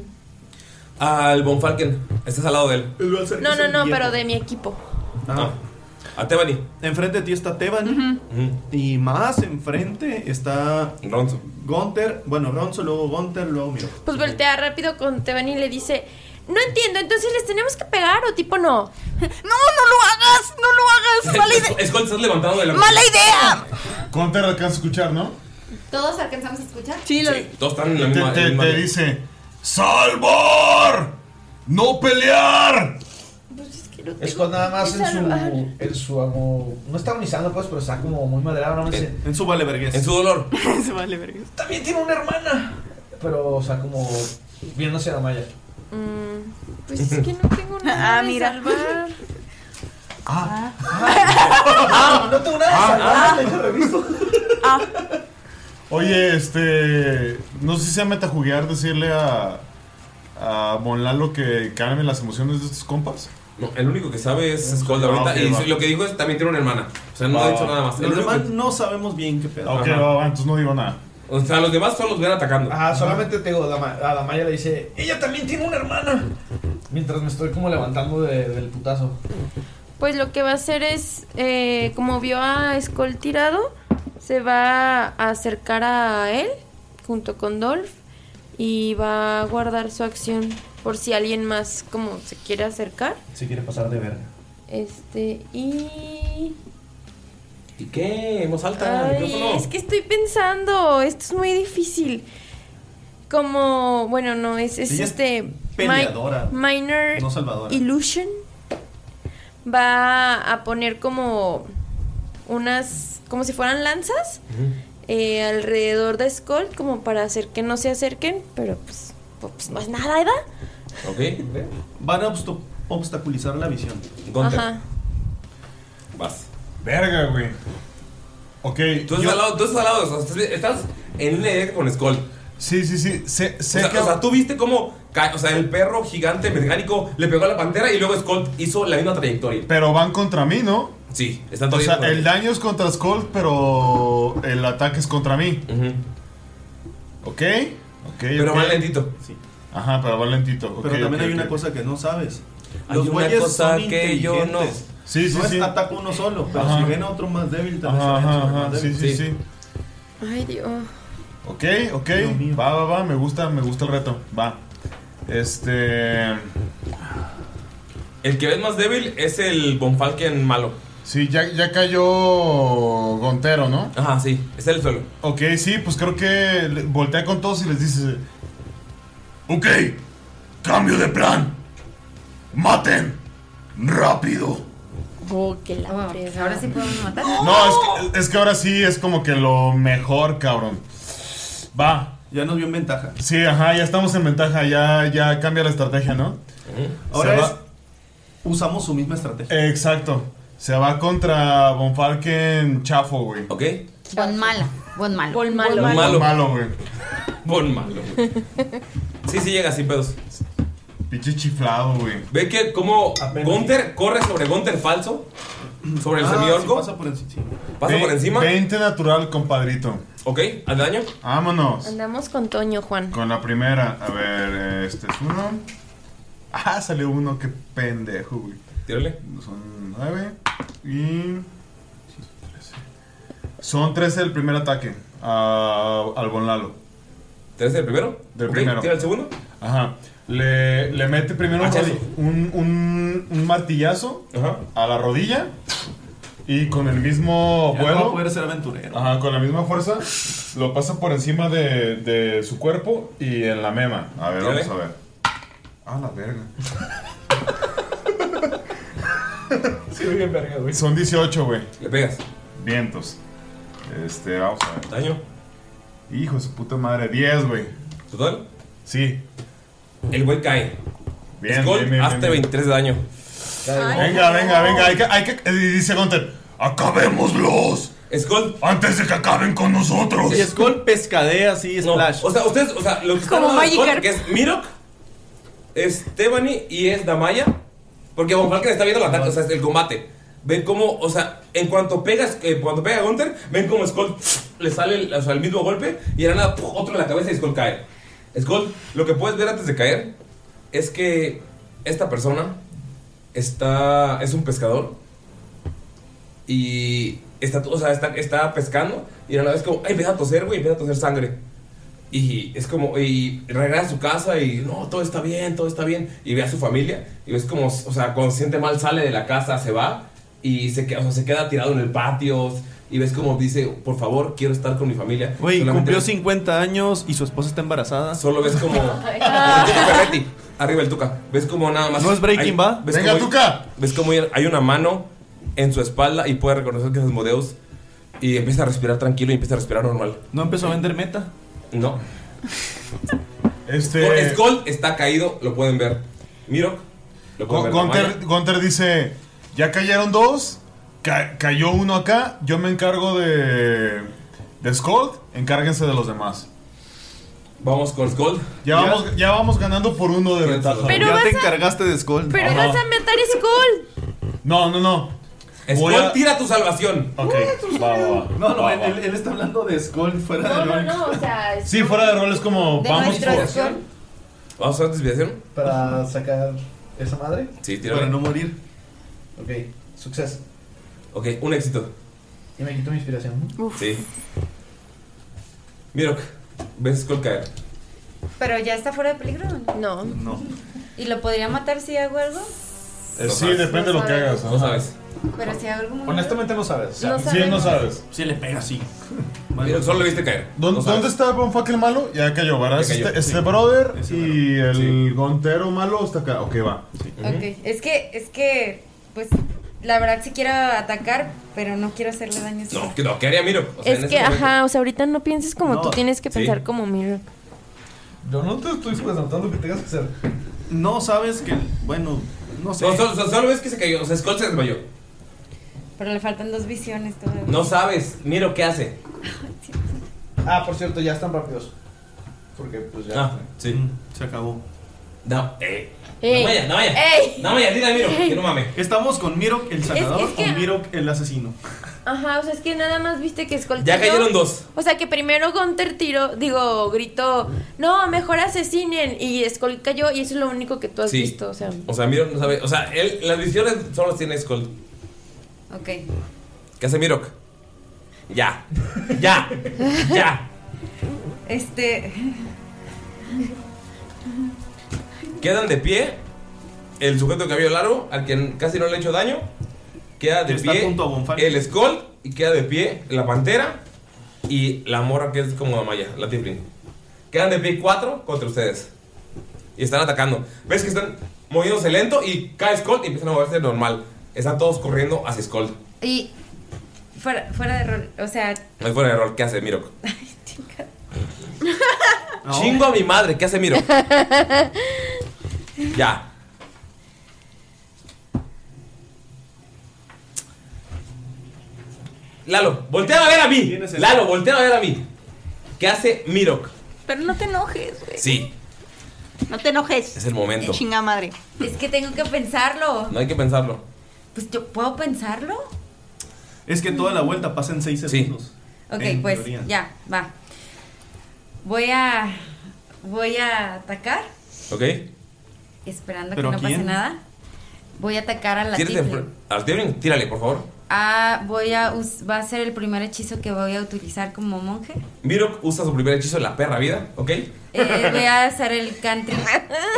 Al Bonfalken. Estás al lado de él. Ah.
No, no, no, pero de mi equipo.
Ah.
A Tebani.
Enfrente de ti está Tebani. Y más enfrente está.
Ronzo.
Gonter. Bueno, Ronzo, luego Gonter, luego Miro.
Pues voltea rápido con Teban y le dice, no entiendo, entonces les tenemos que pegar o tipo no. (laughs) No, no lo hagas, no lo
(laughs)
(laughs) hagas.
Scott, estás levantado de la
idea!
Conter alcanza a escuchar, ¿no?
¿Todos alcanzamos a escuchar?
Todos están en la
Te-
misma.
te-
en la misma
te
línea.
dice,
¡Salvar! ¡No pelear!
Pues
Es cuando nada más
que
en
salvar.
su, en su como- no está agonizando pues, pero está como muy madreado,
Eh.
no
(laughs)
sé.
En su vale vergüenza.
En su dolor.
vale vergüenza.
También tiene una hermana. Pero, o sea, como viendo hacia la malla.
mm,
pues es que no
(laughs)
tengo nada ah, mira. salvar.
Ah, no tengo nada de
ah.
salvar, le he revisto.
Oye, este. No sé si sea metajuguear decirle a. A Mon Lalo que calme las emociones de estos compas.
No, el único que sabe es Scott
Ah,
ahorita.
ok,
y
va.
lo que dijo es también tiene una hermana. O sea, no ha
Ah.
dicho nada más. El
Los
único
demás
que-
no sabemos bien qué pedo.
Ok,
Ajá.
va, va, Ah, entonces no digo nada.
O sea, los demás solo los ven atacando.
Ah, solamente te digo, Dama- a la malla le dice, ella también tiene una hermana. Mientras me estoy como levantando de- del putazo.
Pues lo que va a hacer es, eh, como vio a Skull tirado, se va a acercar a él junto con Dolph y va a guardar su acción por si alguien más como se quiere acercar.
Si quiere pasar de verga.
Este, y...
¿Y qué? Hemos alta.
Ay,
micrófono.
es que estoy pensando, esto es muy difícil. Como, bueno, no, es, es
Ella es
este... mi-
peleadora,
minor
no salvadora.
Illusion va a poner como unas, como si fueran lanzas eh, alrededor de Skull, como para hacer que no se acerquen, pero pues, pues, pues, no es nada, ¿verdad?
Ok.
Van a obstu- obstaculizar la visión.
Ajá.
Vas.
Verga, güey. Ok.
Tú estás al lado, tú estás al lado, o sea, estás, estás en línea directa con Skull.
Sí, sí, sí. Sé,
o, sea,
que-
o sea, tú viste cómo cae- o sea, el perro gigante mecánico le pegó a la pantera y luego Skull hizo la misma trayectoria.
Pero van contra mí, ¿no?
Sí, están
O
todos
sea, el daño es contra Skull, pero el ataque es contra mí. Ok, ok.
Pero
ok.
va lentito.
Ajá, pero va lentito.
Pero también hay una cosa que no sabes.
Hay una cosa que yo no. Sí, sí,
no
sí.
No ataca uno solo, pero
Ajá.
si ven a otro más débil, tal vez
Ajá,
se ven
ajá,
sobre
ajá.
más
Sí,
débil.
sí, sí.
Ay, Dios.
Ok, ok. Va, va, va. Me gusta, me gusta el reto. Va. Este.
El que ves más débil es el Bonfalken malo.
Sí, ya, ya cayó Gontero, ¿no?
Ajá, sí, está en el suelo.
Ok, sí, pues creo que le- voltea con todos y les dice...
Ok, cambio de plan. Maten. Rápido.
Oh, que la
pues ahora sí podemos matar.
No, es que, es que ahora sí es como que lo mejor, cabrón. Va.
Ya nos vio en ventaja.
Sí, ajá, ya estamos en ventaja, ya, ya cambia la estrategia, ¿no?
Ahora
Se
es,
va-
usamos su misma estrategia.
Exacto. Se va contra Bonfalken Chafo, güey.
Ok.
Bon mala, bon malo. Bon
malo.
Bon malo, malo, güey.
Bon malo. güey. Sí, sí llega sin pedos.
Pinche chiflado, güey.
Ve que como Gunter corre sobre Gunter falso, sobre el
Ah,
semiorco.
pasa por encima.
Pasa por
Ve-
encima.
20 natural, compadrito.
Ok, al daño.
Vámonos.
Andamos con Toño, Juan.
Con la primera, a ver, este es uno. Ah, salió uno, qué pendejo, güey.
Tírale.
Son nueve y. Son 13 el primer ataque a, al Bonlalo.
¿13 del primero?
Del
Ok,
primero.
tira el segundo.
Ajá. Le, le mete
Ah,
primero un,
Hachazo.
rodi- un, un- un martillazo a la rodilla y con el mismo
Ya no
vuelo.
va a poder ser aventurero.
Ajá, con la misma fuerza lo pasa por encima de, de su cuerpo y en la mema. A ver,
Tírale.
vamos a ver. A la verga.
(laughs) Sí, bien verga, güey.
Son 18, güey.
Le pegas.
Vientos. Este, vamos a ver.
¿Daño?
Hijo de su puta madre. 10, güey.
¿Total?
Sí.
El güey cae.
Bien,
Skull,
bien, bien,
hazte
bien, bien.
23 de daño.
Ay, Venga, no. venga, venga, hay que- hay que- dice Gunter, acabémoslos.
Skull.
Antes de que acaben con nosotros.
Y Skull pescadea así, Splash.
O sea, ustedes, o sea, lo que están
Como
hablando de Skull,
Magikarp.
que es Mirok, es Tebani y es Damaya. Porque Von Falken está viendo el ataque, o sea, el combate. Ven cómo, o sea, en cuanto pegas, eh, cuando pega a Gunter, ven cómo Skull le sale el, o sea, el mismo golpe y era nada, ¡puf! otro en la cabeza y Skull cae. Skull, lo que puedes ver antes de caer es que esta persona está es un pescador y está, o sea, está, está pescando y a la vez como, ay, empieza a toser, güey, empieza a toser sangre. Y es como, y regresa a su casa y no, todo está bien, todo está bien. Y ve a su familia y ves como, o sea, cuando se siente mal sale de la casa, se va y se, que- o sea, se queda tirado en el patio. Y ves como dice, por favor, quiero estar con mi familia.
Güey,
Solamente-
cumplió 50 años y su esposa está embarazada.
Solo ves como. Ferretti, arriba el Tuca. ¿Ves como nada más?
¿No es Breaking
hay-
Bad?
ves
Venga,
cómo-
Tuca.
¿Ves como hay una mano en su espalda y puede reconocer que es Asmodeus? Y empieza a respirar tranquilo y empieza a respirar normal.
¿No empezó a vender meta?
No.
Este-
Skull está caído, lo pueden ver. Miro, lo pueden ver. Maya.
Gunter, Gunter dice, ya cayeron dos, ca- cayó uno acá, yo me encargo de, de Skull, encárguense de los demás.
Vamos con Skull.
Ya, Vamos, ya vamos ganando por uno de ventaja.
Pero Ya vas te a-
encargaste de Skull.
Pero
Ajá.
vas a matar a Skull.
No, no, no.
Skull tira tu salvación.
Ok, va, va, va.
No, no,
Va,
él,
va.
él- él está hablando de Skull fuera
No,
de
no,
rol.
no, o sea.
Sí, fuera de rol es como
De
vamos
nuestro
por...
Skull.
¿Vamos a hacer desviación?
Para sacar esa madre.
Sí, tírale. Para
no morir.
Ok, suceso.
Ok, un éxito.
Y me quito mi inspiración. ¿no?
Sí. Miro, ves Skull caer.
Pero ya está fuera de peligro. No.
No.
¿Y lo podría matar si hago algo?
sí, depende de lo que hagas.
No (laughs) sabes.
Pero si hago algo muy
Honestamente no sabes.
No
sí,
sabemos.
no sabes.
Si le pega, (laughs) sí.
Miro, solo le viste caer.
¿Dónde,
No sabes.
dónde está Bonfuck el malo? Ya cayó, ¿verdad?
Ya cayó,
este este
sí.
brother y el Gontero malo está acá. Ok, va.
Ok, es que, es que, pues, la verdad sí quiero atacar, pero no quiero hacerle daño.
No, que- no, ¿qué haría Miro? O sea, en
es
ese
que,
momento.
ajá, o sea, ahorita no pienses como
No.
tú tienes que
Sí.
pensar como Miro.
Yo no te estoy lo que tengas que hacer. No sabes que, bueno, no sé.
No, solo, solo- solo ves que se cayó, o sea, Skull se desmayó.
Pero le faltan dos visiones todavía.
No sabes, Miro, ¿qué hace?
Ah, por cierto, ya están rápidos. Porque pues ya.
Ah, sí.
mm, Se acabó.
No, eh.
Ey.
No vaya, no vaya.
Ey.
No vaya, dile a Miro,
Ey.
que no mame.
Estamos con Mirok el sanador
es que-
o Mirok el asesino.
Ajá, o sea, es que nada más viste que Skull
Ya
tiró.
cayeron dos.
O sea, que primero Gunter tiró, digo, gritó, no, mejor asesinen. Y Skull cayó y eso es lo único que tú has
Sí.
visto, o sea.
O sea, Miro no sabe. O sea, él, las visiones solo las tiene Skull.
Ok.
¿Qué hace Miro? Ya. Ya. ya.
Este.
Quedan de pie el sujeto de cabello largo, al que casi no le ha hecho daño. Queda
Que
de
está
pie
junto a Von Falken.
el Skull y queda de pie la pantera y la morra que es como Amaya, la Tiflin. Quedan de pie cuatro contra ustedes. Y están atacando. Ves que están moviéndose lento y cae Skull y empiezan a moverse normal. Están todos corriendo hacia Skull.
Y fuera, fuera de rol, o sea,
No es fuera de error. ¿Qué hace Miro? Chingo a mi madre. ¿Qué hace Miro? Ya. Lalo, voltea a ver a mí. Lalo, voltea a ver a mí. ¿Qué hace Mirok?
Pero no te enojes, güey.
Sí,
No te enojes.
es el momento.
Chinga madre.
es que tengo que pensarlo.
No hay que pensarlo.
Pues yo puedo pensarlo.
Es que toda la vuelta pasa en 6 segundos.
Ok,
En
pues
teoría.
ya, va. Voy a. Voy a atacar,
¿Ok?
esperando que
¿Pero
no
a
pase
quién?
nada. Voy a atacar a la
Tírate
tifling.
en- al Tiflin, tírale, por favor.
Ah, voy a us- va a ser el primer hechizo que voy a utilizar como monje.
Mirok usa su primer hechizo en la perra vida, ¿ok? (laughs)
Eh, voy a hacer el cantrip,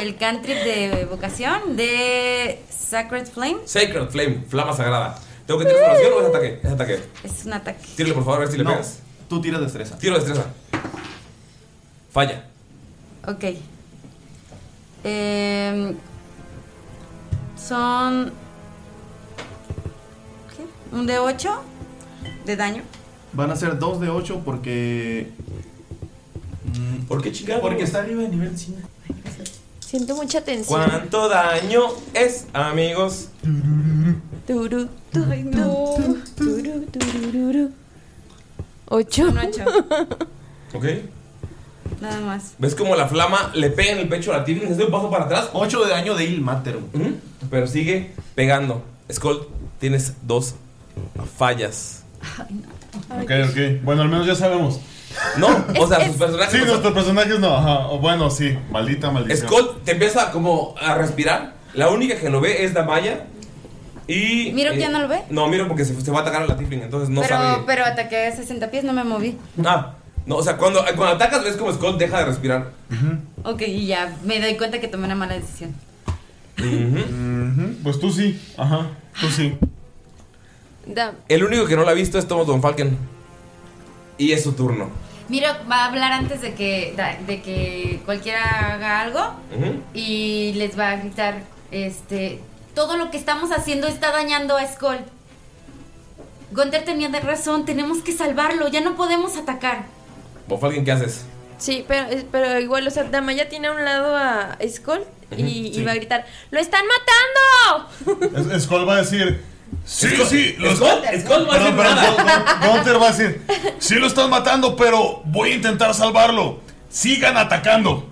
el cantrip de vocación de Sacred Flame.
Sacred Flame, flama sagrada. ¿Tengo que tirar su oración o es ataque? Es ataque.
Es un ataque.
Tírale, por favor, a ver si le
No,
pegas.
Tú tiras destreza.
Tiro destreza. Falla.
Ok. Em, son Un de 8 de daño.
Van a ser 2 de 8 porque. mm,
¿Por qué chingado?
Porque está arriba de nivel 5.
Siento mucha tensión.
¿Cuánto daño es, amigos?
Turu, tu- tu- turu, turururu. Ocho.
Un ocho.
Ok.
Nada más.
¿Ves como la flama le pega en el pecho a la Tiflin? Se da un paso para atrás.
8 de daño de Ilmater.
Pero sigue pegando. Skull, tienes dos fallas.
Ok, ok. Bueno, al menos ya sabemos. (laughs)
No, o sea, sus personajes.
Sí, nuestros personajes no. Ajá. O Bueno, sí. Maldita, maldición.
Skull te empieza como a respirar. La única que lo ve es Damaya. Y.
Miro que
eh,
ya no lo ve.
No, miro porque se, se va a atacar a la Tiflin, entonces no
pero,
sabe.
pero ataqué a 60 pies, no me moví.
Ah, no, o sea, cuando, cuando atacas ves como Skull deja de respirar.
Ok, y ya me doy cuenta que tomé una mala decisión.
Ujú, Pues tú sí. Ajá. Tú sí.
Da-
El único que no la ha visto es Thomas Von Falken. Y es su turno.
Miro va a hablar antes de que, da- de que cualquiera haga algo
Ujú.
y les va a gritar, este, todo lo que estamos haciendo está dañando a Skull. Gunther tenía de razón, tenemos que salvarlo, ya no podemos atacar.
Von Falken, ¿qué haces?
Sí, pero, eh, pero igual, o sea, Dama ya tiene a un lado a Skull y, y va a gritar, ¡lo están matando!
Es- Skull va a decir.
Sí, sí, los
Skull
no hace nada. Gunter va a decir, sí lo están matando, pero voy a intentar salvarlo. Sigan atacando.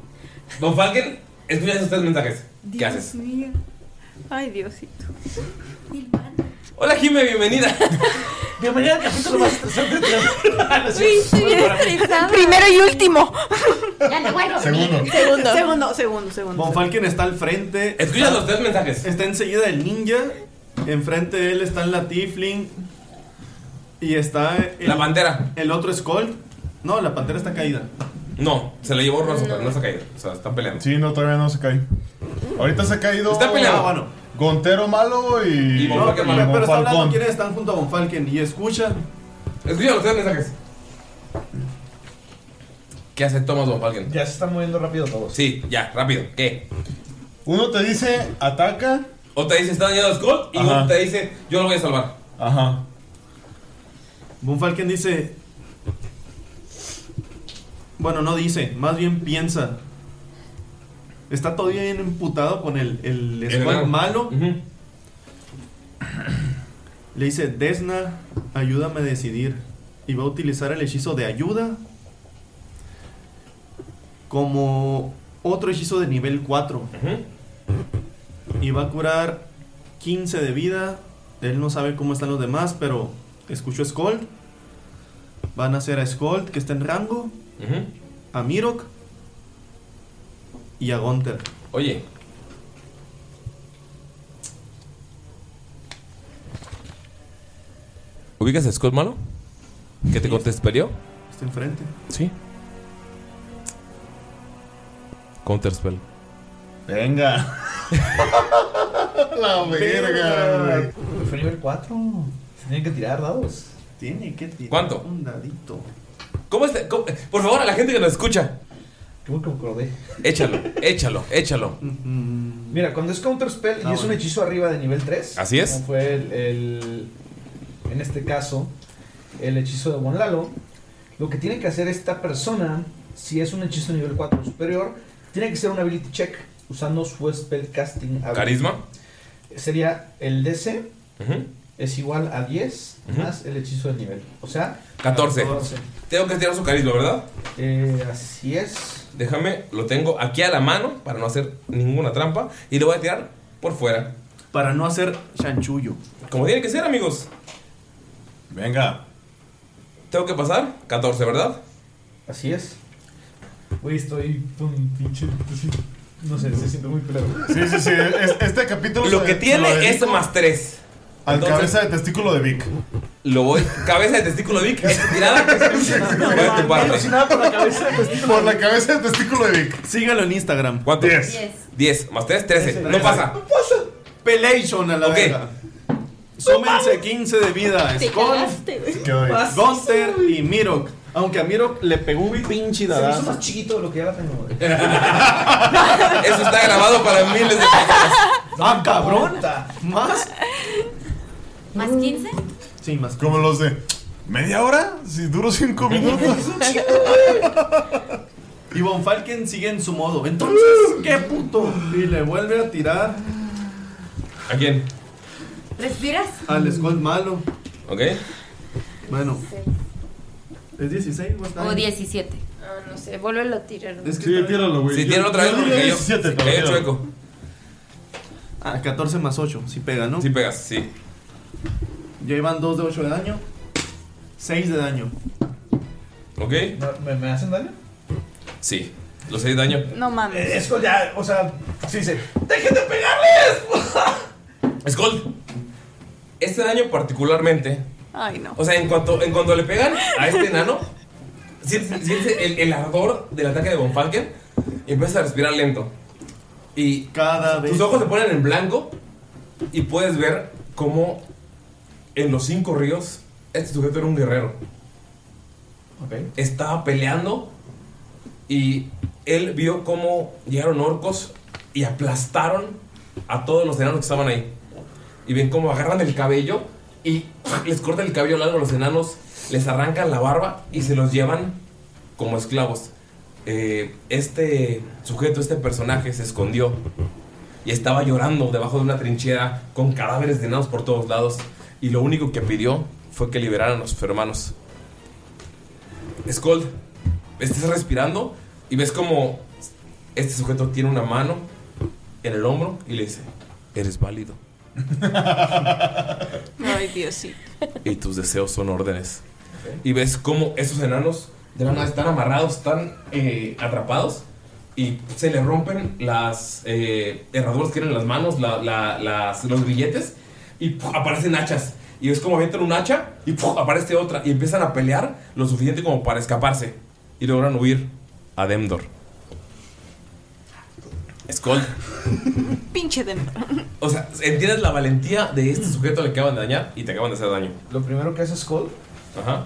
Don Falken, escucha esos tres mensajes. ¿Qué haces?
mío. Ay, Diosito.
Hola, Jime, bienvenida.
Bienvenida al capítulo más estresante de la
Primero y último.
Ya no vuelvo.
Segundo.
Segundo. Segundo, segundo, segundo.
Von Falken está al frente.
Escucha los tres mensajes.
Está enseguida del ninja. Enfrente de él está la Tifling. Y está. la
pantera.
El otro Skull. No, la pantera está caída.
No, se la llevó Rosso, pero no se ha caído. O sea, están peleando.
Sí, no, todavía no se cae. Ahorita se ha caído.
Está peleando. Ah, bueno.
Gontero malo y.
No,
y
pero, pero está hablando
Falcón.
quiénes están junto a Von Falken. Y escucha.
Escucha los tres mensajes. ¿Qué hace Thomas Von Falken?
Ya se están moviendo rápido todos.
Sí, ya, rápido. ¿Qué?
Uno te dice, ataca.
Otra dice, está dañado Scott. Y
Ajá.
uno te dice, yo lo voy a salvar.
Ajá.
Von Falken dice. Bueno, no dice, más bien piensa. Está todavía bien emputado con el, el Skull
enano.
malo. (clears throat) Le dice, Desna, ayúdame a decidir. Y va a utilizar el hechizo de ayuda como otro hechizo de nivel 4. Y va a curar 15 de vida. Él no sabe cómo están los demás, pero escuchó a Skold. Van a hacer a Skold, que está en rango.
Ujú.
A Mirok. Y a Gunther.
Oye. ¿Ubicas a Scott malo? ¿Que te contestó?
Está enfrente.
Sí. Counterspell.
Venga. La verga,
güey. Fue nivel 4. Se tienen que tirar dados.
Tiene que tirar.
¿Cuánto?
Un dadito.
¿Cómo está? cómo- Por favor, a la gente que nos escucha,
¿Cómo que me acordé?
échalo, échalo, échalo.
Mira, cuando es Counter Spell y
Mm. Ah,
es un
bueno.
hechizo arriba de nivel 3.
Así es.
Como fue el, el- En este caso, el hechizo de Bon Lalo. Lo que tiene que hacer esta persona, si es un hechizo de nivel 4 o superior, tiene que ser un ability check usando su spell casting. ability.
Carisma.
Sería el DC
Ujú.
es igual a 10
Ujú.
más el hechizo de nivel. O sea,
14. Tengo que tirar su carisma, ¿verdad?
Eh, así es.
Déjame, lo tengo aquí a la mano para no hacer ninguna trampa y lo voy a tirar por fuera.
Para no hacer chanchullo.
Como tiene que ser, amigos.
Venga.
Tengo que pasar 14, ¿verdad?
Así es. Güey, estoy con pinche. pues No sé, se siente muy claro.
Sí, sí, sí. es- este capítulo.
Lo
se-
que
se
tiene
lo dedico
es más 3.
Al cabeza de testículo de Vic.
Lo voy. Cabeza de testículo de Vic. (laughs) es
(laughs)
tirada que se- voy a tu parte.
por la cabeza de testículo.
Por la cabeza de testículo de Vic.
Sígalo en Instagram.
¿Cuánto? 10.
Diez.
10 más 3, 13. No pasa.
Pelation a la
Ok.
verga. Súmense 15 de vida. Skull, Gunther y Mirok. Aunque a Mirok le pegó un pinche
Se me hizo
dadazo.
más chiquito de lo que ya la tengo, güey.
(laughs) Eso está grabado para miles de personas.
¡Ah, cabrón! ¿Más?
(laughs)
(laughs)
¿Más 15?
Sí, más.
Como los de. ¿Media hora? Si duro cinco minutos.
Y Von Falken sigue en su modo. Entonces, ¿qué puto? Y le vuelve a tirar
¿A quién?
¿Respiras?
al Skull malo.
¿Ok?
Bueno. ¿Es 16 o está
O
ahí?
17.
Ah, no sé, vuélvelo a tirar.
Es que sí, tíralo, güey.
Sí, tíralo otra vez porque cayó- cayó chueco.
Ah, 14 más 8. Sí pega, ¿no?
Sí pegas, sí.
Ya iban 2 de 8 de daño. 6 de daño.
¿Ok?
¿Me, me hacen daño?
Sí. Los seis daño.
No mames.
Eso ya, o sea, sí dice.
Skull. Este daño particularmente.
Ay, no.
O sea, en cuanto, en cuanto le pegan a este enano, siente, siente el, el ardor del ataque de Von Falken y empieza a respirar lento. Y
cada
tus ojos se ponen en blanco y puedes ver cómo en los cinco ríos este sujeto era un guerrero. Estaba peleando y él vio cómo llegaron orcos y aplastaron a todos los enanos que estaban ahí. Y ven cómo agarran el cabello y les cortan el cabello largo a los enanos, les arrancan la barba y se los llevan como esclavos. Eh, este sujeto, este personaje se escondió y estaba llorando debajo de una trinchera con cadáveres de enanos por todos lados. Y lo único que pidió fue que liberaran a sus hermanos. Skull, estás respirando y ves como este sujeto tiene una mano en el hombro y le dice: Eres válido
Ay, Dios, sí.
y tus deseos son órdenes. Y ves cómo esos enanos de la nada están amarrados, están eh, atrapados y se les rompen las eh, herraduras que tienen en las manos, la- la- las- los grilletes y ¡puf! aparecen hachas. Y ves como avientan un hacha y ¡puf! aparece otra y empiezan a pelear lo suficiente como para escaparse y logran huir a Demdor. Skull,
Pinche de.
o sea, entiendes la valentía de este sujeto al que acaban de dañar y te acaban de hacer daño.
Lo primero que hace Skull.
Ajá.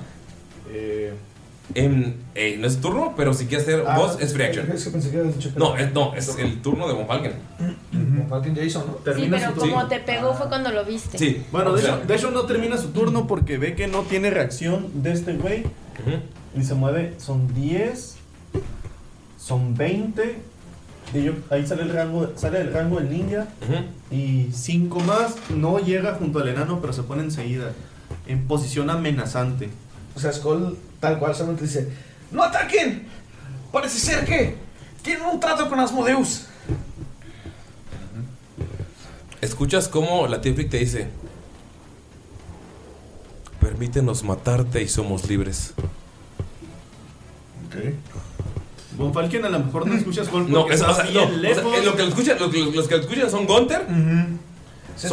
Em, eh, no es tu turno, pero si quieres hacer
Eh. Ah,
vos, es free action.
Es que pensé que habías dicho que
No, es, no, es el turno de Von Falken.
Falken ya hizo, ¿no?
Sí, pero como te pegó fue cuando lo viste.
Sí.
Bueno, de
O sea-
hecho, de hecho no termina su turno porque ve que no tiene reacción de este güey. Y se mueve. Son 10. Son 20. Y yo- ahí sale el rango, sale el rango del ninja. Y 5 más. No llega junto al enano, pero se pone enseguida. En posición amenazante.
O sea, Skull tal cual solamente dice: ¡No ataquen! Parece ser que tienen un trato con Asmodeus.
Escuchas cómo la Tiefling te dice: Permítenos matarte y somos libres.
Von Falken a lo mejor no escucha Skull
No,
porque
es,
está
o sea, no,
bien
o sea,
lejos.
es lo que lo escuchan, lo que- los que lo escuchan son Gunter, son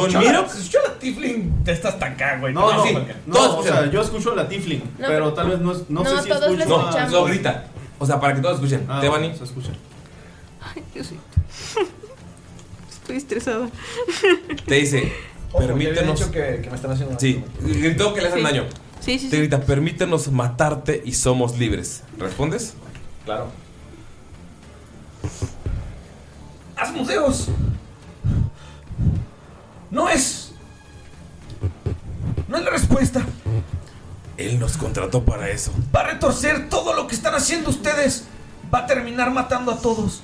escuchó
Miro.
la- se
escuchó la Tifling de estas tan acá, güey.
No,
No,
no,
sí,
no,
todos
o
escuchan.
sea, yo escucho la Tifling,
No,
pero tal vez no, es- no, sé si escucho.
No, solo grita. O sea, para que todos escuchen.
Ah,
Tebani.
Se escucha.
Ay, Diosito. (laughs) Estoy estresada.
Te dice,
Ojo, ya había
permítenos.
dicho que, que me están haciendo
Sí, gritó que le hacen
Sí.
daño.
Sí, sí,
Te
sí.
grita, permítenos matarte y somos libres. ¿Respondes?
Claro. ¡Asmodeus! No es. No es la respuesta.
Él nos contrató para eso.
Va a retorcer todo lo que están haciendo ustedes. Va a terminar matando a todos.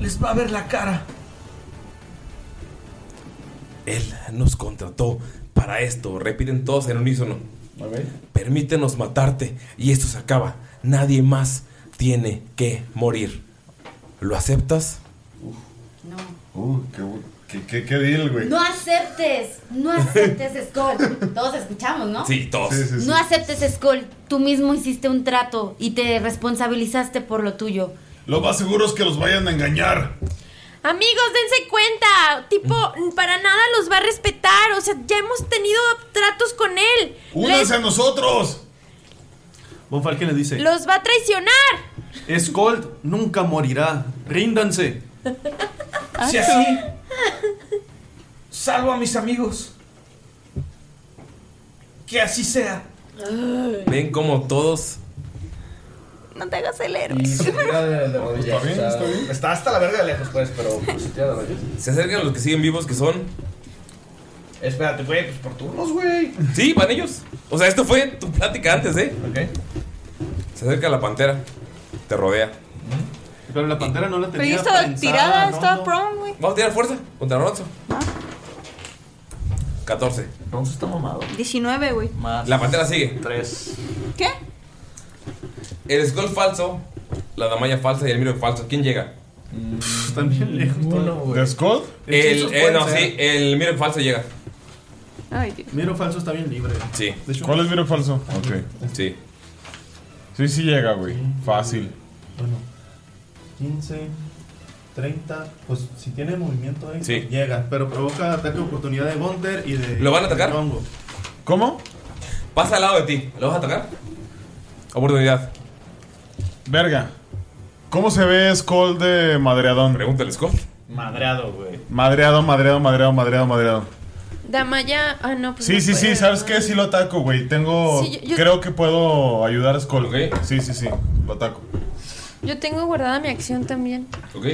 Les va a ver la cara.
Él nos contrató para esto. Repiten todos en unísono. Permítenos matarte y esto se acaba. Nadie más tiene que morir. ¿Lo aceptas?
No.
Uh, qué, bu- qué, qué, qué deal, güey.
No aceptes, no aceptes, Skull. Todos escuchamos, ¿no?
Sí, todos.
No aceptes, Skull. Tú mismo hiciste un trato y te responsabilizaste por lo tuyo.
Lo más seguro es que los vayan a engañar.
Amigos, dense cuenta. Tipo, para nada los va a respetar. O sea, ya hemos tenido tratos con él. Les-
¡Únanse a nosotros!
Von Falken les dice:
Los va a traicionar.
Scold nunca morirá. Ríndanse.
Ah,
Si así. Salvo a mis amigos. Que así sea.
Ven como todos.
No te hagas el héroe.
Y se tira Pues de, de rodillas.
Está bien,
o sea,
está bien.
Está hasta la verga de lejos, pues, pero pues, se tira de rodillas.
Se acercan los que siguen vivos que son.
Espérate, güey, pues por turnos, güey.
Sí, van ellos. O sea, esto fue tu plática antes, ¿eh? Se acerca la pantera. Te rodea.
Pero la pantera no la
Pero yo estaba tirada, Ah. estaba prom, güey.
Vamos a tirar fuerza contra Ronzo. 14.
Ronzo está mamado.
19, güey.
Más.
La pantera sigue.
3.
¿Qué?
El Skull falso, la Damaya falsa y el Miro falso. ¿Quién llega?
Están bien lejos.
¿De Skull?
El,
Hechizos
eh, no,
pueden ser.
sí, el Miro falso llega.
Ay, Dios.
Miro falso está bien libre.
Sí.
¿Cuál es miro falso? Ok.
Sí.
Sí, sí llega, güey. Fácil.
Bueno, 15, 30. Pues si tiene movimiento ahí,
Sí.
llega. Pero provoca ataque de oportunidad de Gunter y de.
¿Lo van a atacar?
de Hongo.
¿Cómo?
Pasa al lado de ti. ¿Lo vas a atacar? Oportunidad.
Verga. ¿Cómo se ve Skull de madreadón?
Pregúntale, Skull.
Madreado, güey.
Madreado, madreado, madreado, madreado, madreado.
Damaya. Ah, no, pues.
Sí,
no
sí, sí,
puede.
¿sabes qué? Sí lo ataco, güey. Tengo...
Sí, yo- yo-
Creo que puedo ayudar a Skull. Sí, sí, sí. Lo ataco.
Yo tengo guardada mi acción también.
Ok.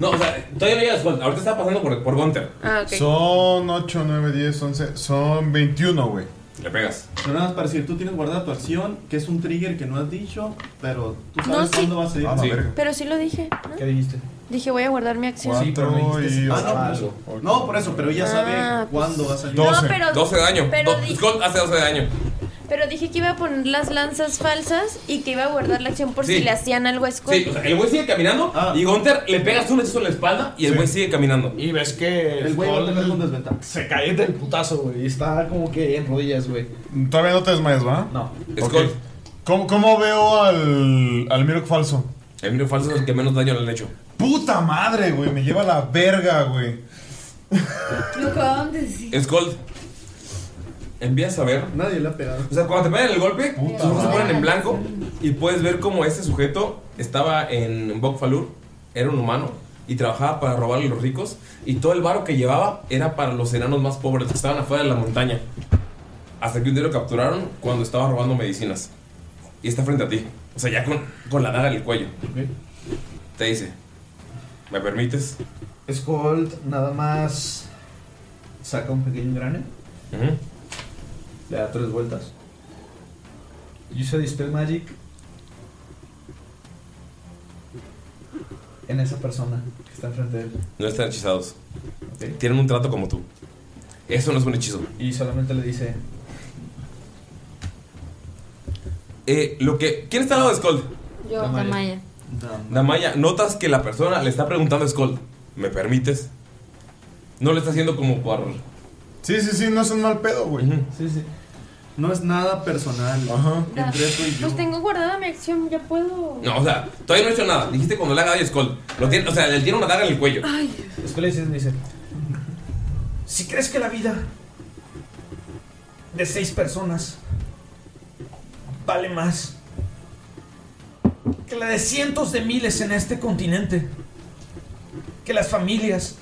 No, o sea, todavía no llegas Skull. Ahorita está pasando por, por Gunter.
Ah, ok.
Son 8, 9, 10, 11. Son 21, güey.
Le pegas.
Pero nada más para decir, tú tienes guardada tu acción, que es un trigger que no has dicho, pero tú sabes
No, sí.
cuándo va a salir.
Ah, la Sí. verga.
Pero sí lo dije, ¿no?
¿Qué dijiste?
Dije, voy a guardar mi acción.
Cuatro y...
Ah, no, por eso. No, por eso, pero ella sabe
Ah, pues.
cuándo va a salir.
No, pero-
12 de daño.
pero
Do-
di-
Skull hace 12 de daño.
Pero dije que iba a poner las lanzas falsas y que iba a guardar la acción por
Sí.
si le hacían algo a Skull.
Sí, o sea, el güey sigue caminando
Ah.
y Gunter le pegas un hechizo en la espalda y el güey sigue caminando.
Y ves que el
güey va a
tener un desventaja. Se cae del putazo, güey. y Está como que en rodillas, güey.
Todavía no te desmayas, ¿va?
No.
Skull. ¿Cómo, cómo veo al, al Miro falso?
El Miro falso es el que menos daño le han hecho.
Puta madre, güey. Me lleva la verga, güey.
Lo acababan de decir.
Skull. Empiezas a ver.
Nadie le ha pegado.
O sea, cuando te pegan el golpe, sus ojos se ponen en blanco y puedes ver cómo este sujeto estaba en Bokfalur, era un humano y trabajaba para robarle a los ricos y todo el varo que llevaba era para los enanos más pobres que estaban afuera de la montaña. Hasta que un día lo capturaron cuando estaba robando medicinas. Y está frente a ti. O sea, ya con, con la daga en el cuello. Te dice, ¿me permites?
Scold nada más saca un pequeño grane, le da tres vueltas. Y usa Dispel Magic en esa persona que está enfrente de él.
No están hechizados. Tienen un trato como tú. Eso no es un hechizo.
Y solamente le dice,
Eh, lo que, ¿Quién está al lado de Skull?
Yo, Tamaya.
Damaya, notas que la persona le está preguntando a Skull, ¿me permites? No le está haciendo como por...
Sí, sí, sí, no es un mal pedo, güey.
Sí, sí.
No es nada personal. Ajá. Entre eso y yo.
Pues tengo guardada mi acción, ya puedo.
No, o sea, todavía no he hecho nada. Dijiste cuando le haga daño a Skull. Lo tiene, o sea, él tiene una daga en el cuello.
Ay,
Skull le dice, le dice, si crees que la vida de seis personas vale más que la de cientos de miles en este continente, que las familias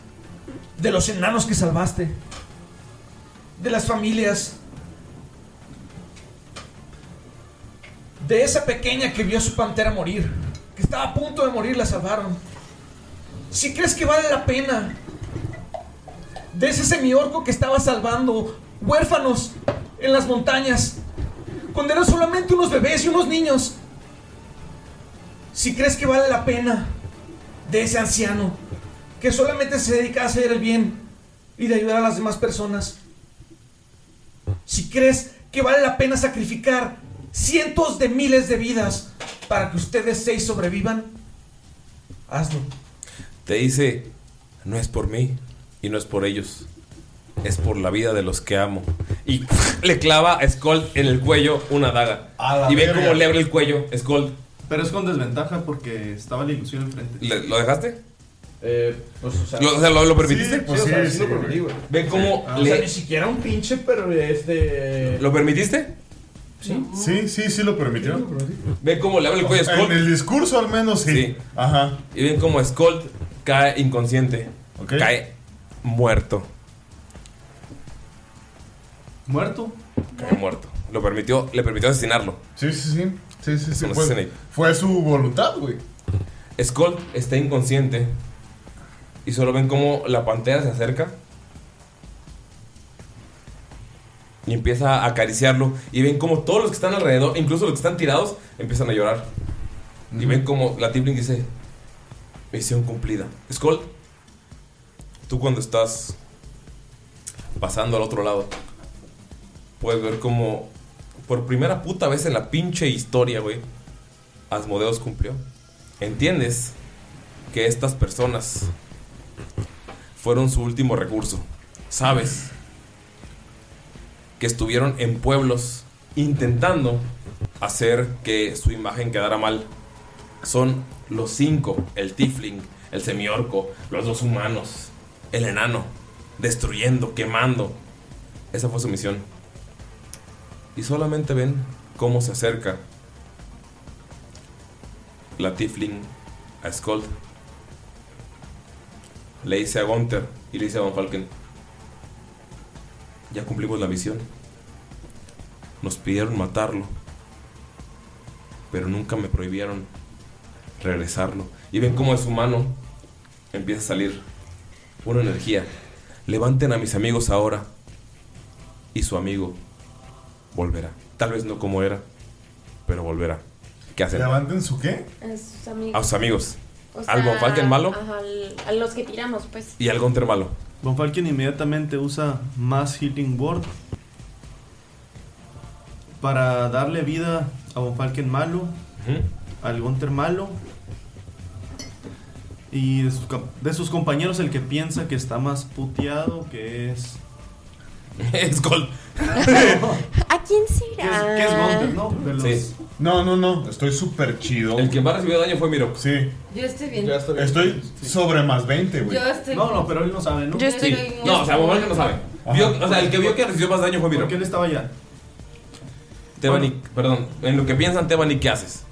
de los enanos que salvaste, de las familias de esa pequeña que vio a su pantera morir, que estaba a punto de morir, la salvaron. Si crees que vale la pena de ese semiorco que estaba salvando huérfanos en las montañas, cuando eran solamente unos bebés y unos niños. Si crees que vale la pena de ese anciano que solamente se dedica a hacer el bien y de ayudar a las demás personas. Si crees que vale la pena sacrificar cientos de miles de vidas para que ustedes seis sobrevivan, hazlo.
Te dice, no es por mí y no es por ellos. Es por la vida de los que amo. Y (laughs) le clava a Skull en el cuello una daga.
A la
Y ve
verga.
cómo le abre el cuello, Skull.
Pero es con desventaja porque estaba la ilusión enfrente.
¿Le- ¿Lo dejaste?
Eh, pues, o sea,
Lo- o sea, ¿lo- lo permitiste?
Sí, pues, sí, o sea, sí, lo
sí,
permití, güey.
Ve cómo
Ah,
le-
O sea, ni siquiera un pinche, pero este.
¿Lo permitiste?
Sí.
Sí, sí, sí lo permitió.
Ve cómo le abre el cuello a Skull.
En el discurso al menos sí. Ajá.
Y ven como Skull cae inconsciente. Cae muerto.
¿Muerto?
Cae muerto. Lo permitió, le permitió asesinarlo.
Sí, sí, sí. Sí, sí, sí.
Como
Fue,
Snape.
fue su voluntad, güey.
Skull está inconsciente. Y solo ven como la pantera se acerca. y empieza a acariciarlo. Y ven como todos los que están alrededor, incluso los que están tirados, empiezan a llorar. Y ven como la Tiefling dice: Misión cumplida. Skull, tú cuando estás pasando al otro lado, puedes ver como por primera puta vez en la pinche historia, güey, Asmodeus cumplió. Entiendes que estas personas fueron su último recurso. Sabes que estuvieron en pueblos intentando hacer que su imagen quedara mal. Son los cinco, el tifling, el semiorco, los dos humanos, el enano, destruyendo, quemando. Esa fue su misión. Y solamente ven cómo se acerca la tifling a Skold. Le dice a Gunther y le dice a Von Falken, ya cumplimos la misión. Nos pidieron matarlo, pero nunca me prohibieron regresarlo. Y ven cómo de su mano empieza a salir una energía. Levanten a mis amigos ahora y su amigo volverá. Tal vez no como era, pero volverá. ¿Qué hacen?
¿Levanten su qué?
A sus amigos.
A sus amigos.
O sea,
Al Von Falken malo
ajá, al- a los que tiramos,
(laughs)
pues.
y al Gunter malo.
Von Falken inmediatamente usa más Healing Word para darle vida a Von Falken malo, al Gunter malo y de sus, com- de sus compañeros el que piensa que está más puteado que es...
(laughs)
(laughs)
es Gol.
¿A quién será?
¿Qué es Gunter, no? De los-
No, no, no. Estoy súper chido. El
que más recibió daño fue Miro.
Sí.
Yo estoy bien.
Estoy sobre más 20, güey.
Yo estoy-
No, no, pero él no sabe, ¿no?
Yo estoy-
Sí. No, o sea, Von Falken no sabe. Vio- o sea, el que vio que recibió más daño fue Miro.
Porque él estaba allá.
Tebani, perdón, en lo que piensan Tebani, ¿qué haces?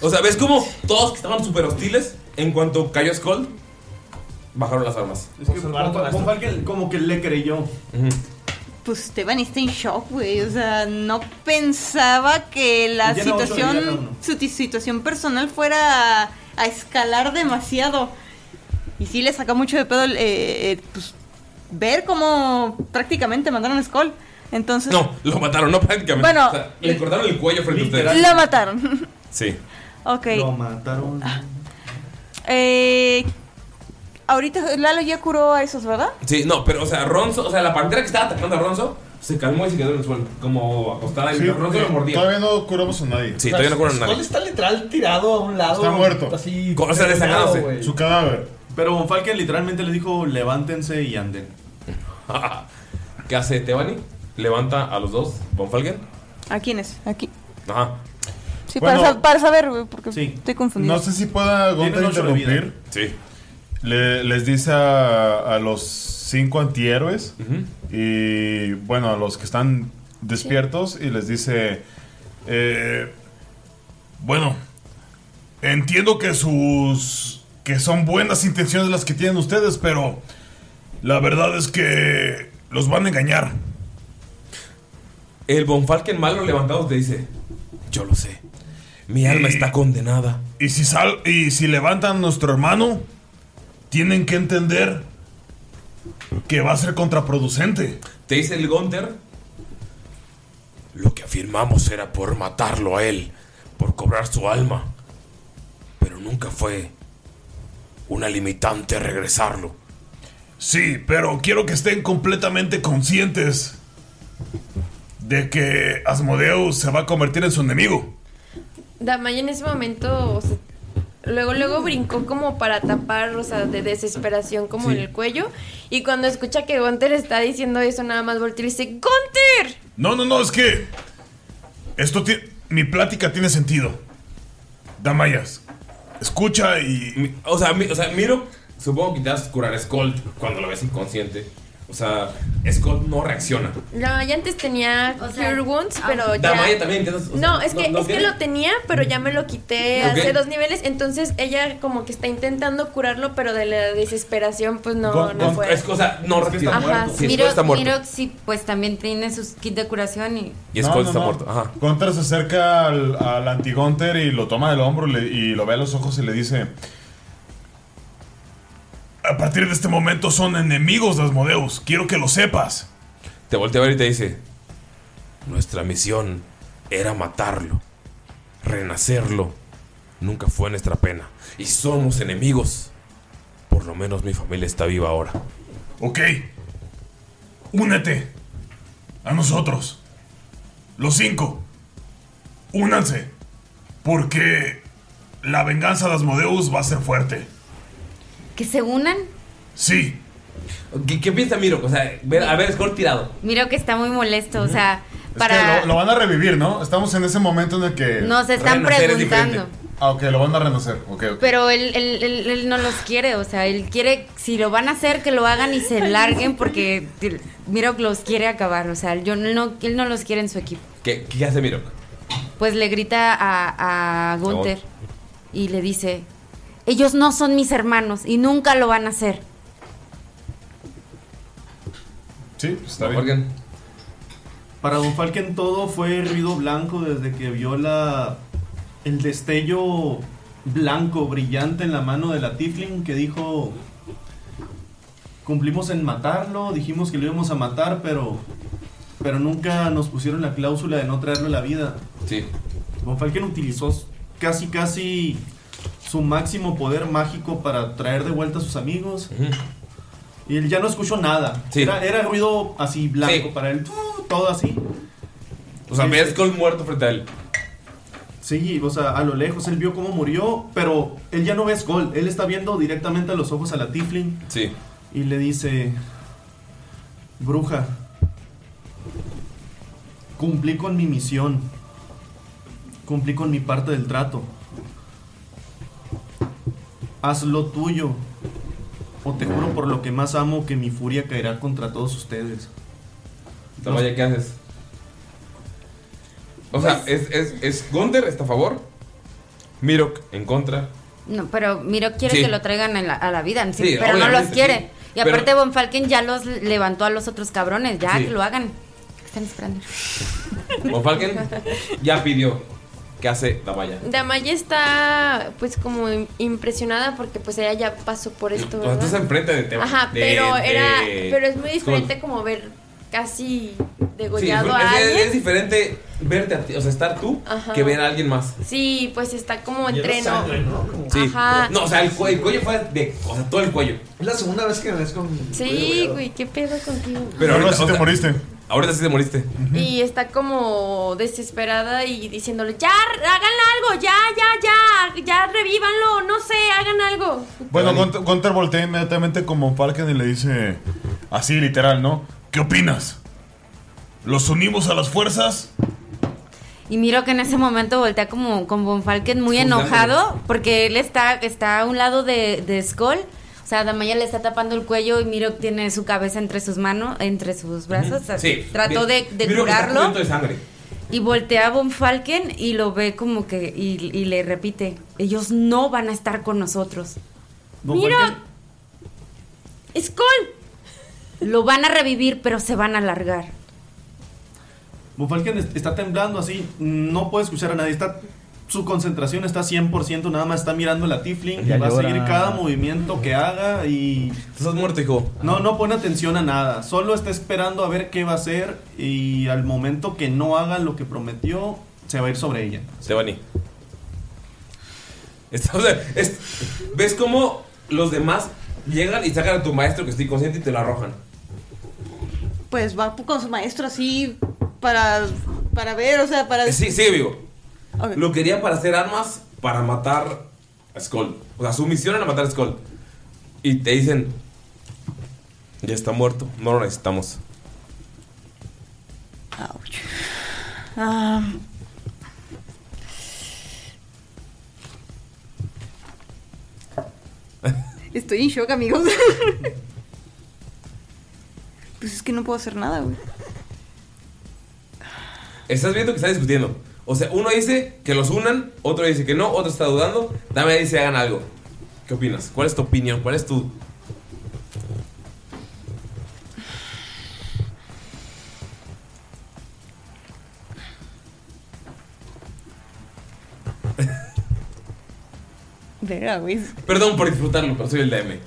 O sea, ¿ves cómo todos que estaban súper hostiles, en cuanto cayó Skull, bajaron las armas?
Es que Von Fal- Von Falken como que le creyó.
Pues Esteban está en shock, güey. O sea, no pensaba que la
Ya no, ocho, ya no,
situación,
no.
su ti- situación personal fuera a, a escalar demasiado. Y sí le sacó mucho de pedo el, eh, eh, pues, ver cómo prácticamente mandaron a Skull. Entonces,
No, lo mataron, no prácticamente.
Bueno.
O sea, le cortaron el cuello frente a ustedes.
la mataron. (laughs)
Sí.
ok. Ah.
mataron.
Eh, ahorita Lalo ya curó a esos, ¿verdad?
Sí, no, pero, o sea, Ronzo, o sea, la pantera que estaba atacando a Ronzo se calmó y se quedó en el suelo, como acostada. Y
Sí,
Ronzo lo mordía.
Todavía no curamos a nadie.
Sí, todavía no curan a nadie.
Skull está literal tirado a un lado.
Está muerto.
Así.
O sea,
desagradable, güey.
Su
cadáver.
Pero Von Falken literalmente le dijo, levántense y anden.
(laughs) ¿Qué hace Tebani? Levanta a los dos, Von Falken.
¿A quién es? Aquí.
Ajá.
Sí,
Bueno,
para, sa- para saber, güey, porque
sí.
estoy confundido.
No sé si pueda Gunter
Tienen ocho de
interrumpir.
Sí.
Le- les dice a, a los cinco antihéroes y bueno, a los que están despiertos y les dice...
Eh, bueno, entiendo que sus que son buenas intenciones las que tienen ustedes, pero la verdad es que los van a engañar.
El Bonfalken malo levantado te dice: Yo lo sé. Mi alma está condenada.
Y si sal y si levantan a nuestro hermano, tienen que entender que va a ser contraproducente.
Te dice el Gunter. Lo que afirmamos era por matarlo a él, por cobrar su alma. Pero nunca fue una limitante regresarlo.
Sí, pero quiero que estén completamente conscientes de que Asmodeus se va a convertir en su enemigo.
Damaya en ese momento, o sea, luego,
Mm.
luego brincó como para tapar, o sea, de desesperación como
Sí.
en el cuello. Y cuando escucha que Gunter está diciendo eso, nada más voltea y dice, ¡Gunter!
No, no, no, es que esto ti- mi plática tiene sentido. Damayas, escucha y
O sea, mi- o sea, Miro, supongo que intentas curar a Skolt cuando lo ves inconsciente. O sea, Skolt no reacciona.
Damaya antes tenía Cure Wounds,
ah,
pero ya...
Damaya también intentas. o sea,
No, es que, es que
tiene-
lo tenía, pero ya me lo quité
Ok.
hace dos niveles. Entonces ella como que está intentando curarlo, pero de la desesperación, pues no,
Gon-
no
Gon-
fue.
es cosa, no respira.
Ajá,
Sí,
Miro,
Skoll está muerto.
Miro sí, pues también tiene sus kits de curación y...
Y Skull está muerto,
Gunter se acerca al, al anti-Gunter y lo toma del hombro y, le- y lo ve a los ojos y le dice...
a partir de este momento son enemigos de Asmodeus. Quiero que lo sepas.
Te voltea a ver y te dice: Nuestra misión era matarlo. Renacerlo nunca fue nuestra pena. Y somos enemigos. Por lo menos mi familia está viva ahora.
Ok. Únete a nosotros. Los cinco. Únanse. Porque la venganza de Asmodeus va a ser fuerte.
Que se unan.
Sí.
¿Qué, qué piensa Miro? O sea, ver- a ver, score tirado.
Miro que está muy molesto. O sea,
Es
para.
que lo, lo van a revivir, ¿no? Estamos en ese momento en el que.
Nos están Renacer es preguntando. diferente.
Ah, ok, lo van a renacer. Ok, ok.
Pero él, él- él- él no los quiere, o sea, él quiere, si lo van a hacer, que lo hagan y se larguen porque t- Miro los quiere acabar, o sea, yo no, él no los quiere en su equipo.
¿Qué, qué hace Miro?
Pues le grita a, a Gunther y le dice, ellos no son mis hermanos y nunca lo van a hacer.
Sí, pues, está
bien.
Para Don Falken todo fue ruido blanco desde que vio la el destello blanco brillante en la mano de la Tiflin que dijo cumplimos en matarlo, dijimos que lo íbamos a matar, pero pero nunca nos pusieron la cláusula de no traerlo a la vida.
Sí.
Von Falken utilizó casi casi su máximo poder mágico para traer de vuelta a sus amigos. Y él ya no escuchó nada.
Sí.
Era, era ruido así blanco para él, ¡tú! todo así.
O sea, ves Skull muerto frente a él.
Sí, o sea, a lo lejos él vio cómo murió, pero él ya no ve a Skull. Él está viendo directamente a los ojos a la Tiflin
Sí.
y le dice: Bruja, cumplí con mi misión. Cumplí con mi parte del trato. Haz lo tuyo. O te juro por lo que más amo que mi furia caerá contra todos ustedes.
Tamaya, ¿qué haces? O sea, es, es, es Gunther está a favor. Mirok en contra.
No, pero Miro quiere
Sí.
que lo traigan en la- a la vida, sí,
Sí,
pero no los
obviamente,
quiere.
sí.
Y aparte
Pero-
Von Falken ya los levantó a los otros cabrones, ya
Sí.
que lo hagan. ¿Qué están esperando?
Von Falken ya pidió. ¿Qué hace Tamaya?
Damaya está pues como im- impresionada porque pues ella ya pasó por esto,
O sea, tú estás
¿verdad?
enfrente de Ah, tema.
Ajá,
de-
pero
de-
era pero es muy
Skull.
diferente como ver
Sí,
casi
es,
degollado a
es-
alguien.
es diferente verte a ti, o sea, estar tú
Ajá.
que ver a alguien más.
Sí, pues está como entreno.
Sí.
Ajá.
No, o sea, el, cue- el cuello fue de. O sea, todo el cuello.
Es la segunda vez que me ves con.
Sí, güey, qué pedo contigo.
Pero ahorita sí te
moriste.
Ahorita sí te moriste.
Y está como desesperada y diciéndole, ya, hagan algo, ya, ya, ya, ya, revívanlo, no sé, hagan algo.
Bueno, Gunt- Gunther voltea inmediatamente con Von Falken y le dice. Así, literal, ¿no?
¿Qué opinas? ¿Los unimos a las fuerzas?
Y miro que en ese momento voltea como con Von Falken muy enojado porque él está, está a un lado de, de Skull. O sea, Damaya le está tapando el cuello y Miro tiene su cabeza entre sus manos, entre sus brazos. O sea,
Sí.
trató de,
Mira- mira
de
que está
curarlo
cubierto de sangre.
y voltea a Von Falken y lo ve como que y, y le repite, ellos no van a estar con nosotros.
Von
Miro,
Falken-
Skull, lo van a revivir pero se van a largar.
Von Falken es- está temblando así, no puede escuchar a nadie, está, su concentración está 100%, nada más está mirando a la Tiflin,
Ya
va
llora.
a seguir cada movimiento que haga y...
Estás muerto, hijo.
No, no pone atención a nada, solo está esperando a ver qué va a hacer y al momento que no haga lo que prometió, se va a ir sobre ella.
Sebani. Está- o sea, es- ¿Ves cómo los demás llegan y sacan a tu maestro que está inconsciente y te lo arrojan?
Pues va con su maestro así para, para ver, o sea, para...
Eh, Sí, sigue vivo.
Ok.
Lo quería para hacer armas para matar a Skull. O sea, su misión era matar a Skull. Y te dicen: Ya está muerto, no lo necesitamos.
(laughs)
Ah, Estoy en shock, amigos. (laughs) pues es que no puedo hacer nada, güey.
Estás viendo que están discutiendo. O sea, uno dice que los unan, otro dice que no, otro está dudando. Dame dice hagan algo. ¿Qué opinas? ¿Cuál es tu opinión? ¿Cuál es tu
Verga, güey.
Perdón por disfrutarlo, pero soy el DM.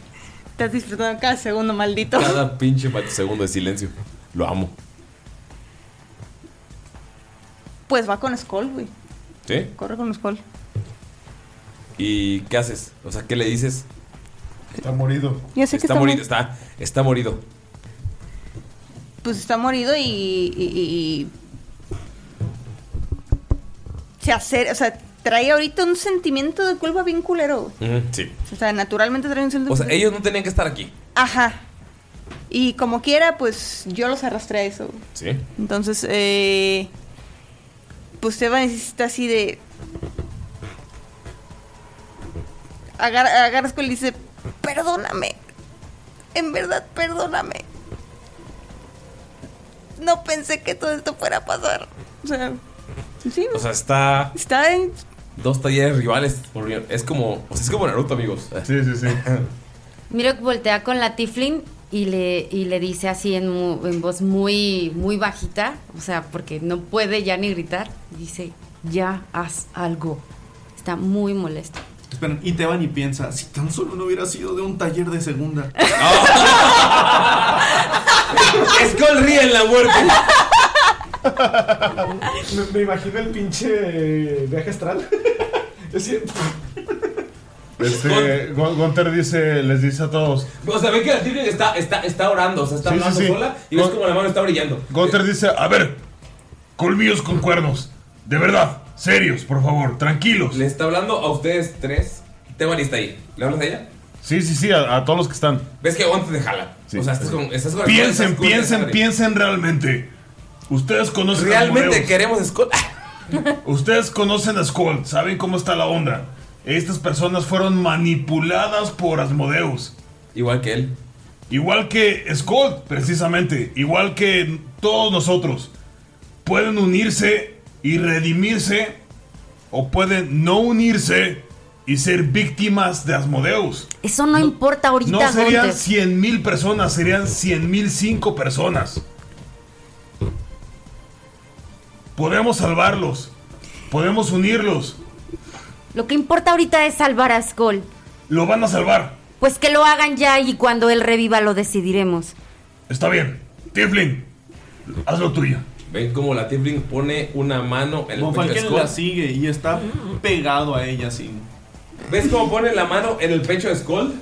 Estás disfrutando cada segundo, maldito.
Cada pinche pa- segundo de silencio. Lo amo.
Pues va con Skull, güey.
¿Sí?
Corre con Skull.
¿Y qué haces? O sea, ¿qué le dices?
Está morido.
Ya sé que
está,
está
morido,
mo-
está, está morido.
Pues está morido y. y- y- se hace. O sea, trae ahorita un sentimiento de culpa bien culero. güey.
Ujú, sí.
O sea, naturalmente trae un sentimiento
O sea, ellos no tenían que estar aquí.
Ajá. Y como quiera, pues yo los arrastré a eso. güey.
Sí.
Entonces, eh, pues Eva necesita así de... Agar, agarras con y dice, perdóname. En verdad, perdóname. No pensé que todo esto fuera a pasar. O sea, sí,
O sea, está
está en...
dos talleres rivales. por unión. Es como, o sea, es como Naruto, amigos.
Sí, sí, sí.
Miro que voltea con la Tiflin y le, y le dice así en, mu- en voz muy, muy bajita, o sea, porque no puede ya ni gritar. Dice, ya haz algo. Está muy molesto.
Esperen, y Teban y piensa, si tan solo no hubiera sido de un taller de
(laughs)
segunda.
Skull ríe en la muerte.
Me, me imagino el pinche eh, viaje astral. (laughs) Es decir,
Este, Gon- Gunter dice, les dice a todos.
O sea, ven que la Tiflin está, está, está orando, o sea, está
Sí, sí,
hablando
sí.
sola y ves
Gon-
como la mano está brillando.
Gunter dice, a ver, colmillos con cuernos. De verdad, serios, por favor, tranquilos.
Le está hablando a ustedes tres. Teban está ahí. ¿Le hablas a ella?
Sí, sí, sí, a, a todos los que están.
¿Ves que Gonter te jala? O sea, estás con. Estás con
Piensen,
estás con-
piensen, piensen realmente. Ustedes conocen
Realmente Ah.
queremos Skull. (laughs) Ustedes conocen a Skull, saben cómo está la onda. Estas personas fueron manipuladas por Asmodeus.
Igual que él.
Igual que Skull, precisamente. Igual que todos nosotros. Pueden unirse y redimirse. O pueden no unirse y ser víctimas de Asmodeus.
Eso no, importa ahorita,
No serían
Gunter.
100 mil personas, serían 100 mil cinco personas. Podemos salvarlos. Podemos unirlos.
Lo que importa ahorita es salvar a Skull.
Lo van a salvar.
Pues que lo hagan ya y cuando él reviva lo decidiremos.
Está bien. Tiflin, haz lo tuyo.
Ven como la Tiflin pone una mano en el pecho de
Bonfalken
Skull.
la sigue y está pegado a ella así.
¿Ves cómo pone la mano en el pecho de Skull?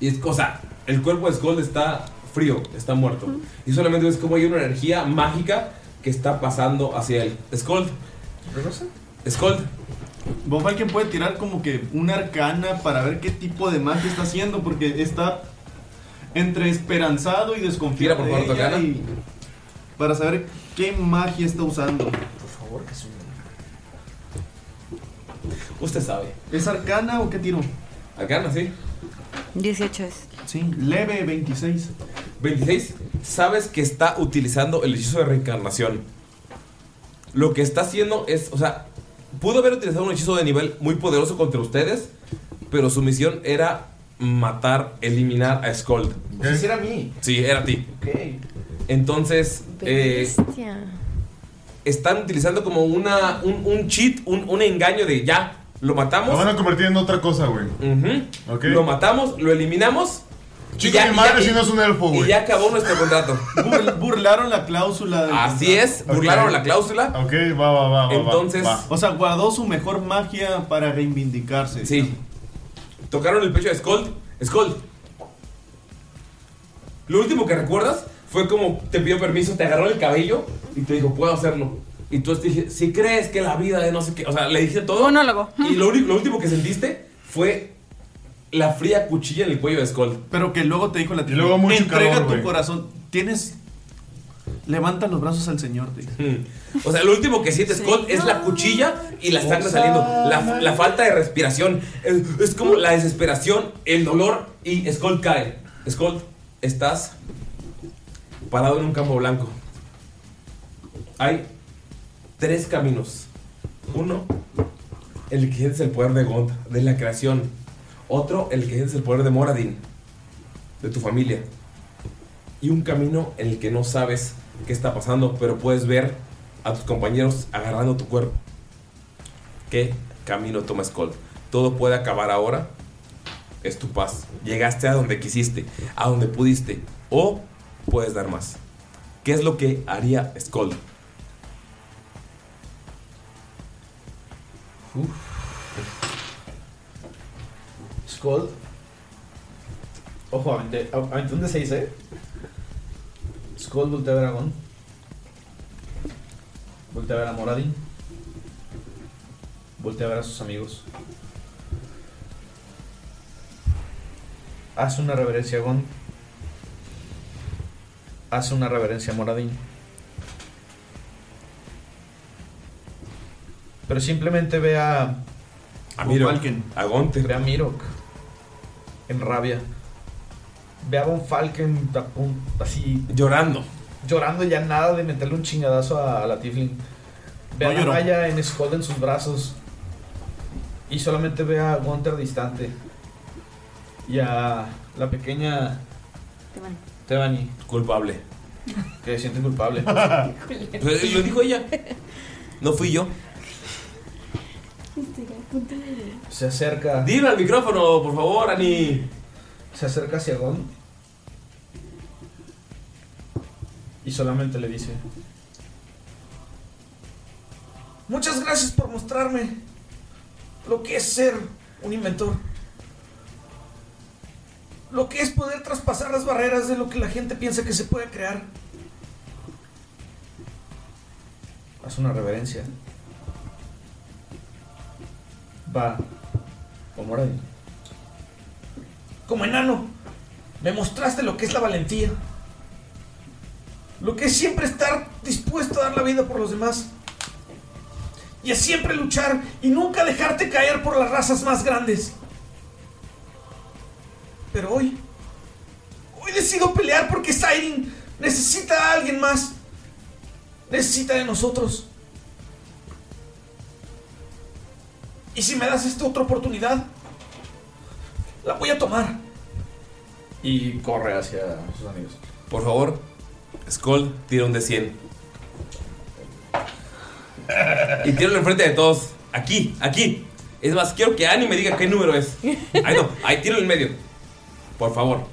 Y es cosa, el cuerpo de Skull está frío, está muerto. Y solamente ves cómo hay una energía mágica que está pasando hacia él. Skull. Skull.
Bonfalken puede tirar como que una arcana para ver qué tipo de magia está haciendo porque está entre esperanzado y desconfiado.
Tira, por favor, tu
de ella
arcana.
y- Para saber qué magia está usando. Por favor, que
Usted sabe.
¿Es arcana o qué tiro?
Arcana, sí.
18 es.
Sí, leve 26.
26. Sabes que está utilizando el hechizo de reencarnación. Lo que está haciendo es, o sea, pudo haber utilizado un hechizo de nivel muy poderoso contra ustedes, pero su misión era matar, eliminar a Skull.
O sea, Pues, si era a mí.
Sí, era a ti. Entonces, eh,
Bestia.
están utilizando como una, un, un cheat, un, un engaño de ya, lo matamos.
Lo van a convertir en otra cosa, güey.
Ujú. Lo matamos, lo eliminamos. y
Chico, mi madre sí no es un elfo,
Y
güey.
ya acabó nuestro contrato.
burlaron la cláusula.
Así es, burlaron la cláusula.
Ok, va, va, va.
va, Entonces- va.
O sea, guardó su mejor magia para reivindicarse.
Sí. Tocaron el pecho de Skull. Skull. Lo último que recuerdas fue como te pidió permiso, te agarró el cabello y te dijo, puedo hacerlo. Y tú te dije, si crees que la vida de no sé qué. O sea, le dije todo.
Monólogo.
Y lo, único- lo último que sentiste fue la fría cuchilla en el cuello de Skull.
Pero que luego te dijo la tía.
luego mucho
Entrega
calor,
tu
güey".
corazón. Tienes. Levanta los brazos al Señor, te dijo.
O sea, lo último que siente Skull es la cuchilla y la sangre saliendo. La, la falta de respiración. Es, es como la desesperación, el dolor y Skull cae. Skull, estás parado en un campo blanco. Hay tres caminos. Uno, el que es el poder de God, de la creación. Otro, el que es el poder de Moradin, de tu familia. Y un camino en el que no sabes qué está pasando, pero puedes ver a tus compañeros agarrando tu cuerpo. ¿Qué camino toma Skull? Todo puede acabar ahora. Es tu paz. Llegaste a donde quisiste, a donde pudiste. O puedes dar más. ¿Qué es lo que haría Skull?
Skull. Ojo, aventé, a- aventé un de 6, eh. Skull voltea a ver a Gon. Voltea a ver a Moradin. Voltea a ver a sus amigos. Haz una reverencia a Gon. Haz una reverencia a Moradin. Pero simplemente ve a.
A Mirok.
A Gonte. Ve a Mirok. En rabia. Ve a Von Falken a pun- así. Llorando. Llorando ya nada de meterle un chingadazo a, a la Tiflin. Ve
No
a
lloró.
Raya en Skull en sus brazos. Y solamente ve a Gunther distante. Y a la pequeña Tebani. Culpable. Que se siente culpable.
Pues, lo dijo ella. No fui yo.
Se acerca.
Dilo al micrófono, por favor, Ani.
Se acerca hacia Gon. Y solamente le dice: Muchas gracias por mostrarme lo que es ser un inventor. Lo que es poder traspasar las barreras de lo que la gente piensa que se puede crear. Haz una reverencia. Va. Omoradin. Como enano, me mostraste lo que es la valentía. Lo que es siempre estar dispuesto a dar la vida por los demás. Y es siempre luchar y nunca dejarte caer por las razas más grandes. Pero hoy, hoy decido pelear porque Siren necesita a alguien más. Necesita de nosotros. Y si me das esta otra oportunidad, la voy a tomar. Y corre hacia sus amigos.
Por favor, Skull, tira un de 100. Y tíralo enfrente de todos. Aquí, aquí. Es más, quiero que Ani me diga qué número es. Ahí no, ahí tíralo en medio. Por favor.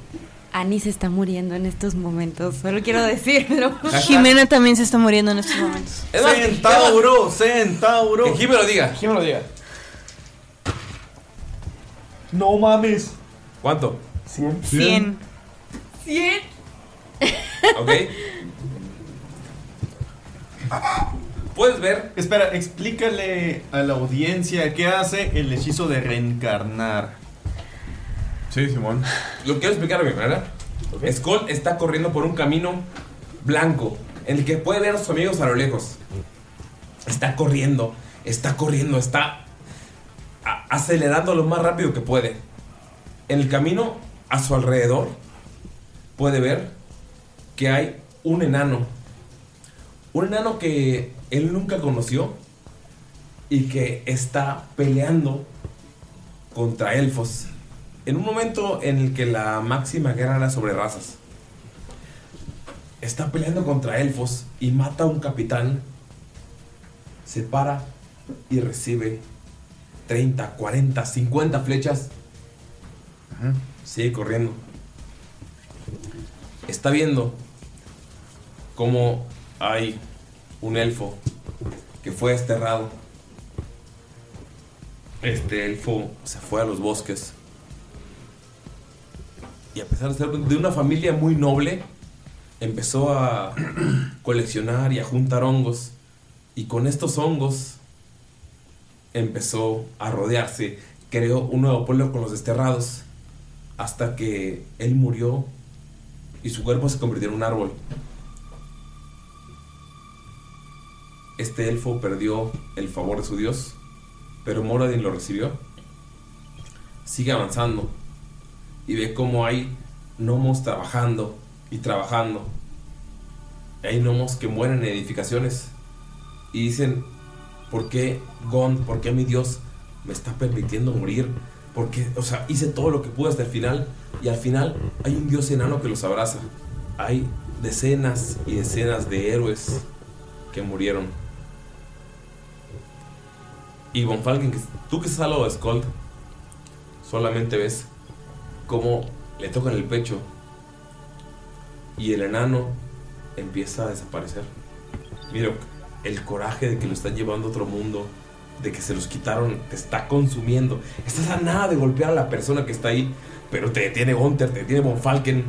Ani se está muriendo en estos momentos, solo quiero decirlo.
Jimena también se está muriendo en estos momentos.
Es más,
Centauro, centauro.
Que Jimmy lo diga.
Jimmy lo diga. No mames.
¿Cuánto?
100.
100.
100.
Ok. Puedes ver.
Espera, explícale a la audiencia qué hace el hechizo de reencarnar.
Sí, Simón.
Lo quiero explicar de mi manera. Skull está corriendo por un camino blanco en el que puede ver a sus amigos a lo lejos. Está corriendo, está corriendo, está a- acelerando lo más rápido que puede. En el camino a su alrededor puede ver que hay un enano. Un enano que él nunca conoció y que está peleando contra elfos. En un momento en el que la máxima guerra era sobre razas. Está peleando contra elfos y mata a un capitán. Se para y recibe 30, 40, 50 flechas. Sigue corriendo. Está viendo cómo hay un elfo que fue desterrado. Este elfo se fue a los bosques. Y a pesar de ser de una familia muy noble, empezó a (clears throat) coleccionar y a juntar hongos. Y con estos hongos empezó a rodearse. Creó un nuevo pueblo con los desterrados. Hasta que él murió y su cuerpo se convirtió en un árbol. Este elfo perdió el favor de su dios, pero Moradin lo recibió. Sigue avanzando y ve cómo hay gnomos trabajando y trabajando. Hay gnomos que mueren en edificaciones y dicen, ¿por qué Gon, por qué mi Dios me está permitiendo morir? Porque, o sea, hice todo lo que pude hasta el final y al final hay un Dios enano que los abraza. Hay decenas y decenas de héroes que murieron. Y Von Falken, que- tú que estás al lado de Skull, solamente ves cómo le tocan el pecho y el enano empieza a desaparecer. Mira, el coraje de que lo están llevando a otro mundo, de que se los quitaron te está consumiendo. Estás a nada de golpear a la persona que está ahí, pero te detiene Gunter, te detiene Von Falken.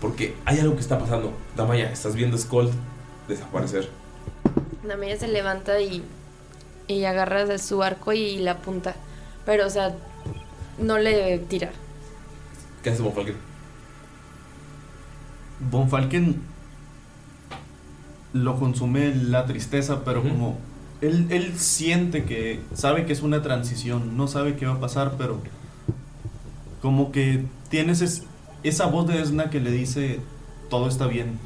Porque hay algo que está pasando. Damaya, estás viendo a Skull desaparecer.
Namira se levanta y, y agarra de su arco y la apunta. Pero, o sea, no le tira.
¿Qué hace Von Falken?
Von Falken lo consume la tristeza, pero como él, él siente que sabe que es una transición, no sabe qué va a pasar, pero como que tienes es- esa voz de Esna que le dice todo está bien.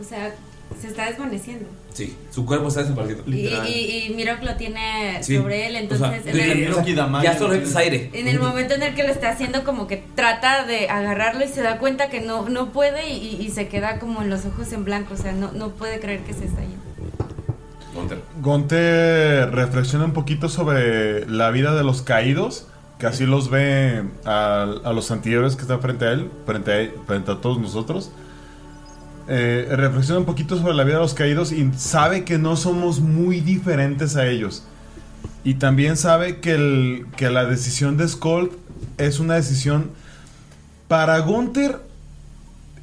O sea, se está desvaneciendo.
Sí, su cuerpo está desapareciendo.
Y, y, y Mirok lo tiene
Sí.
sobre él, entonces
O sea,
en, el,
o sea, ya solo es aire.
en el momento en el que lo está haciendo como que trata de agarrarlo y se da cuenta que no, no puede y, y se queda como en los ojos en blanco, o sea, no, no puede creer que se está yendo.
Gonte reflexiona un poquito sobre la vida de los caídos, que así los ve a, a los antihéroes que están frente a él, frente a, él- frente a todos nosotros. Eh, reflexiona un poquito sobre la vida de los caídos y sabe que no somos muy diferentes a ellos. Y también sabe que, el- que la decisión de Skold es una decisión para Gunther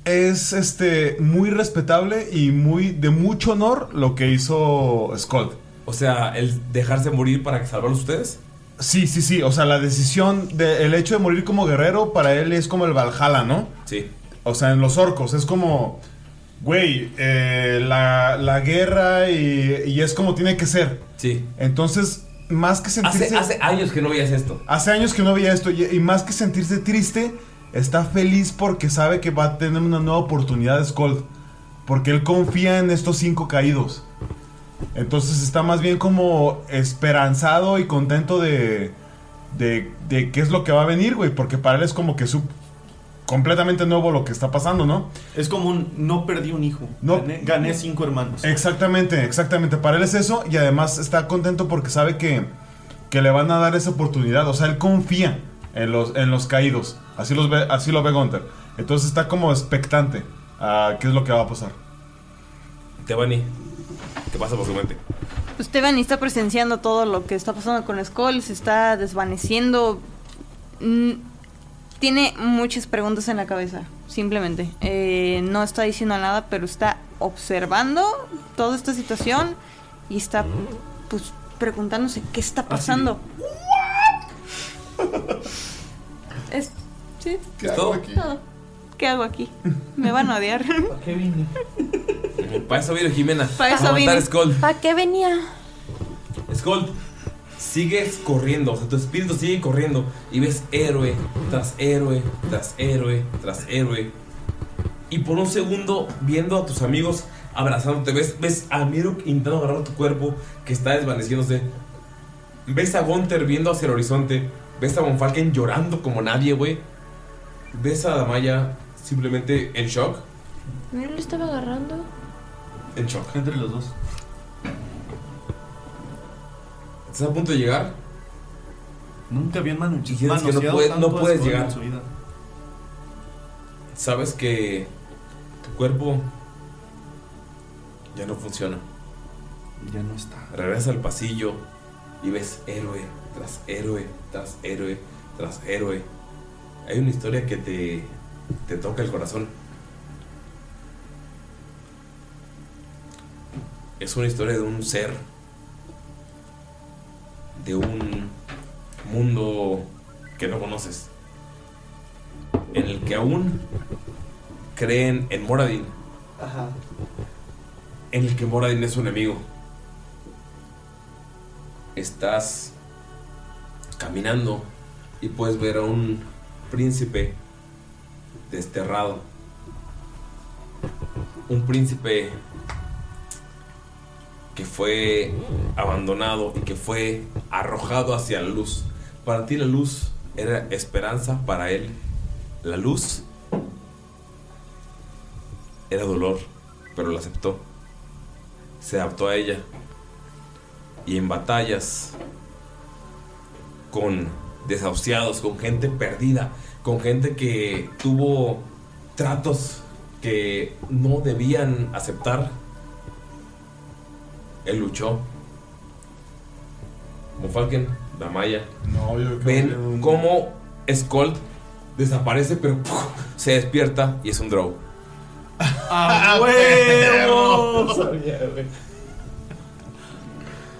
es este muy respetable y muy de mucho honor lo que hizo Scott.
O sea, el dejarse morir para salvarlos ustedes.
Sí, sí, sí. O sea, la decisión de el hecho de morir como guerrero para él es como el Valhalla, ¿no?
Sí.
O sea, en los orcos es como, güey, eh, la, la guerra y, y es como tiene que ser.
Sí.
Entonces, más que sentirse
Hace, hace años que no veías esto.
Hace años que no veía esto y, y más que sentirse triste, está feliz porque sabe que va a tener una nueva oportunidad de Skold. Porque él confía en estos cinco caídos. Entonces está más bien como esperanzado y contento de, de, de qué es lo que va a venir, güey. Porque para él es como que su, completamente nuevo lo que está pasando, ¿no?
Es como un no perdí un hijo. gané, gané cinco hermanos.
Exactamente, exactamente. Para él es eso y además está contento porque sabe que, que le van a dar esa oportunidad. O sea, él confía en los, en los caídos. Así, los ve, así lo ve Gunther. Entonces está como expectante a qué es lo que va a pasar.
Tebani, ¿qué pasa por su mente?
Pues Tebani está presenciando todo lo que está pasando con Skull, se está desvaneciendo. Mm, Tiene muchas preguntas en la cabeza, simplemente. Eh, no está diciendo nada, pero está observando toda esta situación y está pues preguntándose qué
Ah,
está pasando. Es- ¿sí?
¿Qué hago aquí?
Todo. ¿Qué hago aquí? Me van a odiar.
qué vine? Para eso vino Jimena.
Para eso
matar a
vine.
Skull.
¿Para qué venía?
Skull, sigues corriendo, o sea, tu espíritu sigue corriendo y ves héroe tras héroe, tras héroe, tras héroe. Y por un segundo, viendo a tus amigos abrazándote, ves, ves a Miruk intentando agarrar tu cuerpo que está desvaneciéndose. Ves a Gunther viendo hacia el horizonte. Ves a Bonfalken llorando como nadie, güey. Ves a Damaya simplemente en shock.
No lo estaba agarrando.
En shock.
Entre los dos.
Estás a punto de llegar.
Nunca habían manu-
Y sientes que no,
manoseado
puede- no
tanto a
puedes
Skull en
llegar.
su vida.
Sabes que tu cuerpo ya no funciona.
Ya no está.
Regresas al pasillo y ves héroe tras héroe tras héroe tras héroe. Hay una historia que te, te toca el corazón. Es una historia de un ser, de un mundo que no conoces, en el que aún creen en Moradin,
Ajá.
en el que Moradin es un enemigo. Estás caminando y puedes ver a un príncipe desterrado. Un príncipe que fue abandonado y que fue arrojado hacia la luz. Para ti la luz era esperanza, para él la luz era dolor, pero la aceptó. Se adaptó a ella. Y en batallas con desahuciados, con gente perdida, con gente que tuvo tratos que no debían aceptar, él luchó Monfalken, Damaya. Ven cómo Skull desaparece, pero ¡puf! se despierta y es un draw. Ah,
¡A
(laughs)
huevo! No sabía, güey.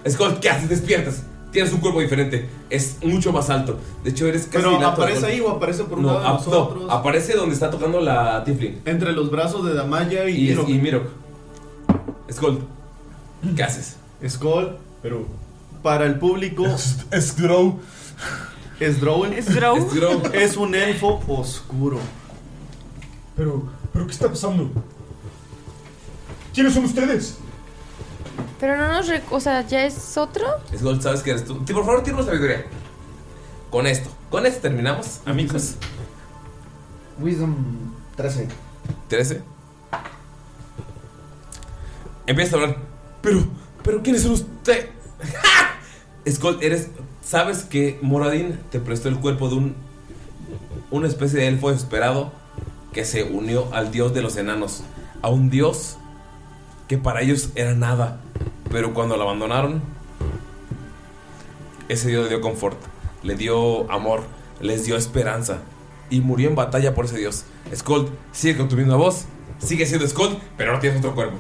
Skull, ¿qué haces? Despiertas. Tienes un cuerpo diferente. Es mucho más alto. De hecho, eres casi
Pero
el alto
aparece
de-
ahí o aparece por un
No,
lado de
ap- no,
nosotros.
aparece donde está tocando la Tiflin.
Entre los brazos de Damaya y,
Y, es-
Mirok.
y Mirok. Skull, ¿qué haces?
Skull, pero para el público. Es Esdrown.
Esdrow.
Es un elfo oscuro.
Pero, pero ¿qué está pasando? ¿Quiénes son ustedes?
Pero no nos... rec- O sea, ¿ya es otro?
Skull, ¿sabes que eres tú? Ti- Por favor, tira una sabiduría. Con esto. Con esto terminamos. Amigos.
Wisdom 13.
13. Empiezas a hablar. Pero, pero ¿quiénes son usted? (laughs) ¡Ja! Skull, eres. Sabes que Moradin te prestó el cuerpo de un. Una especie de elfo desesperado que se unió al dios de los enanos. A un dios que para ellos era nada. Pero cuando lo abandonaron, ese dios le dio confort, le dio amor, les dio esperanza. Y murió en batalla por ese dios. Skull sigue con tu misma voz, sigue siendo Skull, pero ahora tienes otro cuerpo.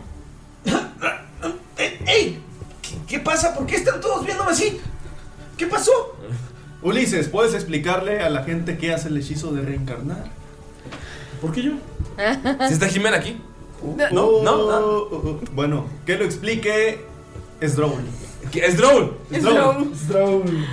¡Ey! ¿Qué, qué pasa? ¿Por qué están todos viéndome así? ¿Qué pasó?
Ulises, ¿puedes explicarle a la gente qué hace el hechizo de reencarnar? ¿Por qué yo?
Ah.
Si está Jimena aquí.
no, no, uh, Bueno, que lo explique Esdrown.
Esdrown.
Esdrown.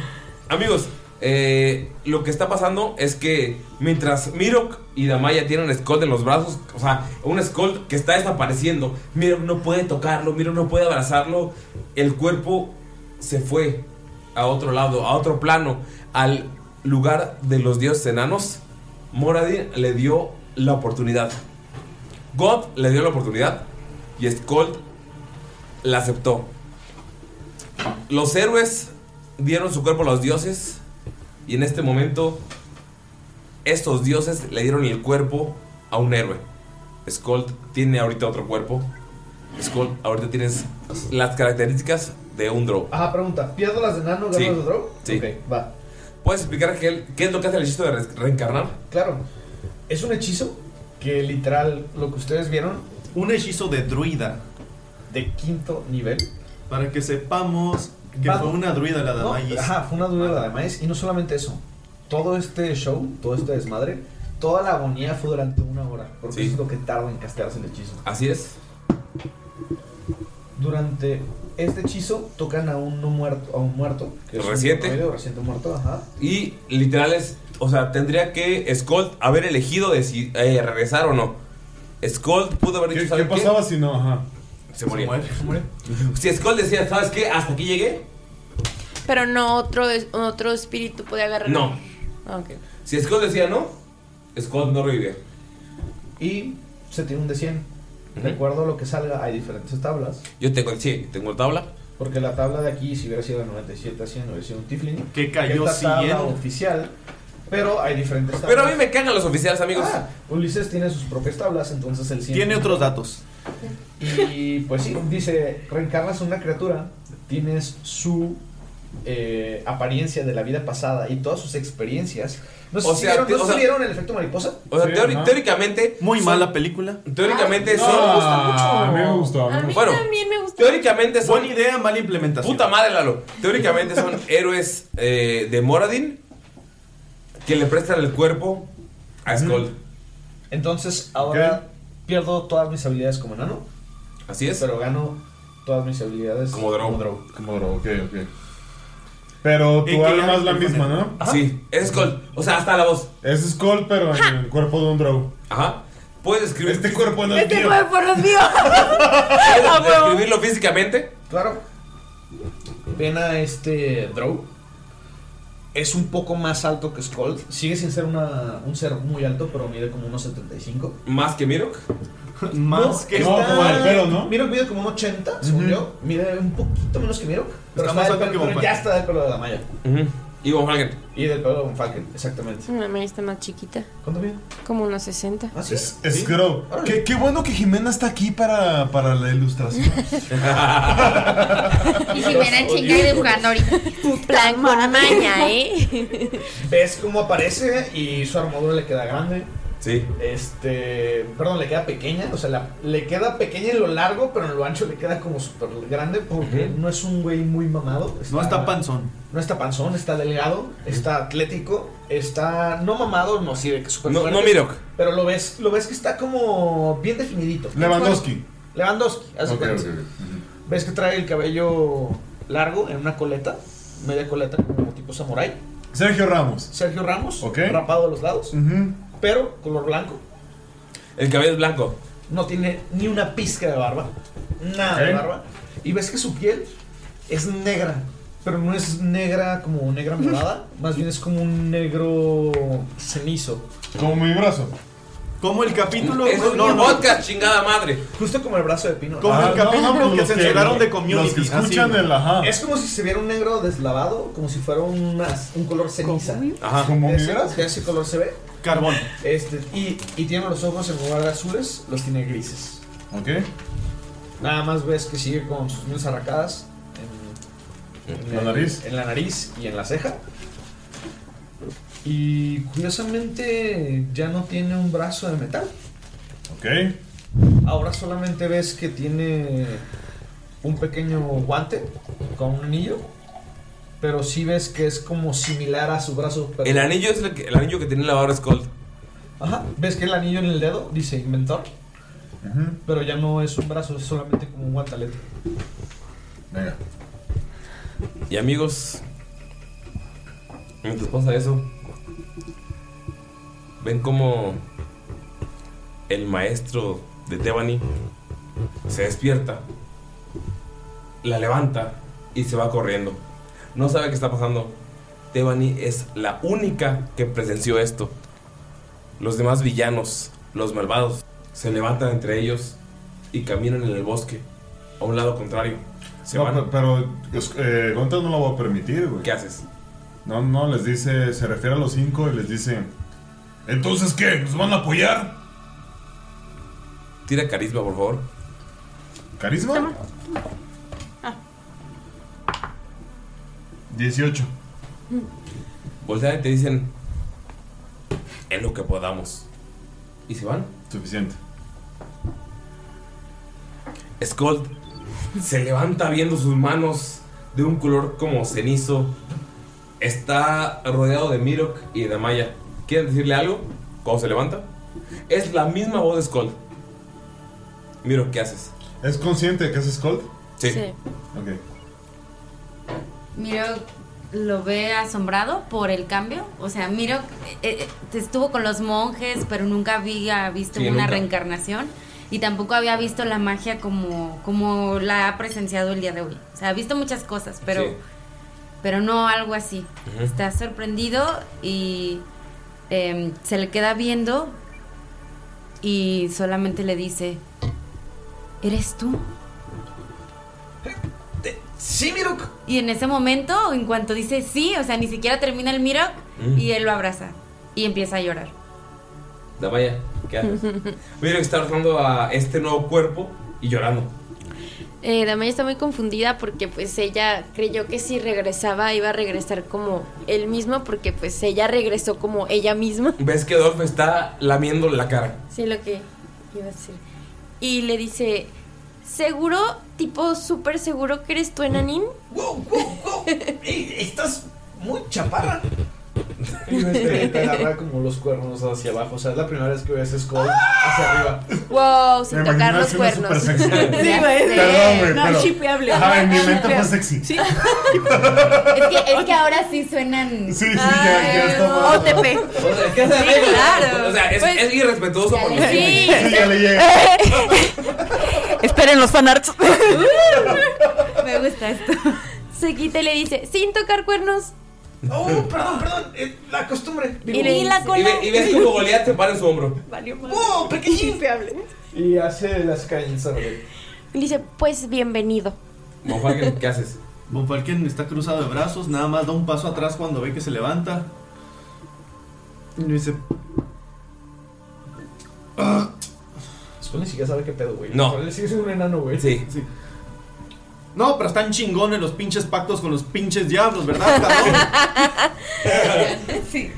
Amigos, eh, lo que está pasando es que mientras Mirok y Damaya tienen a Skull en los brazos, o sea, un Skull que está desapareciendo, Mirok no puede tocarlo, Mirok no puede abrazarlo, el cuerpo se fue a otro lado, a otro plano, al lugar de los dioses enanos. Moradin le dio la oportunidad. God le dio la oportunidad y Skull la aceptó. Los héroes dieron su cuerpo a los dioses y en este momento estos dioses le dieron el cuerpo a un héroe. Skull tiene ahorita otro cuerpo. Skull, ahorita tienes las características de un drow.
Ajá, pregunta. ¿Pierdo las de Nano, gano
Sí.
las de Drow?
Sí.
va.
¿Puedes explicar qué, qué es lo que hace el hechizo de re- reencarnar?
Claro. Es un hechizo que literal, lo que ustedes vieron.
Un hechizo de druida.
De quinto nivel.
Para que sepamos que
Va-
fue una druida la de
No,
Amayis.
Ajá, fue una druida la de Maíz. Y no solamente eso. Todo este show, todo este desmadre, toda la agonía fue durante una hora. Porque
Sí.
eso es lo que tarda en castearse el hechizo.
Así es.
Durante este hechizo tocan a un no muerto, a un muerto. es un
Reciente.
droide, reciente muerto, ajá.
Y literal es, o sea, tendría que Skull haber elegido de si eh, regresar o no. Skull pudo haber dicho,
¿Qué, qué
¿saben
pasaba si no? Ajá.
Se moría. Si Skull decía, ¿sabes qué? Hasta aquí llegué.
Pero no otro, es- otro espíritu puede agarrar.
No.
Ah, ok.
Si Skull decía no, Skull no revivía.
Y se tiene un de 100. Recuerdo lo que salga, hay diferentes tablas.
Yo tengo el sí, tengo el tabla.
Porque la tabla de aquí, si hubiera sido de 97 a 100, hubiera sido un Tiflin.
Que cayó
Esta tabla
100.
oficial. Pero hay diferentes tablas.
Pero a mí me cagan los oficiales, amigos.
Ah, Ulises tiene sus propias tablas, entonces el 100.
Tiene otros datos.
Y pues sí, dice, reencarnas una criatura, tienes su eh, apariencia de la vida pasada y todas sus experiencias. ¿No sé
O
si
sea,
vieron,
te-
no
o
sé si
sea-
vieron el efecto mariposa?
O sea, teori- teóricamente.
Muy mala película.
Teóricamente
Ay,
son.
no, me gusta mucho. A mí me gustó, a mí me A mí
Bueno,
también me gusta.
Teóricamente son. Buena
idea, mala implementación.
Puta madre, Lalo. Teóricamente (laughs) son héroes eh, de Moradin que le prestan el cuerpo a Skull.
Entonces ahora pierdo todas mis habilidades como enano.
Así es.
Pero gano todas mis habilidades como
drow.
Como drow.
ok, ok. Pero
Y
tu
que
alma
ya-
es la misma, ¿no?
Sí, es Skull. O sea, hasta la voz.
Es Skull, pero en el cuerpo de un Drow.
Ajá. Puedes escribir.
Este cuerpo no es
Este
mío.
cuerpo no es (laughs) mío.
¿Puedes describirlo físicamente?
Claro. Ven a este Drow. Es un poco más alto que Skull. Sigue sin ser una- un ser muy alto, pero mide como unos 75.
Más que Mirok.
Más
que está-
Mirok mide como un 80, según yo. Mide un poquito menos que Mirok. Pero está,
Está más
del
alto
pelo-
que
pero
Bonfire.
ya está del pelo de la malla.
Ujú. Y Von Falken.
Y del pelo de Von Falken, exactamente.
Una Mary está más chiquita.
¿Cuánto mide?
Como unos 60.
Ah,
Es, es Grow. Qué, qué bueno que Jimena está aquí para, para la ilustración.
Y Jimena chinga y dibujando ahorita.
Tu plan con maña, ¿eh?
¿Ves cómo aparece? Y su armadura le queda grande.
Sí.
Este. Perdón, le queda pequeña. O sea, la- le queda pequeña en lo largo, pero en lo ancho le queda como súper grande porque no es un güey muy mamado.
No está panzón.
No está panzón, está delgado, está atlético, está no mamado, no sí de que súper
No-
fuerte,
no Mirok.
Pero lo ves, lo ves que está como bien definidito.
Lewandowski.
Lewandowski, (laughs) haz de
Ok,
cuenta.
ok, ok.
Ves que trae el cabello largo en una coleta, media coleta como tipo samurái.
Sergio Ramos.
Sergio Ramos,
Ok.
rapado a los lados, pero color blanco.
El cabello es blanco.
No tiene ni una pizca de barba. Nada de
Ok.
barba. Y ves que su piel es negra. Pero no es negra como negra
(laughs)
morada. más bien es como un negro cenizo.
Como mi brazo.
Como el capítulo.
Es un
no, no.
podcast, chingada madre.
Justo como el brazo de pino. Ah,
Como
Ah,
el capítulo
pues,
que censuraron de
Los
Community.
que escuchan
Ah, sí.
el ajá.
Es como si se viera un negro deslavado, como si fuera unas- un color ceniza.
Ajá. ¿Como
De
mi
ese-
brazo?
De ese color se ve.
Carbón.
Este, y, y tiene los ojos en lugar de azules, los tiene grises.
Ok.
Nada más ves que sigue con sus mismas arracadas en, en
La
el-
nariz.
En la nariz y en la ceja. Y curiosamente ya no tiene un brazo de metal.
Ok.
Ahora solamente ves que tiene un pequeño guante con un anillo. Pero sí ves que es como similar a su brazo. pero-
El anillo es el, que- el anillo que tiene la barra Skull.
Ajá. Ves que el anillo en el dedo dice inventor. Pero ya no es un brazo, es solamente como un guantalete.
Venga.
Y amigos, mientras pasa eso, ven como el maestro de Tebani se despierta, la levanta y se va corriendo. No sabe qué está pasando. Tebani es la única que presenció esto. Los demás villanos, los malvados, se levantan entre ellos y caminan en el bosque, a un lado contrario. Se
No,
van.
pe- pero, es- eh, Gonta no lo va a permitir, güey. ¿Qué
haces?
No, no, les dice, se refiere a los cinco y les dice. Entonces, ¿qué? ¿Nos van a apoyar?
Tira carisma, por favor.
¿Carisma? 18.
Voltean y te dicen, es lo que podamos. ¿Y se van?
Suficiente.
Skull se levanta viendo sus manos de un color como cenizo. Está rodeado de Mirok y de Maya. ¿Quieren decirle algo? ¿Cómo se levanta? Es la misma voz de Skull. Mirok, ¿qué haces?
¿Es consciente de que es Skull?
Sí.
Sí.
Ok.
Miro lo ve asombrado por el cambio. O sea, Miro eh, eh, estuvo con los monjes, pero nunca había visto
Sí,
una
nunca.
reencarnación. Y tampoco había visto la magia como, como la ha presenciado el día de hoy. O sea, ha visto muchas cosas, pero,
Sí.
pero no algo así.
Ujú.
Está sorprendido y em, se le queda viendo y solamente le dice, ¿eres tú?
Sí, Mirok.
Y en ese momento, en cuanto dice sí, o sea, ni siquiera termina el Mirok
Mm.
y él lo abraza y empieza a llorar.
La Maya, ¿qué haces? Mirok está rozando a este nuevo cuerpo y llorando.
Eh, Damaya está muy confundida porque pues ella creyó que si regresaba iba a regresar como él mismo porque pues ella regresó como ella misma. (laughs)
Ves que Dolph está lamiendo la cara.
Sí, lo que iba a decir. Y le dice, seguro, tipo súper seguro que eres
(laughs)
tú, Enanin.
Estás muy chaparra. Y ves que te agarra como los cuernos hacia abajo. O sea, es la primera vez que ves a Skull hacia arriba.
Wow, sin
Me
tocar
imaginé
los
haciendo
cuernos.
súper sexy. Sí,
Ya
güey,
sé.
Perdón, güey, pero- Ah, en mi mente fue
Shipeable.
sexy. Sí,
Es que, es que ahora sí suenan...
sí, ya, ya está mal.
O sea, ¿qué haces?
Sí, Pues, claro.
O sea, es,
Pues,
es irrespetuoso por los
Sí.
niños.
ya le llega.
(laughs)
Esperen los fanarts.
Me gusta esto. (laughs) Se quita y le dice, sin tocar cuernos.
Oh, perdón, perdón. eh, la costumbre.
(laughs) Y le- y la cola.
Y, ve- y ves como Goliat se para en su hombro.
Valió madre.
¡Wow!
(laughs)
Pequeñín.
Shipeable.
Y hace las calles. ¿sabes?
Y le dice, pues bienvenido.
Monfalken, ¿qué haces?
Von Falken está cruzado de brazos, nada más da un paso atrás cuando ve que se levanta. Y le dice. "Ah".
Después ni siquiera sabe qué pedo, güey.
No.
Le sigue siendo un enano, güey.
Sí. No, pero están chingones los pinches pactos con los pinches diablos, ¿verdad, cabrón?
(laughs)
sí.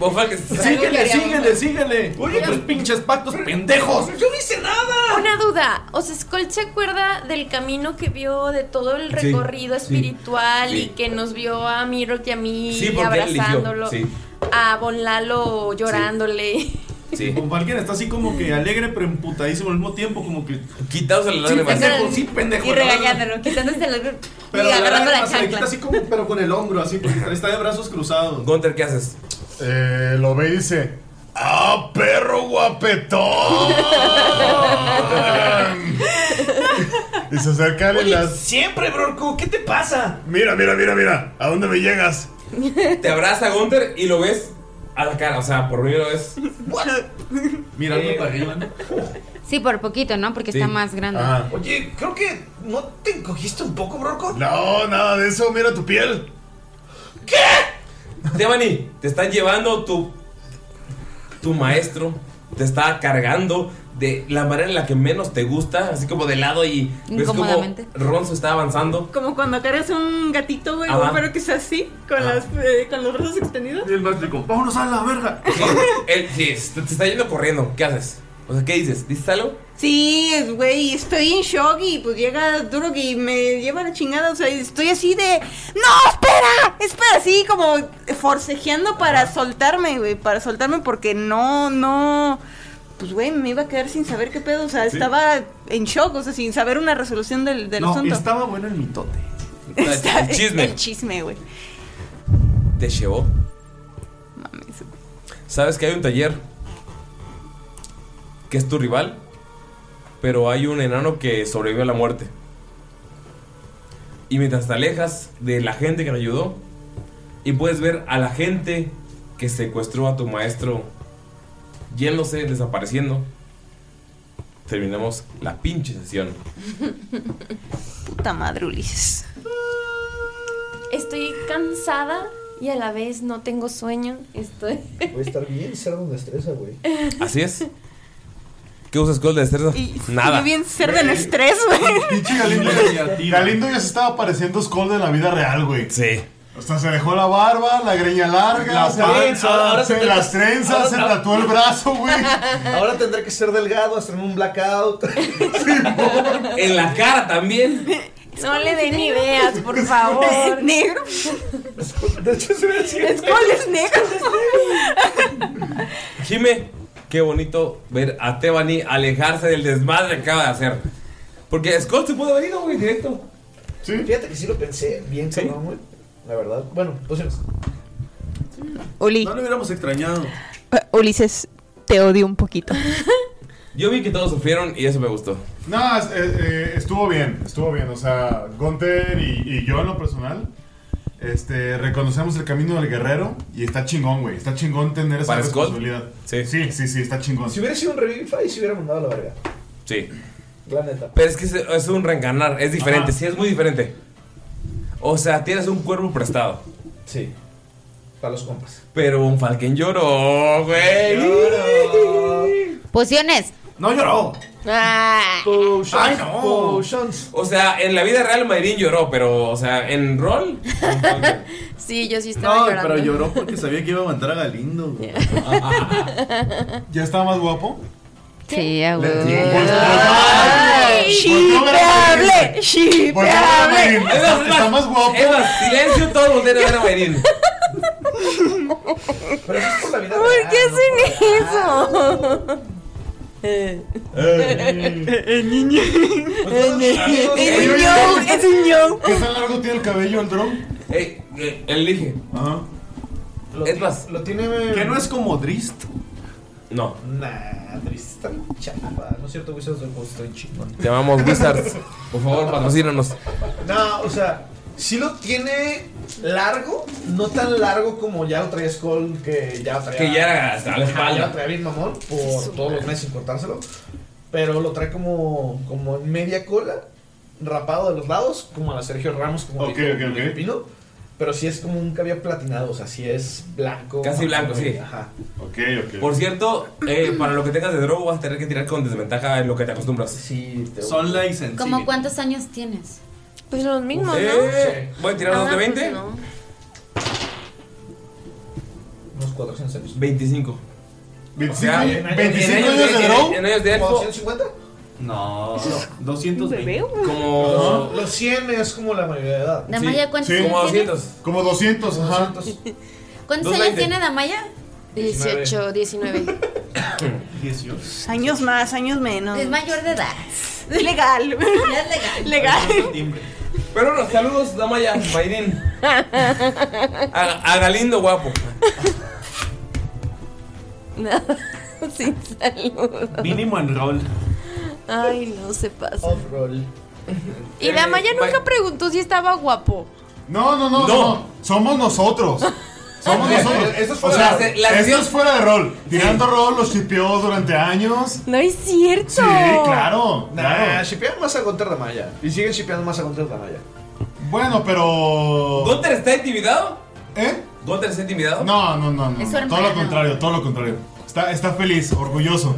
Síguele, síguele, síguele. Oye,
pues,
los pinches pactos pendejos.
¡Yo no hice nada! Una duda. O sea, Skull se acuerda del camino que vio, de todo el
Sí,
recorrido
sí,
espiritual y
sí.
que nos vio a Miro y a mí
Sí, porque él eligió.
abrazándolo.
Sí,
A Bon Lalo llorándole.
Sí. Von Falken está así como que alegre pero emputadísimo al mismo tiempo, como que.
Quitándose
las lágrimas. Sí, pendejo, sí, pendejo.
Y
la verdad.
regañándolo, quitándose la.
Pero
y
la
agarrando la
lágrima se le
chancla.
quita así como, pero con el hombro, así, porque está de brazos cruzados.
Gunter, ¿qué haces?
Eh, lo ve y dice: ¡Ah, perro guapetón! y se acerca y las.
Siempre, Brorco, ¿qué te pasa?
Mira, mira, mira, mira. ¿A dónde me llegas?
Te abraza Gunter y lo ves a la cara. O sea, por primera vez.
Mirando para
arriba, ¿no?
Sí, por poquito, ¿no? Porque
Sí.
está más grande.
Ah.
Ajá.
Oye, creo que no te encogiste un poco, Brorco.
No, nada de eso. Mira tu piel.
Stephanie, te están llevando tu. Tu maestro te está cargando de la manera en la que menos te gusta, así como de lado y ves como
Incómodamente.
Ronzo está avanzando.
Como cuando cargas un gatito, güey,
Ajá.
pero que es así, con, las, eh, con los brazos extendidos.
Y el mágico, vámonos a la verga.
Él sí, es- te está yendo corriendo. ¿Qué haces? O sea, ¿qué dices? ¿Dices algo?
Sí, güey, estoy en shock y pues llega Duro que me lleva la chingada. O sea, estoy así de. ¡No, espera! Espera, así como forcejeando para soltarme, güey, para soltarme porque no, no. Pues, güey, me iba a quedar sin saber qué pedo. O sea,
Sí.
estaba en shock, o sea, sin saber una resolución del, del
no,
asunto. (laughs)
estaba bueno el mitote.
Está-
El chisme.
El chisme, güey.
Te llevó. Sabes que hay un taller que es tu rival, pero hay un enano que sobrevivió a la muerte. Y mientras te alejas de la gente que lo ayudó, y puedes ver a la gente que secuestró a tu maestro yéndose, desapareciendo, terminamos la pinche sesión.
Puta madre, Ulises.
(laughs) Estoy cansada y a la vez no tengo sueño. Estoy.
Pues,
(laughs)
Voy a estar bien cerdo de destreza, güey.
Así es. ¿Qué usas Gold de destreza? Nada.
bien ser de estrés, güey.
Pinche Galindo, Galindo ya se estaba pareciendo Skull de la vida real, güey.
Sí.
O sea, se dejó la barba, la greña larga,
La
se,
panza, ahora
se
se-
las trenzas,
ahora-
se tatuó el brazo, güey.
(laughs) Ahora tendré que ser delgado, hacerme un blackout.
En la cara también.
No le den ideas, por favor.
Negro.
De hecho, se ve así.
Skull es negro.
Jime, qué bonito ver a Tebani alejarse del desmadre que acaba de hacer. Porque Scott se pudo haber ido, güey, directo.
Sí.
Fíjate que sí lo pensé bien, cabrón, güey. La verdad. Bueno, pues
Uli.
No lo hubiéramos extrañado.
Eh, Ulises, te odio un (laughs) poquito.
Yo vi que todos sufrieron y eso me gustó.
No, es- eh, eh, estuvo bien, estuvo bien. O sea, Gunter y, y yo en lo personal, este, reconocemos el camino del guerrero y está chingón, güey. Está chingón tener esa
¿Para Skull?
responsabilidad. Sí. sí, sí, sí, está chingón.
Si hubiera sido un revivify, se hubiera mandado a la verga.
Sí.
La neta.
Pero es que es, es un reencarnar, es diferente, sí, es muy diferente. O sea, tienes un cuervo prestado.
Sí. Para los compas.
Pero un falcón lloró, güey.
Pociones.
No lloró.
Ah.
Ay, no.
O sea, en la vida real Mayrin lloró, pero, o sea, en rol.
Sí, yo sí estaba
No,
llorando.
pero lloró porque sabía que iba a matar a Galindo. güey. (laughs)
¿Ya estaba más guapo?
Sí, a huevo.
Pues
¡Shipeable!
¡Shipeable!
Esas-
Está más guapo.
esas, silencio, todos voltean a ver a Mayrin.
¿Por qué
(laughs)
hacen eso?
(laughs)
El niño.
(laughs) El ño, es un ño.
¿Qué tan largo tiene el cabello el dron?
eh, él dije.
Ajá.
es más,
lo tiene.
Que no es como Drist.
No.
Nah, Dries está bien chapa. No es cierto, güey, esos del juego están chingón. (laughs)
Llamamos Wizards. Por favor, patrocínanos.
No, o sea, sí lo tiene largo, no tan largo como ya lo traía Skull, que ya lo traía.
Que ya era hasta la
Ajá,
espalda.
Ya lo traía bien mamón por
Su
todos los meses sin cortárselo. Pero lo trae como, como en media cola rapado de los lados, como a la Sergio Ramos, como
Ok,
dijo
ok, ok.
el Pino, pero sí es como un cabello platinado, o sea, sí es blanco.
Casi blanco, sí.
Ajá.
Ok, ok.
Por cierto, eh, para lo que tengas de drogo vas a tener que tirar con desventaja en lo que te acostumbras.
Sí, te
Son license.
¿Cómo cuántos años tienes?
Pues los mismos,
Eh, voy a tirar
Ah,
dos de
pues
20.
no.
Unos 400 años.
25.
¿25,
sea,
años-
en años-
25
en
años
años
de
de-
Drow?
en años de elfo.
No.
¿Eso es
200
Como-
Ajá. Los 100 es como la mayoría de edad.
Damaya, Sí. ¿cuántos Sí, años como tienes?
200. Como 200, ajá.
¿Cuántos
Dos
años
veinte.
tiene Damaya?
18, 19.
18.
Pues Años más, años menos.
Es mayor de edad.
Legal.
(laughs) Ya es legal.
Pero los saludos, Damaya, Mayrin. A, a Galindo guapo.
No, (laughs) sin saludos.
Mínimo en rol.
Ay, no se pasa.
Rol.
Y
Eh,
la Maya nunca preguntó si estaba guapo.
No, no, no, no. no. Somos nosotros.
(laughs)
Somos nosotros.
Eso es
o
fuera
sea,
de- la- la-
esto es fuera de rol. Tirando rol los chipeó durante años.
No es cierto.
Sí, claro.
Nah,
claro.
shipean más a Gunter Damaya. Y siguen shipeando más a Gunter Damaya.
Bueno, pero.
¿Gunter está intimidado?
¿Eh?
¿Gunter está intimidado?
No, no, no. no.
Es su
todo
hermano.
lo contrario, todo lo contrario. Está, está feliz, orgulloso.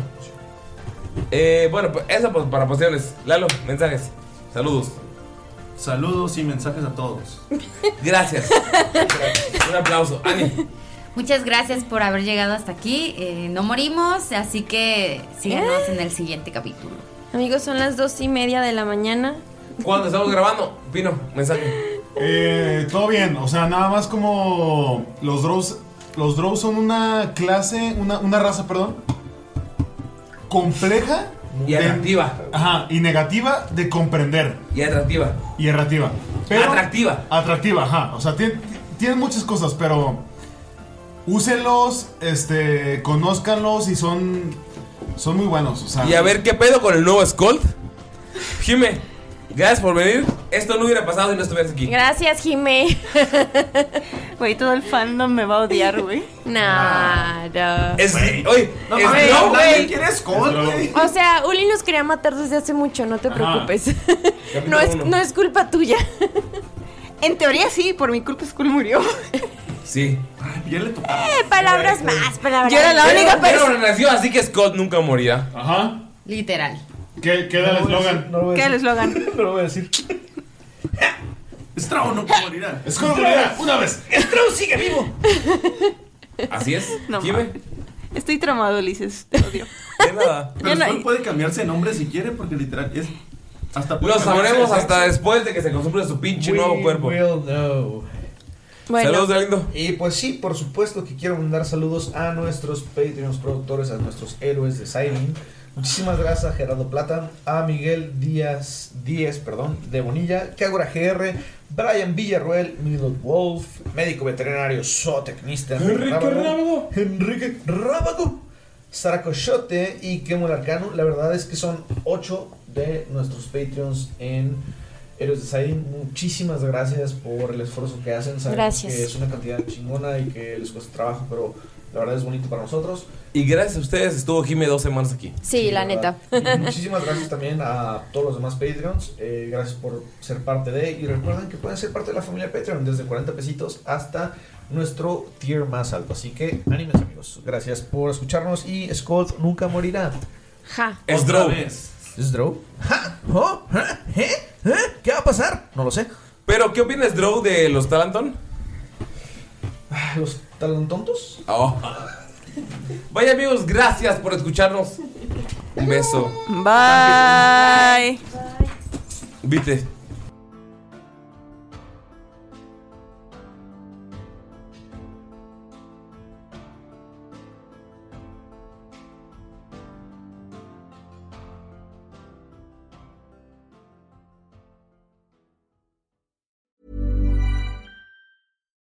Eh, bueno, pues eso pues, para posiciones. Lalo, mensajes. Saludos.
Saludos y mensajes a todos.
(laughs) Gracias. Un aplauso. Ani.
Muchas gracias por haber llegado hasta aquí. Eh, no morimos, así que síganos
¿Eh?
en el siguiente capítulo.
Amigos, son las dos y media de la mañana.
Cuando estamos grabando, Pino, mensaje.
Eh, todo bien, o sea, nada más como los drows. Los drows son una clase, una, una raza, perdón, compleja
Y atractiva.
Ajá, y negativa de comprender.
Y atractiva.
Y errativa. atractiva. Atractiva, ajá. O sea, tien- tienen, muchas cosas, pero úsenlos, este, conózcanlos y son, son muy buenos. O sea,
Y a ver qué pedo con el nuevo Skull. Jime, gracias por venir. Esto no hubiera pasado si no estuvieras aquí.
Gracias, Jimé.
(laughs) Güey, todo el fandom me va a odiar, güey.
Nah, no.
Es, oye,
No
es-
mames,
no,
nadie
güey.
quiere
O sea, Uli nos quería matar desde hace mucho, no te
Ajá.
preocupes. (laughs) No es,
uno.
no es culpa tuya.
En teoría sí, por mi culpa Skull murió.
Sí.
Ya le tocó.
Eh, palabras más, palabras
Yo era la única
Pero
persona.
renació, así que Scott nunca morirá.
Ajá.
Literal.
¿Qué, qué
el eslogan? No lo voy a
¿Qué el
decir.
eslogan?
(laughs)
No lo voy a decir.
Strau no morirá.
Skull morirá una vez.
¡Strauss sigue vivo!
Así es.
No,
Jime.
Estoy tramado, Ulises. Te odio.
De nada.
Ya
Pero
no hay.
Skull puede cambiarse de nombre si quiere, porque literal es. Hasta puede
Lo
cambiarse
sabremos
de
hasta
sexo.
después de que se consuma su pinche nuevo cuerpo.
Bueno.
Saludos, Galindo.
Y pues sí, por supuesto que quiero mandar saludos a nuestros Patreons productores, a nuestros héroes de Siren. Muchísimas gracias a Gerardo Plata, a Miguel Díaz, Díez, perdón, de Bonilla, Kagura GR, Brian Villarruel, Milo Wolf, médico veterinario, zootecnista,
Enrique
Rábago, Enrique Rábago, Sara Coyote y Kemul Arcano. La verdad es que son 8 de nuestros Patreons en Héroes de Siren. Muchísimas gracias por el esfuerzo que hacen. Saben
Gracias.
Que es una cantidad chingona y que les cuesta trabajo, pero la verdad es bonito para nosotros.
Y gracias a ustedes estuvo Jime dos semanas aquí.
Sí, la neta.
Y Muchísimas gracias también a todos los demás Patreons. eh, gracias por ser parte de. Y recuerden que pueden ser parte de la familia Patreon desde 40 pesitos hasta nuestro tier más alto. Así que animes, amigos. Gracias por escucharnos. Y Scott nunca morirá.
Ja.
Es Drow.
¿Es Drow? Ja. (laughs) ¿Oh? ¿Ja? ¿Eh? ¿Eh? ¿Qué va a pasar? No lo sé.
Pero, ¿qué opinas, Drow, de los Talanton?
Ah, ¿Los talontontos?
Oh. Vaya, amigos, gracias por escucharnos. Un beso.
Bye.
Vite.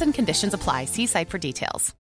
and conditions apply. See site for details.